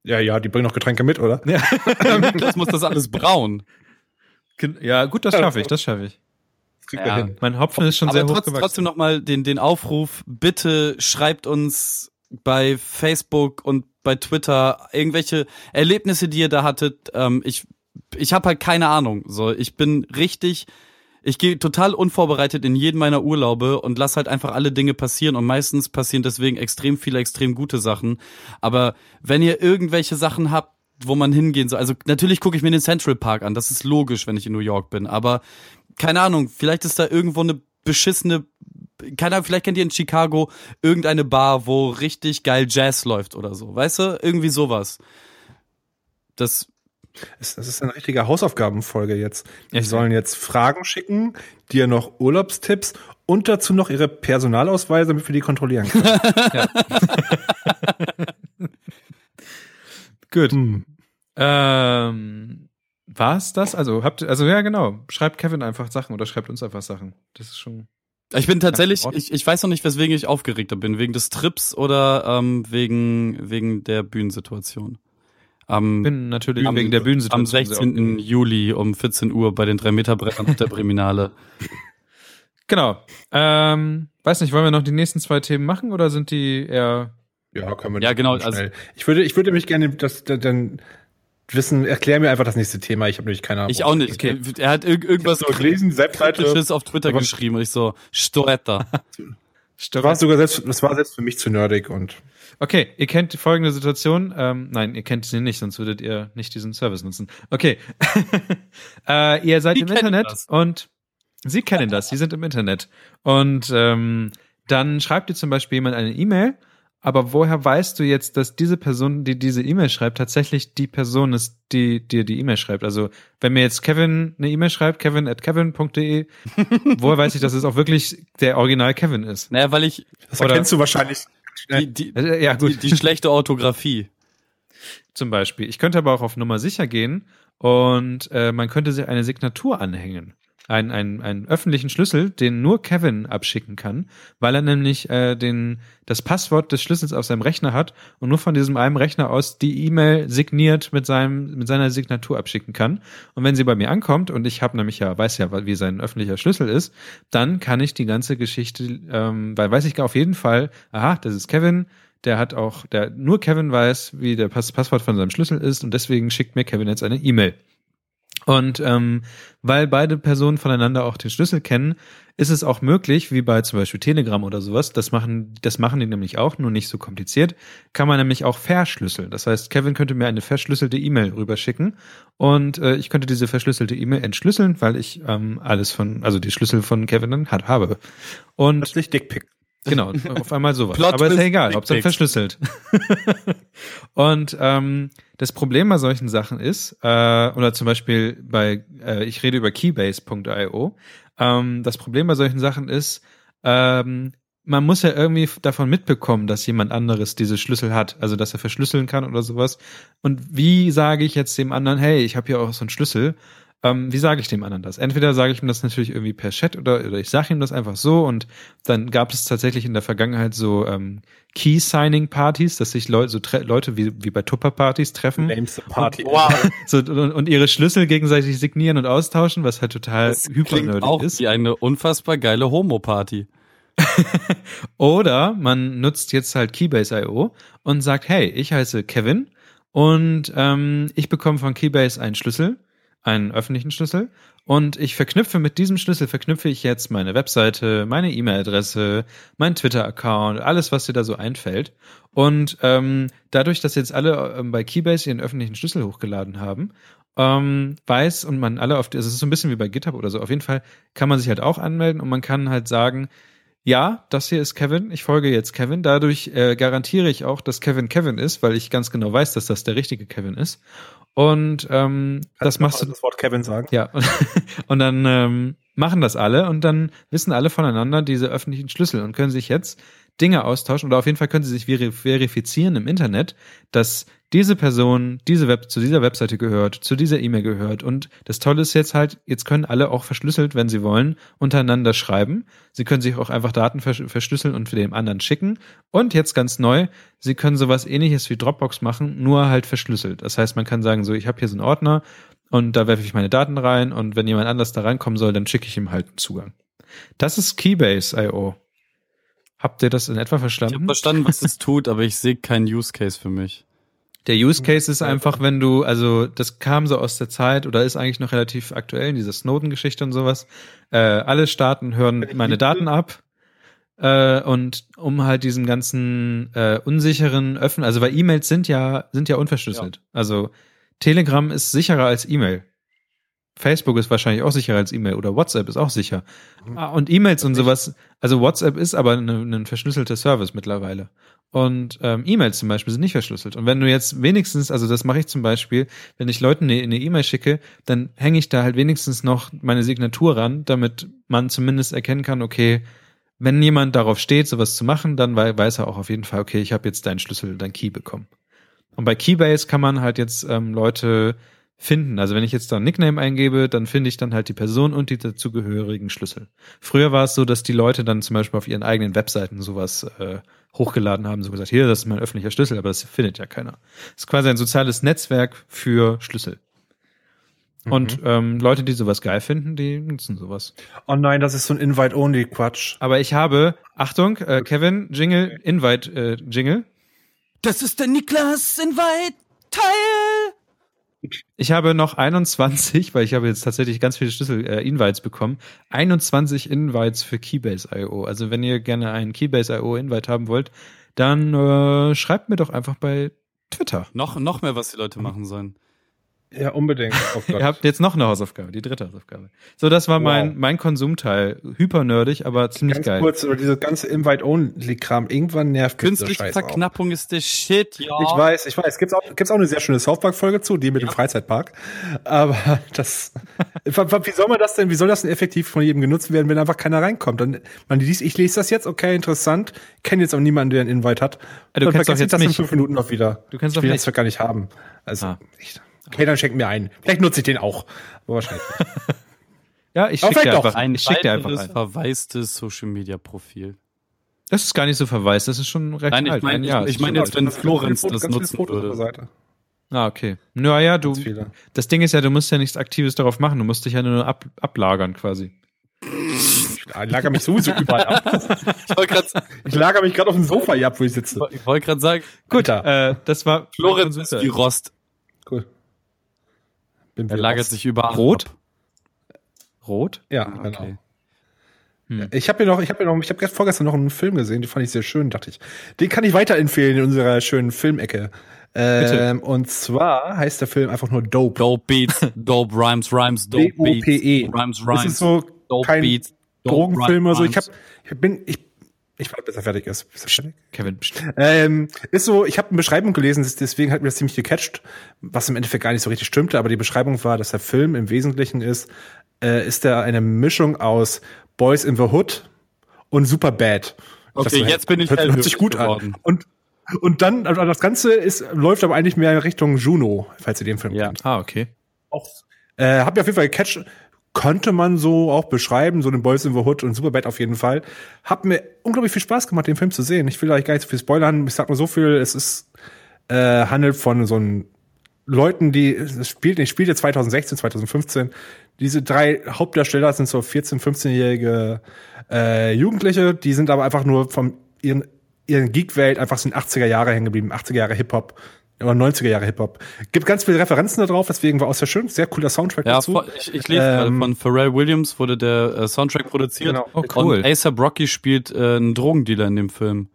D: Ja, ja, die bringen noch Getränke mit, oder?
C: das muss das alles braun.
B: Gen- Ja, gut, das schaffe ich, das schaffe ich.
D: Das kriegt
C: Ja.
D: er hin.
B: Mein Hopfen ist schon
C: Aber
B: sehr hoch
C: trotzdem,
B: gewachsen.
C: trotzdem nochmal den, den Aufruf, bitte schreibt uns bei Facebook und bei Twitter irgendwelche Erlebnisse, die ihr da hattet. Ähm, ich ich habe halt keine Ahnung. So, ich bin richtig, ich gehe total unvorbereitet in jeden meiner Urlaube und lass halt einfach alle Dinge passieren und meistens passieren deswegen extrem viele extrem gute Sachen. Aber wenn ihr irgendwelche Sachen habt, wo man hingehen soll, also natürlich gucke ich mir den Central Park an, das ist logisch, wenn ich in New York bin, aber keine Ahnung, vielleicht ist da irgendwo eine beschissene, keine Ahnung, vielleicht kennt ihr in Chicago irgendeine Bar, wo richtig geil Jazz läuft oder so, weißt du? Irgendwie sowas. Das,
D: Es- Das ist eine richtige Hausaufgabenfolge jetzt. Die
B: Echt?
D: sollen jetzt Fragen schicken, dir noch Urlaubstipps und dazu noch ihre Personalausweise, damit wir die kontrollieren können.
B: Gut.
D: Hm.
B: Ähm, war es das? Also, habt also ja, genau. Schreibt Kevin einfach Sachen oder schreibt uns einfach Sachen. Das ist schon.
C: ich bin tatsächlich,
B: Ja, Ort.
C: ich, ich weiß noch nicht, weswegen ich aufgeregter bin, wegen des Trips oder ähm, wegen, wegen der Bühnensituation. Am,
B: Ich bin natürlich
C: Am-
B: wegen der
C: am
B: Bühnensituation. sehr
C: 16.
B: aufgeregt.
C: Juli um 14 Uhr bei den 3-Meter-Brettern auf der Priminale.
B: Genau. Ähm, weiß nicht, wollen wir noch die nächsten zwei Themen machen oder sind die eher.
D: Ja, können wir
C: Ja, genau,
D: schnell. ich würde, ich würde mich gerne das, dann- dann wissen, erklär mir einfach das nächste Thema. Ich habe nämlich keine Ahnung.
C: Ich auch nicht.
B: Okay.
C: Er hat irg irgendwas
D: So gelesen, die Webseite.
C: Kritisches auf Twitter
D: Aber-
C: geschrieben und ich so, Storetta.
D: Das war sogar selbst, das war selbst für mich zu nerdig und
B: Okay, ihr kennt folgende Situation. Ähm, nein, ihr kennt sie nicht, sonst würdet ihr nicht diesen Service nutzen. Okay. äh, ihr seid
C: Sie
B: im
C: kennen
B: Internet
C: das.
B: und sie kennen das, sie sind im Internet. Und ähm, dann schreibt ihr zum Beispiel jemand eine E-Mail Aber woher weißt du jetzt, dass diese Person, die diese E-Mail schreibt, tatsächlich die Person ist, die dir die E-Mail schreibt? Also, wenn mir jetzt Kevin eine E-Mail schreibt, kevin at kevin.de, woher weiß ich, dass es auch wirklich der Original Kevin ist?
C: Naja, weil ich
D: Das
B: Oder-
D: erkennst du wahrscheinlich.
C: die, die,
B: Äh, Ja,
C: die,
B: gut,
C: die schlechte Orthographie.
B: zum Beispiel. Ich könnte aber auch auf Nummer sicher gehen und äh, man könnte sich eine Signatur anhängen. Einen, einen, einen öffentlichen Schlüssel, den nur Kevin abschicken kann, weil er nämlich äh, den, das Passwort des Schlüssels auf seinem Rechner hat und nur von diesem einem Rechner aus die E-Mail signiert mit, seinem, mit seiner Signatur abschicken kann. Und wenn sie bei mir ankommt, und ich habe nämlich ja, weiß ja, wie sein öffentlicher Schlüssel ist, dann kann ich die ganze Geschichte, ähm, weil weiß ich auf jeden Fall, aha, das ist Kevin, der hat auch, der nur Kevin weiß, wie der Pass Passwort von seinem Schlüssel ist und deswegen schickt mir Kevin jetzt eine E-Mail. Und ähm, weil beide Personen voneinander auch den Schlüssel kennen, ist es auch möglich, wie bei zum Beispiel Telegram oder sowas, das machen, das machen die nämlich auch, nur nicht so kompliziert, kann man nämlich auch verschlüsseln. Das heißt, Kevin könnte mir eine verschlüsselte E-Mail rüberschicken und äh, ich könnte diese verschlüsselte E-Mail entschlüsseln, weil ich ähm, alles von, also die Schlüssel von Kevin dann hat, habe. Und
D: Plötzlich Dickpick.
B: Genau, auf einmal sowas.
C: Plot
B: Aber ist ja
C: twist,
B: egal,
C: Dick
B: Hauptsache
C: Pics.
B: verschlüsselt. und ähm, das Problem bei solchen Sachen ist, äh, oder zum Beispiel bei, äh, ich rede über keybase.io, ähm, das Problem bei solchen Sachen ist, ähm, man muss ja irgendwie f- davon mitbekommen, dass jemand anderes diese Schlüssel hat, also dass er verschlüsseln kann oder sowas. Und wie sage ich jetzt dem anderen, hey, ich habe hier auch so einen Schlüssel? Ähm, wie sage ich dem anderen das? Entweder sage ich ihm das natürlich irgendwie per Chat oder, oder ich sage ihm das einfach so und dann gab es tatsächlich in der Vergangenheit so ähm, Key-Signing-Partys, dass sich Leute, so tre Leute wie, wie bei Tupper-Partys treffen
D: Names Party.
B: so, und, und ihre Schlüssel gegenseitig signieren und austauschen, was halt total
C: Das klingt
B: hypernerdig
C: auch
B: ist.
C: wie eine unfassbar geile Homo-Party.
B: Oder man nutzt jetzt halt Keybase.io und sagt, hey, ich heiße Kevin und ähm, ich bekomme von Keybase einen Schlüssel, einen öffentlichen Schlüssel und ich verknüpfe mit diesem Schlüssel, verknüpfe ich jetzt meine Webseite, meine E-Mail-Adresse, meinen Twitter-Account, alles, was dir da so einfällt. Und ähm, dadurch, dass jetzt alle ähm, bei Keybase ihren öffentlichen Schlüssel hochgeladen haben, ähm, weiß und man alle auf, also es ist so ein bisschen wie bei GitHub oder so, auf jeden Fall kann man sich halt auch anmelden und man kann halt sagen, ja, das hier ist Kevin, ich folge jetzt Kevin. Dadurch äh, garantiere ich auch, dass Kevin Kevin ist, weil ich ganz genau weiß, dass das der richtige Kevin ist. Und ähm, das machst du
D: das Wort Kevin sagen.
B: ja, und, und dann ähm, machen das alle und dann wissen alle voneinander diese öffentlichen Schlüssel und können sich jetzt Dinge austauschen oder auf jeden Fall können sie sich veri- verifizieren im Internet, dass diese Person diese Web zu dieser Webseite gehört, zu dieser E-Mail gehört und das Tolle ist jetzt halt, jetzt können alle auch verschlüsselt, wenn sie wollen, untereinander schreiben. Sie können sich auch einfach Daten versch verschlüsseln und für den anderen schicken und jetzt ganz neu, sie können sowas ähnliches wie Dropbox machen, nur halt verschlüsselt. Das heißt, man kann sagen so, ich habe hier so einen Ordner, und da werfe ich meine Daten rein und wenn jemand anders da reinkommen soll, dann schicke ich ihm halt einen Zugang. Das ist Keybase.io. Habt ihr das in etwa
C: Ich habe
D: Mhm.
B: verstanden?
C: verstanden, was es tut, aber ich sehe keinen Use Case für mich.
B: Der Use Case ist einfach, wenn du, also das kam so aus der Zeit oder ist eigentlich noch relativ aktuell, diese Snowden-Geschichte und sowas. Äh, alle Staaten hören meine Daten ab. Äh, und um halt diesen ganzen äh, unsicheren Öffnen, also weil E-Mails sind ja, sind ja unverschlüsselt. Also Telegram ist sicherer als E-Mail. Facebook ist wahrscheinlich auch sicherer als E-Mail oder WhatsApp ist auch sicher. Ah, und E-Mails und sowas, also WhatsApp ist aber ne- ein verschlüsselter Service mittlerweile. Und ähm, E-Mails zum Beispiel sind nicht verschlüsselt. Und wenn du jetzt wenigstens, also das mache ich zum Beispiel, wenn ich Leuten eine eine E-Mail schicke, dann hänge ich da halt wenigstens noch meine Signatur ran, damit man zumindest erkennen kann, okay, wenn jemand darauf steht, sowas zu machen, dann wei- weiß er auch auf jeden Fall, okay, ich habe jetzt deinen Schlüssel, deinen Key bekommen. Und bei Keybase kann man halt jetzt ähm, Leute finden. Also wenn ich jetzt da einen Nickname eingebe, dann finde ich dann halt die Person und die dazugehörigen Schlüssel. Früher war es so, dass die Leute dann zum Beispiel auf ihren eigenen Webseiten sowas äh, hochgeladen haben, so gesagt, hier, das ist mein öffentlicher Schlüssel, aber das findet ja keiner. Das ist quasi ein soziales Netzwerk für Schlüssel. Und ähm, Leute, die sowas geil finden, die nutzen sowas.
D: Oh nein, das ist so ein Invite-Only-Quatsch.
B: Aber ich habe, Achtung, äh, Kevin, Jingle, Invite, äh, Jingle.
C: Das ist der Niklas in Weit Teil.
B: Ich habe noch 21, weil ich habe jetzt tatsächlich ganz viele Schlüssel äh, Invites bekommen. 21 Invites für Keybase.io. Also wenn ihr gerne einen Keybase.io Invite haben wollt, dann äh, schreibt mir doch einfach bei Twitter.
D: Mhm.
C: Noch, noch mehr, was die Leute machen sollen.
D: Ja, unbedingt. Oh Gott.
B: Ihr habt jetzt noch eine Hausaufgabe, die dritte Hausaufgabe. So, das war mein,
D: Wow.
B: mein Konsumteil. Hypernerdig, aber ziemlich
D: Ganz
B: geil.
D: kurz, aber dieses ganze Invite-Only-Kram, irgendwann nervt mich dieser
C: Künstliche
D: Scheiß auch.
C: Verknappung ist der Shit, ja.
D: Ich weiß, ich weiß. Gibt's auch, gibt's auch eine sehr schöne South Park-Folge zu, die mit dem Freizeitpark. Aber das, wie soll man das denn, wie soll das denn effektiv von jedem genutzt werden, wenn einfach keiner reinkommt? Dann, man liest, ich lese das jetzt, okay, interessant, kenne jetzt auch niemanden, der einen Invite hat.
B: Ah, du
D: Dann
B: kennst doch
D: vergesse ich
B: jetzt
D: das in
B: mich.
D: fünf Minuten noch wieder.
B: Du kennst
D: ich
B: doch
D: will
B: mich.
D: das doch gar nicht haben. Also,
B: Ah.
D: echt. Okay, dann schenk mir einen. Vielleicht nutze ich den auch. Aber wahrscheinlich. nicht.
B: Ja, ich schicke dir
D: Aber vielleicht doch.
B: einfach ein. Ich schick dir einfach
C: weiteres
B: ein.
C: verwaistes Social Media Profil.
B: Das ist gar nicht so verwaist, das ist schon recht
C: Nein, ich
B: alt.
C: meine-
B: ein
C: ich-
B: Jahr ist
C: ich meine
B: schon
C: jetzt,
B: alt.
C: wenn Florenz
D: viele Fotos-
C: das
D: ganz viele
C: nutzen
D: Fotos auf
C: würde.
D: der Seite.
B: Ah, okay. Naja, du.
D: Ganz viele.
B: Das Ding ist ja, du musst ja nichts Aktives darauf machen. Du musst dich ja nur ab, ablagern quasi.
D: Ich lager mich sowieso überall ab.
C: Ich wollte gerade
D: Ich lager mich gerade auf dem Sofa hier ab, wo ich sitze.
C: wollt grad sagen,
D: Gut, da.
B: Äh, das war.
C: Florenz ist wie Rost.
D: Cool. Bin
C: Er
D: wir
C: lagert
D: raus.
C: sich überall.
B: Rot?
C: ab.
B: Rot?
D: Ja,
C: Ah,
D: genau.
C: okay.
B: Hm.
D: Ich habe hier noch, ich habe hier noch, ich habe vorgestern noch einen Film gesehen, den fand ich sehr schön, dachte ich. Den kann ich weiterempfehlen in unserer schönen Filmecke. Ähm, und zwar heißt der Film einfach nur Dope.
C: Dope Beats, Dope Rhymes, Rhymes, Dope
D: D-O-P-E.
C: Beats, Rhymes,
D: E. Das
C: Rhymes.
D: ist so
C: Dope
D: kein
C: Beats, Dope
D: Drogenfilm oder so. Ich, hab,
C: Rhymes.
D: ich bin, ich, ich warte, bis er fertig ist. Bis er fertig?
B: Kevin. pst.
D: Ähm, ist so, ich habe eine Beschreibung gelesen, das- deswegen hat mir das ziemlich gecatcht, was im Endeffekt gar nicht so richtig stimmte, aber die Beschreibung war, dass der Film im Wesentlichen ist, äh, ist er eine Mischung aus Boys in the Hood und Superbad. Ich
C: Okay,
D: dachte so, hä,
C: jetzt bin ich
D: hört, hört
C: hellhörig
D: sich gut
C: geworden.
D: an. Und und dann also das Ganze ist läuft aber eigentlich mehr in Richtung Juno, falls ihr den Film
C: Ja.
D: kennt.
B: Ah, okay.
D: Auch äh, hab ich auf jeden Fall gecatcht. Könnte man so auch beschreiben, so den Boys in the Hood und Superbad auf jeden Fall. Hat mir unglaublich viel Spaß gemacht, den Film zu sehen. Ich will eigentlich gar nicht so viel spoilern. Ich sag nur so viel, es ist, äh, handelt von so einem Leuten, die, es spielt, ich spielte 2016, 2015. Diese drei Hauptdarsteller sind so 14-, 15-jährige äh, Jugendliche, die sind aber einfach nur von ihren, ihren Geek-Welt einfach so in 80er Jahre hängen geblieben, 80er Jahre Hip-Hop oder 90er Jahre Hip-Hop. Gibt ganz viele Referenzen da drauf, deswegen war auch sehr schön, sehr cooler Soundtrack
C: Ja,
D: dazu.
C: voll, ich, ich lese gerade
D: Ähm,
C: von Pharrell Williams wurde der äh, Soundtrack produziert.
D: Genau.
B: Oh, cool.
C: Und ASAP Rocky spielt äh, einen Drogendealer in dem Film.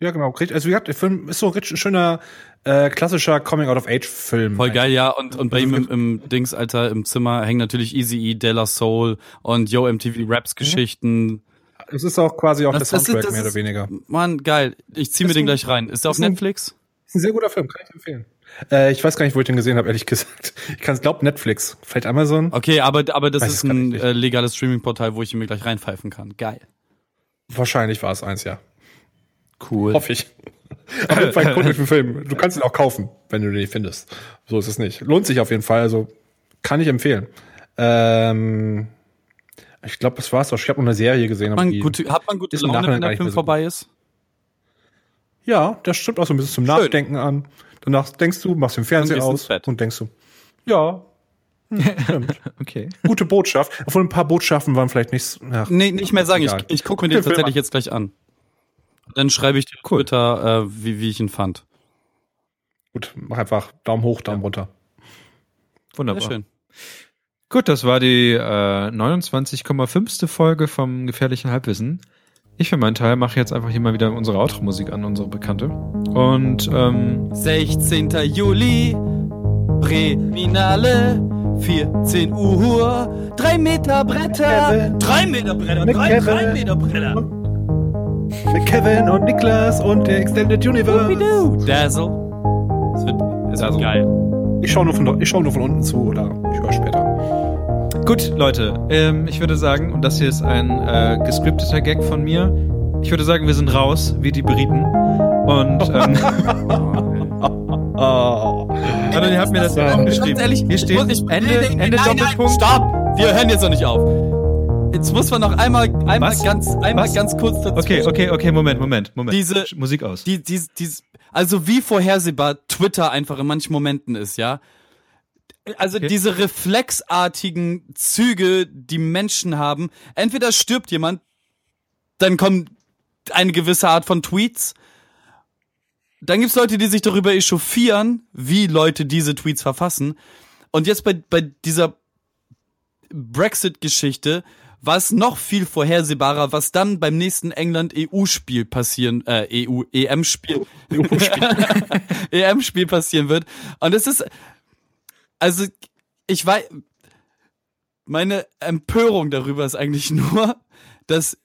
D: Ja, genau. Richtig- Also wie gesagt, der Film ist so ein richtig schöner, äh, klassischer Coming-out-of-Age-Film.
C: Voll geil, ja. Und, und bei ihm im, im Dings, Alter, im Zimmer hängen natürlich Easy E, De La Soul und Yo MTV Raps Geschichten.
D: Es ist auch quasi auch
C: Das-
D: der
C: das ist-
D: Soundtrack,
C: das
D: mehr
C: ist-
D: oder weniger.
C: Mann, geil. Ich zieh mir
D: Ist
C: den
D: ein-
C: gleich rein. Ist der auf
D: ist ein-
C: Netflix?
D: Ist ein sehr guter Film, kann ich empfehlen. Äh, ich weiß gar nicht, wo ich den gesehen habe, ehrlich gesagt. Ich kann es glauben, Netflix. Vielleicht Amazon.
C: Okay, aber, aber das
D: Weiß
C: ist
D: es gar
C: ein
D: nicht.
C: äh, legales Streaming-Portal, wo ich ihn mir gleich reinpfeifen kann. Geil.
D: Wahrscheinlich war es eins, ja.
C: Cool.
D: Hoffe ich. Auf jeden Fall guck ich den Film. Du kannst ihn auch kaufen, wenn du den nicht findest. So ist es nicht. Lohnt sich auf jeden Fall, also kann ich empfehlen. Ähm, ich glaube, das war's auch. Ich habe noch eine Serie gesehen. aber
C: Hat man
D: die-
C: gute, hat man gute
D: Ist im
C: Laune,
D: Nachhinein
C: wenn
D: gar
C: der
D: nicht
C: Film
D: mehr so
C: vorbei ist?
D: Ja, das stimmt auch so ein bisschen zum Nachdenken an. Danach denkst du, machst den Fernseher
C: gehst ins
D: aus
C: Bett.
D: und denkst du, ja,
B: Okay.
D: gute Botschaft. Obwohl ein paar Botschaften waren vielleicht nicht. Ach,
C: Nee, nicht mehr sagen. Ich,
D: Egal.
C: ich gucke mir den
D: Den Film
C: tatsächlich
D: an.
C: jetzt gleich an. Und dann schreibe ich dir auf Twitter, äh, wie, wie ich ihn fand.
D: Gut, mach einfach Daumen hoch, Daumen runter.
B: Wunderbar.
C: Sehr schön.
B: Gut, das war die äh, 29,5. Folge vom Gefährlichen Halbwissen. Ich für meinen Teil mache jetzt einfach hier mal wieder unsere Outro-Musik an, unsere bekannte. Und ähm,
C: 16. Juli, Präminale, 14 Uhr, 3 Meter Bretter, 3 Meter Bretter,
D: Mit
C: 3,
D: Kevin.
C: 3 Meter Bretter.
D: Mit Kevin und Niklas und der Extended Universe.
C: Dazzle. Es wird, es wird geil.
D: Ich schaue nur, von- ich schau nur von unten zu oder ich höre später.
B: gut, Leute, ähm, ich würde sagen, und das hier ist ein äh, gescripteter Gag von mir, ich würde sagen, wir sind raus, wie die Briten. Und ähm,
D: Oh.
B: also, ihr habt mir das hier
D: Ganz
B: aufgeschrieben.
C: ehrlich,
B: hier
C: ich
B: steht
C: muss- ich-
B: Ende,
C: nein, nein,
B: Ende
C: nein, nein,
B: Doppelpunkt.
C: Stopp! Wir hören jetzt noch nicht auf. Jetzt muss man noch einmal, einmal
B: Was?
C: ganz, einmal
B: Was?
C: ganz kurz dazu.
B: Okay, okay, okay, Moment, Moment, Moment.
C: Diese-
B: Sch- Musik aus.
C: die, die, die, also wie vorhersehbar Twitter einfach in manchen Momenten ist, ja. Also
B: Okay.
C: diese reflexartigen Züge, die Menschen haben. Entweder stirbt jemand, dann kommt eine gewisse Art von Tweets. Dann gibt's Leute, die sich darüber echauffieren, wie Leute diese Tweets verfassen. Und jetzt bei, bei dieser Brexit-Geschichte war es noch viel vorhersehbarer, was dann beim nächsten England-EU-Spiel passieren, äh, E EU-EM-Spiel, EM-Spiel passieren wird. Und es ist, also ich weiß, meine Empörung darüber ist eigentlich nur, dass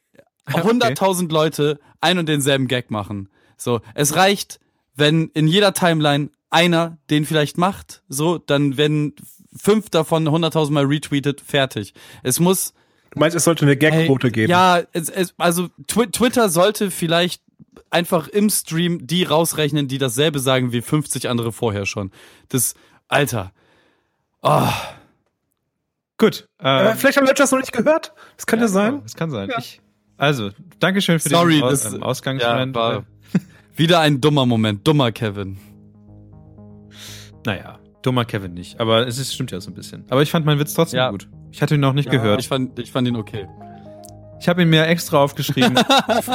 C: 100.000 Leute ein und denselben Gag machen. So, es reicht, wenn in jeder Timeline einer den vielleicht macht, so, dann werden fünf davon 100.000 Mal retweetet, fertig. Es muss,
D: Du meinst, es sollte eine Gagquote
C: Ey,
D: geben?
C: Ja, es, es, also Twi Twitter sollte vielleicht einfach im Stream die rausrechnen, die dasselbe sagen wie 50 andere vorher schon. Das, Alter. Oh,
B: Gut.
D: Aber
B: Ähm,
D: Äh, vielleicht haben Leute das noch nicht gehört. Das könnte sein.
B: das kann sein.
D: Ja.
B: Ich, also, Dankeschön für
C: Sorry,
B: den Aus
C: das-
B: ähm, Ausgangsmoment.
C: ja, war- wieder ein dummer Moment. Dummer Kevin.
B: naja, dummer Kevin nicht. Aber es ist, stimmt ja so ein bisschen. Aber ich fand meinen Witz trotzdem
C: Ja.
B: gut. Ich hatte ihn noch nicht gehört.
C: Ich fand, ich fand ihn okay.
B: Ich habe ihn mir extra aufgeschrieben.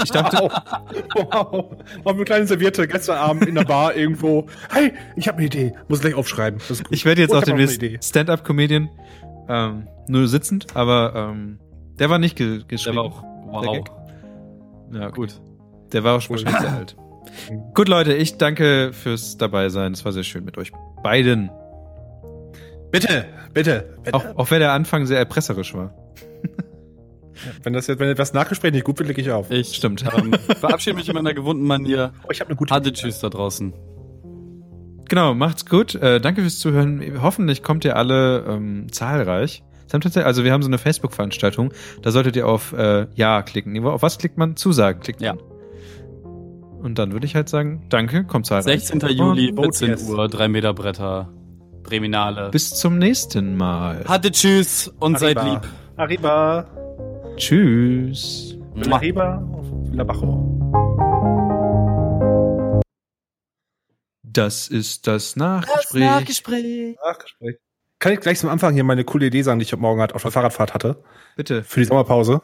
B: ich dachte,
D: Wow. wow. Auf eine kleine Serviette gestern Abend in der Bar irgendwo. Hey, ich habe eine Idee. Muss gleich aufschreiben. Das ist gut.
B: ich werde jetzt
D: Oh,
B: auch
D: ich hab noch
B: demnächst
D: eine Idee.
B: Stand-up-Comedian. Ähm, nur sitzend, aber ähm, der war nicht ge
C: Der
B: geschrieben.
C: war auch wow.
B: Gag? ja, okay.
C: Gut.
B: Der war auch schon
D: Gut.
B: sehr alt. Gut, Leute, ich danke fürs dabei sein. Es war sehr schön mit euch beiden.
D: Bitte, bitte. bitte.
B: Auch, auch wenn der Anfang sehr erpresserisch war.
D: Wenn das jetzt, wenn das Nachgespräch nicht gut wird, lege ich auf.
C: Ich
B: Stimmt.
C: ähm, verabschiede mich in meiner gewohnten Manier.
D: Oh, ich habe eine gute
C: Hatte Tschüss da draußen.
B: Genau, macht's gut. Äh, danke fürs Zuhören. Hoffentlich kommt ihr alle ähm, zahlreich. Es haben tatsächlich- Also wir haben so eine Facebook-Veranstaltung. Da solltet ihr auf äh, Ja klicken. Nee, Auf was klickt man? Zusagen klickt
C: Ja.
B: man. Und dann würde ich halt sagen, danke, kommt zahlreich.
C: 16. Juli,
D: vote
C: 14
D: yes.
C: Uhr, 3 Meter Bretter, Breminale.
B: Bis zum nächsten Mal.
C: Hatte Tschüss und seid
D: Arriba.
C: lieb.
D: Arriba.
B: Tschüss.
C: Mua.
D: Arriba. Labajo.
B: Das ist das
A: Das
B: Nachgespräch.
A: Nachgespräch.
D: Nachgespräch. Kann ich gleich zum Anfang hier meine coole Idee sagen, die ich heute Morgen hat- auf der Fahrradfahrt hatte?
B: Bitte.
D: Für die Sommerpause.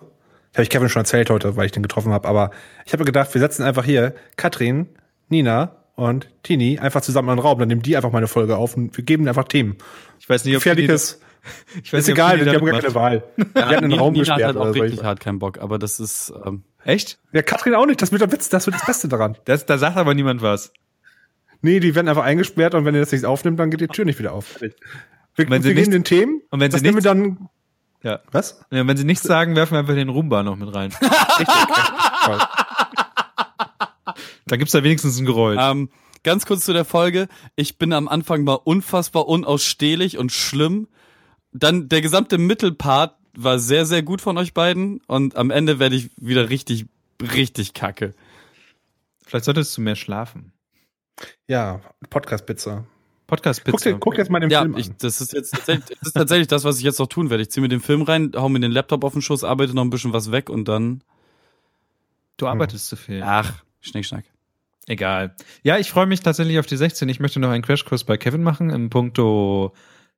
D: Das habe ich Kevin schon erzählt heute, weil ich den getroffen habe. Aber ich habe gedacht, wir setzen einfach hier Katrin, Nina und Tini einfach zusammen in einen Raum. Dann nehmen die einfach meine Folge auf und wir geben einfach Themen.
B: Ich weiß nicht, ob
D: Gefährliches.
B: die- ich weiß
D: Ist
B: nicht, ob
D: egal,
B: die
D: wir
B: da
D: haben gar keine
B: mitmacht.
D: Wahl. Wir haben den
C: Nina-
D: Raum
C: Nina
D: gesperrt.
C: hat halt
D: oder
C: auch
D: so.
C: wirklich hart keinen Bock, aber das ist. Ähm,
B: Echt?
D: Ja, Katrin auch nicht. Das wird der Witz. Das wird das Beste daran.
B: Das, da sagt aber niemand was.
D: Nee, die werden einfach eingesperrt und wenn ihr das nicht aufnimmt, dann geht die Tür nicht wieder auf. Wir, wir
B: wenn sie
D: geben
B: nicht-
D: den Themen.
B: und wenn sie
D: das nehmen wir
B: nicht-
D: dann.
B: Ja.
D: Was?
B: Ja, Wenn sie nichts sagen, werfen wir einfach den Rumba noch mit rein.
D: Toll.
B: Da gibt's da wenigstens ein
D: Ah.
B: Geräusch.
C: ähm, ganz kurz zu der Folge. Ich bin am Anfang war unfassbar unausstehlich und schlimm. Dann der gesamte Mittelpart war sehr, sehr gut von euch beiden. Und am Ende werde ich wieder richtig, richtig kacke.
B: Vielleicht solltest du mehr schlafen.
D: Ja, Podcast-Pizza. Guck, dir-
B: Podcast-Pizza.
D: guck jetzt mal den
C: Ja,
D: Film
C: ich,
D: an.
C: das ist jetzt tatsächlich, das ist tatsächlich das, was ich jetzt noch tun werde. Ich ziehe mir den Film rein, hau mir den Laptop auf den Schoß, arbeite noch ein bisschen was weg und dann.
B: Du arbeitest zu viel.
C: Ach, Schnick, Schnack.
B: Egal. Ja, ich freue mich tatsächlich auf die 16. Ich möchte noch einen Crashkurs bei Kevin machen im Punkto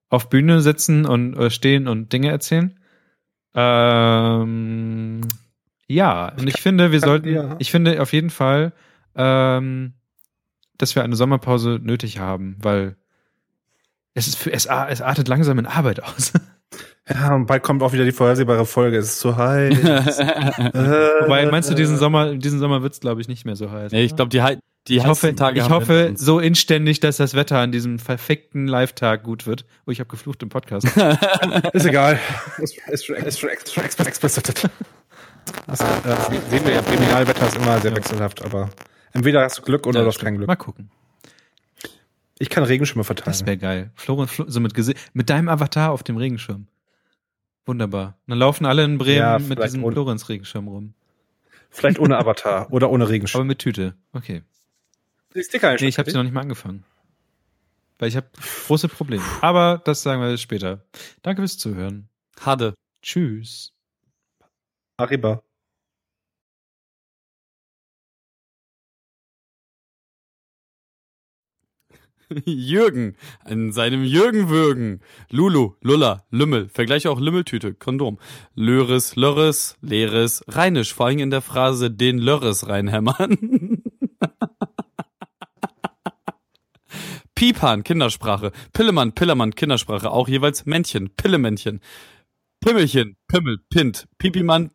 B: auf Bühne sitzen und äh, stehen und Dinge erzählen. Ähm, ja, und ich finde, wir
D: kann-
B: sollten,
D: ja.
B: ich finde auf jeden Fall, ähm, dass wir eine Sommerpause nötig haben, weil es, ist, für- es, a- es artet langsam in Arbeit aus.
D: Ja, und bald kommt auch wieder die vorhersehbare Folge. Es ist zu heiß. Äh,
B: Wobei, meinst du, diesen
D: Sommer?
B: Sommer, diesen Sommer wird's glaube ich, nicht mehr so heiß.
C: Nee, ich
B: oder?
C: glaube, die, hei- die
B: Ich hoffe,
C: heißen Tage
B: ich
C: haben wir
B: hoffe
C: hinter uns.
B: so inständig, dass das Wetter an diesem perfekten Live-Tag gut wird. Oh, ich habe geflucht im Podcast.
D: Ist egal. Ist, ist schon, ist schon extra, extra, extra, extra. Also, äh, sehen wir ja, Kriminalwetter ist immer sehr wechselhaft, aber entweder hast du Glück oder
B: Ja,
D: du hast
B: stimmt.
D: kein Glück.
B: Mal gucken.
D: Ich kann Regenschirme verteilen.
B: Das wäre geil. Florian, Flo, so mit, Gesi- mit deinem Avatar auf dem Regenschirm. Wunderbar. Dann laufen alle in Bremen
D: Ja,
B: mit
D: vielleicht
B: diesem
D: ohne-
B: Florenz-Regenschirm rum.
D: Vielleicht ohne Avatar oder ohne
B: Aber
D: Regenschirm.
B: mit Tüte. Okay.
D: Die Sticker
B: Nee, ich habe sie noch nicht mal angefangen. Weil ich habe große Probleme. Aber das sagen wir später. Danke fürs Zuhören.
C: Hade.
B: Tschüss.
D: Arriba.
C: Jürgen, in seinem Jürgenwürgen. Lulu, Lulla, Lümmel, vergleiche auch Lümmeltüte, Kondom. Löres, Lörres, Leeres, Rheinisch, vor allem in der Phrase den Lörres reinhämmern. Pipan, Kindersprache. Pillemann, Pillermann, Kindersprache. Auch jeweils Männchen, Pillemännchen. Pimmelchen, Pimmel, Pint. Pipimann,